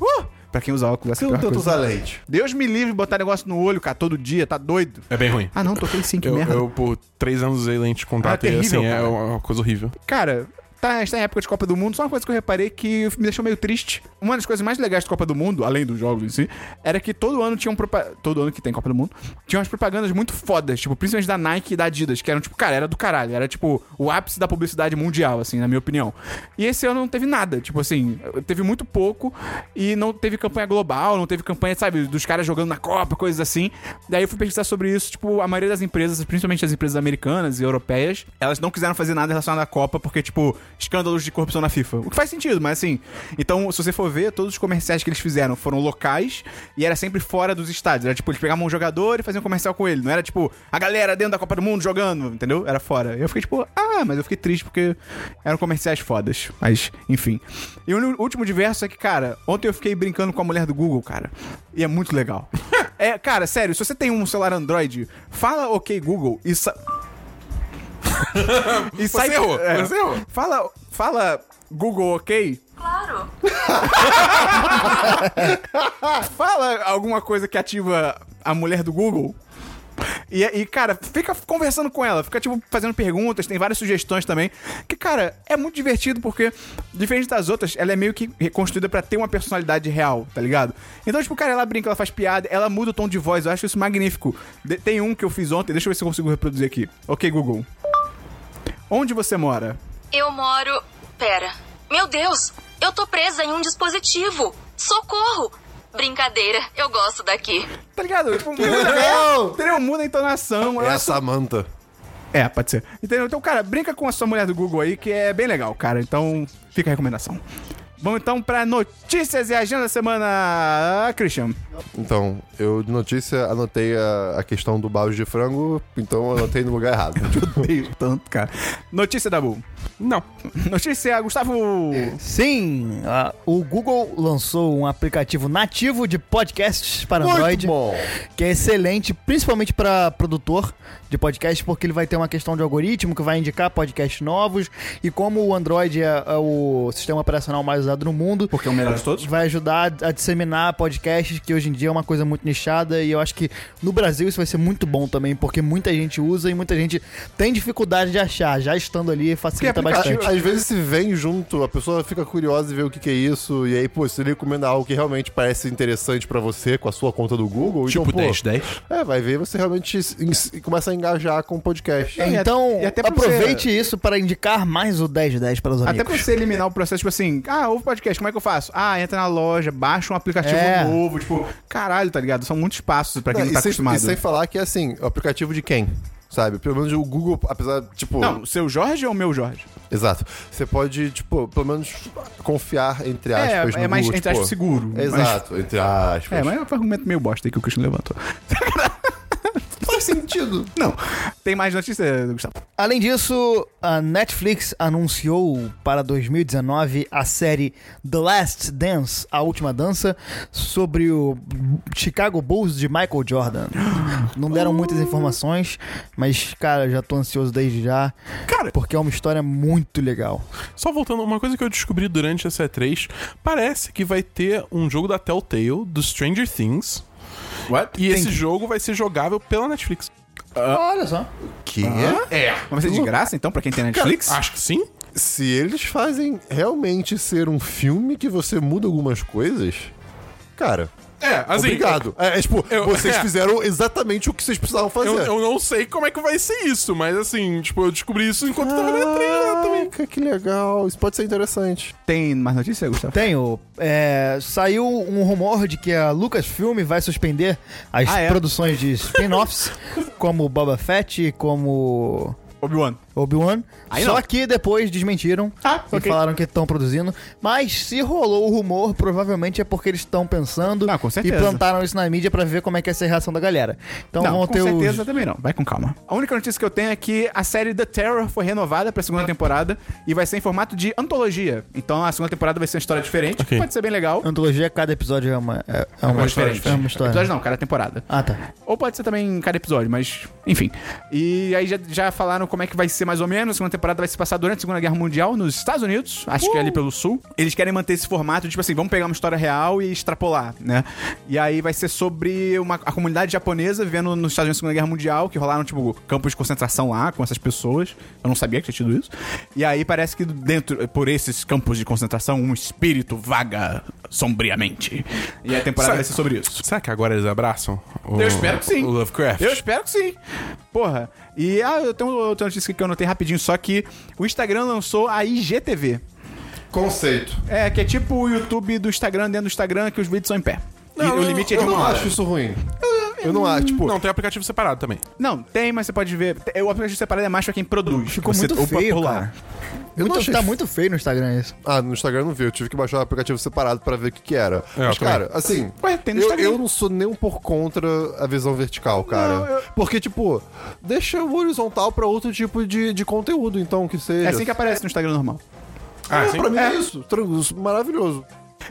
Speaker 1: Uh! Pra quem usa óculos, essa é a
Speaker 2: Eu
Speaker 1: pior
Speaker 2: tento
Speaker 1: coisa.
Speaker 2: usar lente.
Speaker 1: Deus me livre de botar negócio no olho, cara, todo dia, tá doido.
Speaker 3: É bem ruim.
Speaker 1: Ah, não, toquei sim, que
Speaker 3: Eu,
Speaker 1: merda.
Speaker 3: eu, por três anos, usei lente de
Speaker 1: Ah, é
Speaker 3: contato e
Speaker 1: terrível,
Speaker 3: assim, é
Speaker 1: cara.
Speaker 3: uma uma coisa horrível.
Speaker 1: Cara, tá, está em época de Copa do Mundo. Só uma coisa que eu reparei que me deixou meio triste. Uma das coisas mais legais da Copa do Mundo, além dos jogos em si, era que todo ano tinha um propa- Todo ano que tem Copa do Mundo, tinha umas propagandas muito fodas, tipo, principalmente da Nike e da Adidas, que eram, tipo, cara, era do caralho. Era, tipo, o ápice da publicidade mundial, assim, na minha opinião. E esse ano não teve nada. Tipo assim, teve muito pouco e não teve campanha global, não teve campanha, sabe, dos caras jogando na Copa, coisas assim. Daí eu fui pesquisar sobre isso, tipo, a maioria das empresas, principalmente as empresas americanas e europeias, elas não quiseram fazer nada relacionado à Copa porque, tipo, escândalos de corrupção na FIFA. O que faz sentido, mas assim. Então, se você for ver, todos os comerciais que eles fizeram foram locais e era sempre fora dos estádios. Era tipo, eles pegavam um jogador e faziam um comercial com ele. Não era tipo, a galera dentro da Copa do Mundo jogando, entendeu? Era fora. Eu fiquei tipo, ah, mas eu fiquei triste porque eram comerciais fodas. Mas, enfim. E o último diverso é que, cara, ontem eu fiquei brincando com a mulher do Google, cara. E é muito legal. é, cara, sério, se você tem um celular Android, fala OK Google e sa... e sai
Speaker 3: errou,
Speaker 1: é,
Speaker 3: você errou.
Speaker 1: Fala, fala Google OK
Speaker 5: Claro.
Speaker 1: fala alguma coisa que ativa a mulher do Google. E, e, cara, fica conversando com ela, fica, tipo, fazendo perguntas, tem várias sugestões também. Que, cara, é muito divertido porque, diferente das outras, ela é meio que reconstruída pra ter uma personalidade real, tá ligado? Então, tipo, cara, ela brinca, ela faz piada, ela muda o tom de voz, eu acho isso magnífico. De- tem um que eu fiz ontem, deixa eu ver se eu consigo reproduzir aqui. Ok, Google. Onde você mora?
Speaker 5: Eu moro. Pera. Meu Deus! Eu tô presa em um dispositivo! Socorro! Brincadeira, eu gosto daqui.
Speaker 1: Tá ligado? Tipo,
Speaker 3: É,
Speaker 2: legal!
Speaker 1: muda, muda a entonação.
Speaker 2: É
Speaker 1: ela
Speaker 2: a Samanta.
Speaker 1: É, pode ser. Entendeu? Então, cara, brinca com a sua mulher do Google aí, que é bem legal, cara. Então, fica a recomendação. Vamos então pra notícias e agenda da semana, Ah, Christian.
Speaker 2: Então, eu de notícia anotei a, a questão do balde de frango, então eu anotei no lugar errado.
Speaker 1: Odeio tanto, cara. Notícia da Bu.
Speaker 3: Não.
Speaker 1: Notícia, Gustavo.
Speaker 4: Sim, a- o Google lançou um aplicativo nativo de podcasts para Android,
Speaker 2: bom.
Speaker 4: que é excelente, principalmente para produtor de podcast, porque ele vai ter uma questão de algoritmo que vai indicar podcasts novos e como o Android é, é o sistema operacional mais usado no mundo,
Speaker 1: Porque é o melhor de todos.
Speaker 4: vai ajudar a disseminar podcasts, que hoje em dia é uma coisa muito nichada, e eu acho que no Brasil isso vai ser muito bom também, porque muita gente usa e muita gente tem dificuldade de achar, já estando ali facilita
Speaker 1: Que aplicativo-
Speaker 4: bastante.
Speaker 2: Às vezes se vem junto, a pessoa fica curiosa e vê o que, que é isso, e aí, pô, se ele recomenda algo que realmente parece interessante pra você com a sua conta do Google,
Speaker 1: Tipo
Speaker 2: então, pô,
Speaker 3: 10.
Speaker 1: né?
Speaker 2: É, vai ver você realmente se- em- começa a engajar com o podcast.
Speaker 1: É, e
Speaker 4: Então,
Speaker 1: até- e até pra né?
Speaker 4: aproveite isso para indicar mais o 1010 para os amigos.
Speaker 1: Até pra você eliminar o processo, tipo assim, ah, ouve podcast, como é que eu faço? Ah, entra na loja, baixa um aplicativo
Speaker 4: É.
Speaker 1: novo, tipo, caralho, tá ligado? São muitos passos pra quem não,
Speaker 2: e
Speaker 1: tá
Speaker 2: sem,
Speaker 1: acostumado.
Speaker 2: E sem falar que é assim, o aplicativo de quem? Sabe? Pelo menos o Google, apesar de, tipo.
Speaker 1: Não, o seu Jorge ou o meu Jorge?
Speaker 2: Exato. Você pode, tipo, pelo menos confiar, entre aspas,
Speaker 1: é
Speaker 2: no
Speaker 1: mais,
Speaker 2: Google,
Speaker 1: entre aspas,
Speaker 2: tipo.
Speaker 1: seguro. mas-
Speaker 2: Exato, entre aspas.
Speaker 1: É, mas é um argumento meio bosta aí que o Christian levantou.
Speaker 2: faz sentido.
Speaker 1: Não. Tem mais notícia, Gustavo?
Speaker 4: Além disso, a Netflix anunciou para 2019 a série The Last Dance, A Última Dança, sobre o Chicago Bulls de Michael Jordan. Não deram muitas informações, mas, cara, já tô ansioso desde já,
Speaker 1: Cara,
Speaker 4: porque é uma história muito legal.
Speaker 3: Só voltando, uma coisa que eu descobri durante essa E3, parece que vai ter um jogo da Telltale, do Stranger Things,
Speaker 1: what?
Speaker 3: e esse jogo vai ser jogável pela Netflix.
Speaker 4: Olha só.
Speaker 2: Que
Speaker 1: Ah.
Speaker 2: é,
Speaker 1: Mas vai ser de graça, então, pra quem tem Netflix?
Speaker 3: Acho que sim.
Speaker 2: se eles fazem realmente ser um filme que você muda algumas coisas, cara,
Speaker 3: É, assim...
Speaker 2: obrigado. É, é, tipo,
Speaker 3: eu-
Speaker 2: vocês
Speaker 3: é.
Speaker 2: fizeram exatamente o que vocês precisavam fazer.
Speaker 3: Eu, eu não sei como é que vai ser isso, mas assim, tipo, eu descobri isso enquanto tava na
Speaker 2: Ah.
Speaker 3: trilha também.
Speaker 2: Caraca, que legal. Isso pode ser interessante.
Speaker 1: Tem mais notícia, Gustavo?
Speaker 4: Tenho. É, saiu um rumor de que a Lucasfilm vai suspender as
Speaker 1: Ah, é?
Speaker 4: produções de spin-offs, como Boba Fett, como
Speaker 1: Obi-Wan.
Speaker 4: Obi-Wan.
Speaker 1: Aí
Speaker 4: Só
Speaker 1: não.
Speaker 4: que depois desmentiram
Speaker 1: Ah,
Speaker 4: e
Speaker 1: ok.
Speaker 4: falaram que estão produzindo. Mas se rolou o rumor, provavelmente é porque eles estão pensando
Speaker 1: Ah, com
Speaker 4: e
Speaker 1: certeza.
Speaker 4: plantaram isso na mídia pra ver como é que é essa reação da galera. Então
Speaker 1: não,
Speaker 4: vão
Speaker 1: com
Speaker 4: ter
Speaker 1: certeza
Speaker 4: os...
Speaker 1: também não. Vai com calma. A única notícia que eu tenho é que a série The Terror foi renovada pra segunda temporada e vai ser em formato de antologia. Então a segunda temporada vai ser uma história diferente,
Speaker 3: Ok.
Speaker 1: pode ser bem legal.
Speaker 4: Antologia, cada episódio é uma, é, é uma, história. É uma história.
Speaker 1: Episódio não, cada temporada.
Speaker 4: Ah, tá.
Speaker 1: Ou pode ser também em cada episódio, mas enfim. E aí já, já falaram como é que vai ser mais ou menos, a segunda temporada vai se passar durante a Segunda Guerra Mundial nos Estados Unidos, acho que é ali pelo sul. Eles querem manter esse formato, tipo assim, vamos pegar uma história real e extrapolar, né? E aí vai ser sobre uma, a comunidade japonesa vivendo nos Estados Unidos na Segunda Guerra Mundial, que rolaram, tipo, campos de concentração lá com essas pessoas. Eu não sabia que tinha tido isso. E aí parece que dentro, por esses campos de concentração, um espírito vaga sombriamente. E a temporada
Speaker 3: Sabe-
Speaker 1: vai ser sobre isso.
Speaker 3: Será que agora eles abraçam? o-
Speaker 1: Eu espero que sim.
Speaker 3: O Lovecraft.
Speaker 1: Eu espero que sim. Porra. E ah, eu tenho outra notícia aqui que eu anotei rapidinho, só que o Instagram lançou a IGTV.
Speaker 2: Conceito.
Speaker 1: É, que é tipo o YouTube do Instagram dentro do Instagram, que os vídeos são em pé. E
Speaker 3: Não,
Speaker 1: o
Speaker 3: não,
Speaker 1: limite é
Speaker 2: Eu
Speaker 1: de
Speaker 2: não
Speaker 1: uma hora.
Speaker 2: acho isso ruim.
Speaker 1: É,
Speaker 2: Eu
Speaker 1: hum.
Speaker 2: não acho, tipo...
Speaker 3: Não, tem aplicativo separado também.
Speaker 1: Não, tem, mas você pode ver. O aplicativo separado é mais pra quem produz.
Speaker 4: Ficou
Speaker 1: Você
Speaker 4: muito
Speaker 1: upa
Speaker 4: feio,
Speaker 1: por
Speaker 4: cara.
Speaker 2: Eu não
Speaker 4: Muito-
Speaker 2: achei
Speaker 4: tá
Speaker 2: fe-
Speaker 4: muito feio no Instagram isso.
Speaker 2: Ah, no Instagram eu não vi, eu tive que baixar o aplicativo separado pra ver o que que era.
Speaker 3: É,
Speaker 2: Mas,
Speaker 3: eu também.
Speaker 2: cara, assim,
Speaker 1: Ué, tem no
Speaker 2: eu,
Speaker 1: Instagram.
Speaker 2: eu não sou nem um pouco contra a visão vertical, cara. Porque, tipo, deixa o horizontal pra outro tipo de, de conteúdo, então, que
Speaker 1: É
Speaker 2: seja.
Speaker 1: assim que aparece no Instagram normal.
Speaker 3: Ah,
Speaker 2: É, pra mim é isso. Tran- isso, Maravilhoso.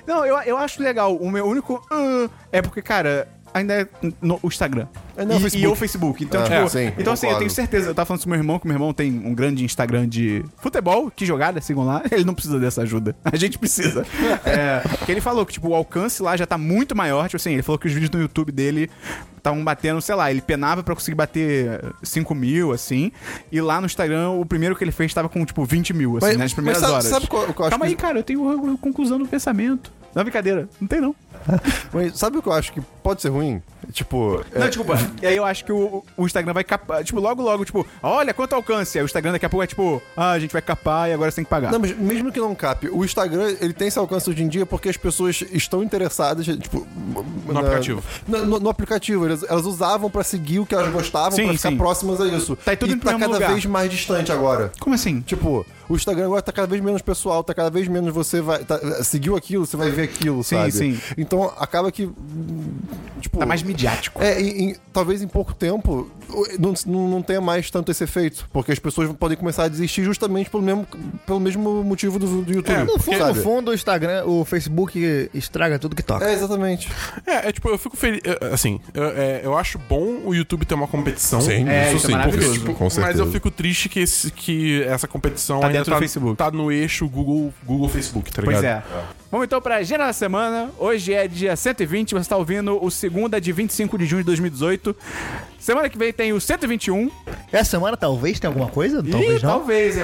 Speaker 1: Não, eu, eu acho legal. O meu único. ah, é porque, cara. Ainda é no, o Instagram.
Speaker 2: Ainda é o
Speaker 1: e,
Speaker 2: Facebook.
Speaker 1: e o Facebook. Então,
Speaker 2: Ah,
Speaker 1: tipo.
Speaker 2: é, sim,
Speaker 1: então, assim, eu
Speaker 2: concordo.
Speaker 1: tenho certeza. Eu tava falando isso com meu irmão, que meu irmão tem um grande Instagram de futebol, que jogada, sigam lá. Ele não precisa dessa ajuda. A gente precisa. É, que ele falou que, tipo, o alcance lá já tá muito maior. Tipo assim, ele falou que os vídeos no YouTube dele estavam batendo, sei lá, ele penava pra conseguir bater 5 mil, assim. E lá no Instagram, o primeiro que ele fez tava com, tipo, 20 mil, assim,
Speaker 2: Mas-
Speaker 1: nas
Speaker 2: mas
Speaker 1: primeiras
Speaker 2: sabe-
Speaker 1: horas.
Speaker 2: sabe qual- qual eu acho
Speaker 1: Calma
Speaker 2: que-
Speaker 1: aí, cara, eu tenho a conclusão do pensamento. Não é brincadeira, não tem não.
Speaker 2: Mas sabe o que eu acho que pode ser ruim? Tipo. é-
Speaker 1: Não, desculpa. E aí eu acho que o, o Instagram vai capar, tipo, logo logo, tipo, olha quanto alcance. Aí o Instagram daqui a pouco é tipo, ah, a gente vai capar e agora você tem que pagar.
Speaker 2: Não, mas mesmo que não cape, o Instagram ele tem esse alcance hoje em dia porque as pessoas estão interessadas, tipo, no
Speaker 3: aplicativo.
Speaker 2: No, no aplicativo, elas, elas usavam pra seguir o que elas gostavam,
Speaker 1: Sim,
Speaker 2: pra ficar
Speaker 1: sim.
Speaker 2: próximas a isso.
Speaker 1: Tá aí tudo
Speaker 2: e
Speaker 1: no
Speaker 2: tá
Speaker 1: mesmo
Speaker 2: cada
Speaker 1: lugar.
Speaker 2: vez mais distante agora.
Speaker 1: Como assim?
Speaker 2: Tipo, o Instagram agora tá cada vez menos pessoal, tá cada vez menos você vai. tá- seguiu aquilo, você vai ver aquilo,
Speaker 1: Sim,
Speaker 2: sabe?
Speaker 1: sim.
Speaker 2: Então acaba que. hum, Tipo,
Speaker 1: Tá mais midiático.
Speaker 2: é, em- em- talvez em pouco tempo o- não, não- não tenha mais tanto esse efeito, porque as pessoas podem começar a desistir justamente pelo mesmo, pelo mesmo motivo do, do YouTube.
Speaker 3: É,
Speaker 4: No fundo, no
Speaker 2: sabe?
Speaker 4: fundo, o Instagram, o Facebook estraga tudo que toca.
Speaker 2: É, exatamente.
Speaker 3: É, é tipo, eu fico feliz. eu- Assim, eu, é, eu acho bom o YouTube ter uma competição.
Speaker 2: Sim,
Speaker 1: É, isso é maravilhoso.
Speaker 3: tipo,
Speaker 2: Com
Speaker 3: mas
Speaker 2: certeza.
Speaker 3: eu fico triste que, esse, que essa competição
Speaker 1: Tá
Speaker 3: ainda
Speaker 1: dentro do Facebook.
Speaker 3: tá no eixo Google, Google Facebook, tá ligado?
Speaker 1: Pois é. Vamos então pra Agenda da Semana. Hoje é dia 120, você tá ouvindo o segunda de 25 de junho de 2018. Semana que vem tem o 121.
Speaker 4: Essa semana talvez tenha alguma coisa? Talvez
Speaker 1: Ih,
Speaker 4: não.
Speaker 1: Talvez, é.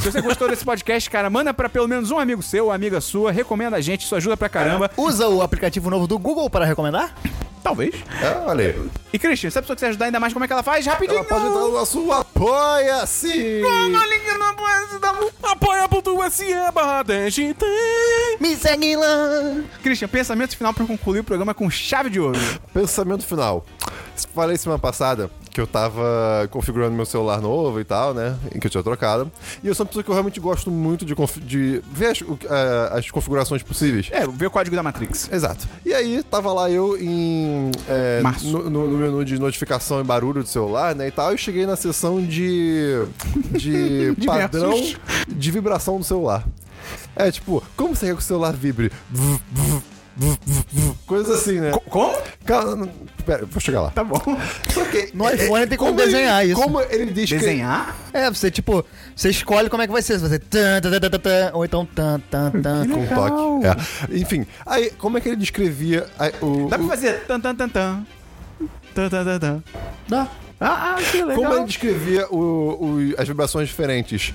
Speaker 1: Se você gostou desse podcast, cara, manda pra pelo menos um amigo seu, amiga sua, recomenda a gente, isso ajuda pra caramba.
Speaker 4: Usa o aplicativo novo do Google para recomendar?
Speaker 1: Talvez.
Speaker 2: É, olha aí.
Speaker 1: E, Christian, se a pessoa quiser ajudar ainda mais, como é que ela faz? Rapidinho!
Speaker 2: Ela pode entrar no nosso Apoia-se!
Speaker 1: um
Speaker 3: Apoia.se barra DGT.
Speaker 4: Me segue lá!
Speaker 1: Christian, pensamento final pra concluir o programa com chave de ouro.
Speaker 2: Pensamento final. Falei semana passada que eu tava configurando meu celular novo e tal, né? Em que eu tinha trocado. E eu sou uma pessoa que eu realmente gosto muito de, confi- de ver as, o- eh, as configurações possíveis.
Speaker 1: É, ver o código da Matrix.
Speaker 2: Exato. E aí, tava lá eu em. é,
Speaker 1: Março.
Speaker 2: No, no- no menu de notificação e barulho do celular, né? E tal, eu cheguei na seção de. de padrão
Speaker 1: Diversos.
Speaker 2: de vibração do celular. É tipo, como você quer que o celular vibre? Vuf, vuf, vuf, vuf, vuf. Coisas assim, né?
Speaker 1: Como?
Speaker 2: Calma, pera, vou chegar lá.
Speaker 1: Tá bom.
Speaker 2: Só que.
Speaker 4: No iPhone tem como desenhar
Speaker 2: ele,
Speaker 4: isso.
Speaker 2: Como ele diz
Speaker 1: Desenhar?
Speaker 4: É, você tipo, você escolhe como é que vai ser. Se vai ser tan, tan, tan, tan, tan, tan, ou então tan, tan, tan.
Speaker 2: que. Com
Speaker 1: Legal.
Speaker 2: toque. É. Enfim, aí, como é que ele descrevia a- o.
Speaker 1: Dá pra
Speaker 2: o-
Speaker 1: fazer tan tan tan tan. Tan tan tan tan.
Speaker 4: Dá.
Speaker 1: Ah, ah, que legal.
Speaker 2: Como ele descrevia o- o- as vibrações diferentes?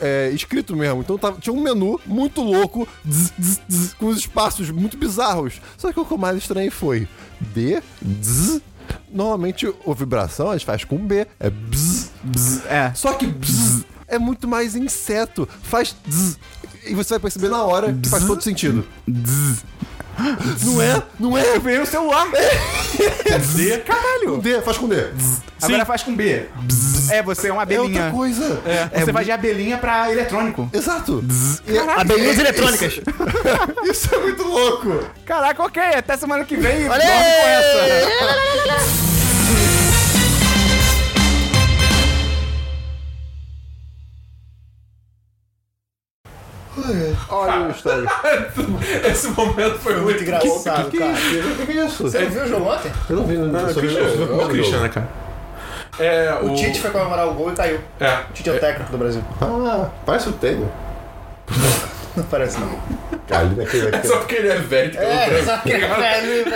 Speaker 2: É, escrito mesmo. Então tava- tinha um menu muito louco, zzz, zzz, zzz, com os espaços muito bizarros. Só que o que eu mais estranho foi D, zzz. Normalmente a vibração a gente faz com B, é bzz, bzz.
Speaker 1: É.
Speaker 2: Só que bzz é muito mais inseto. Faz bzz. E você vai perceber na hora que faz todo sentido. Não é? Não é?
Speaker 1: Vem o celular.
Speaker 2: D.
Speaker 1: é? Caralho.
Speaker 2: D, faz com D.
Speaker 1: Agora faz com B. É, você é uma
Speaker 2: É outra
Speaker 1: abelhinha. É,
Speaker 2: coisa.
Speaker 1: Você vai de abelhinha pra eletrônico.
Speaker 2: Exato. é
Speaker 4: Abelhinhas eletrônicas.
Speaker 2: Isso é muito louco.
Speaker 1: Caraca, ok. Até semana que vem. Olha
Speaker 4: Valeu! É!
Speaker 2: Olha o história.
Speaker 3: Esse momento foi muito
Speaker 4: Engraçado, cara.
Speaker 2: O que é isso?
Speaker 4: viu o jogo ontem?
Speaker 2: Eu não vi no
Speaker 3: Christian, né, cara? É,
Speaker 4: O Tite foi comemorar o gol e caiu.
Speaker 3: É.
Speaker 4: O Tite é o técnico do Brasil.
Speaker 2: Ah, parece o Taylor.
Speaker 4: Não parece né? não.
Speaker 2: Cara, ele- aquele- aquele-
Speaker 3: Só porque ele é velho.
Speaker 4: É, só que é brasileiro.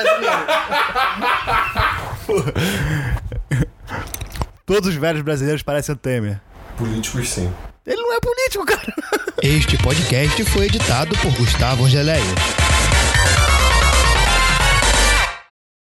Speaker 6: Todos os velhos brasileiros parecem o Temer.
Speaker 2: Políticos sim.
Speaker 6: Ele não é político, cara.
Speaker 7: Este podcast foi editado por Gustavo Angeléia.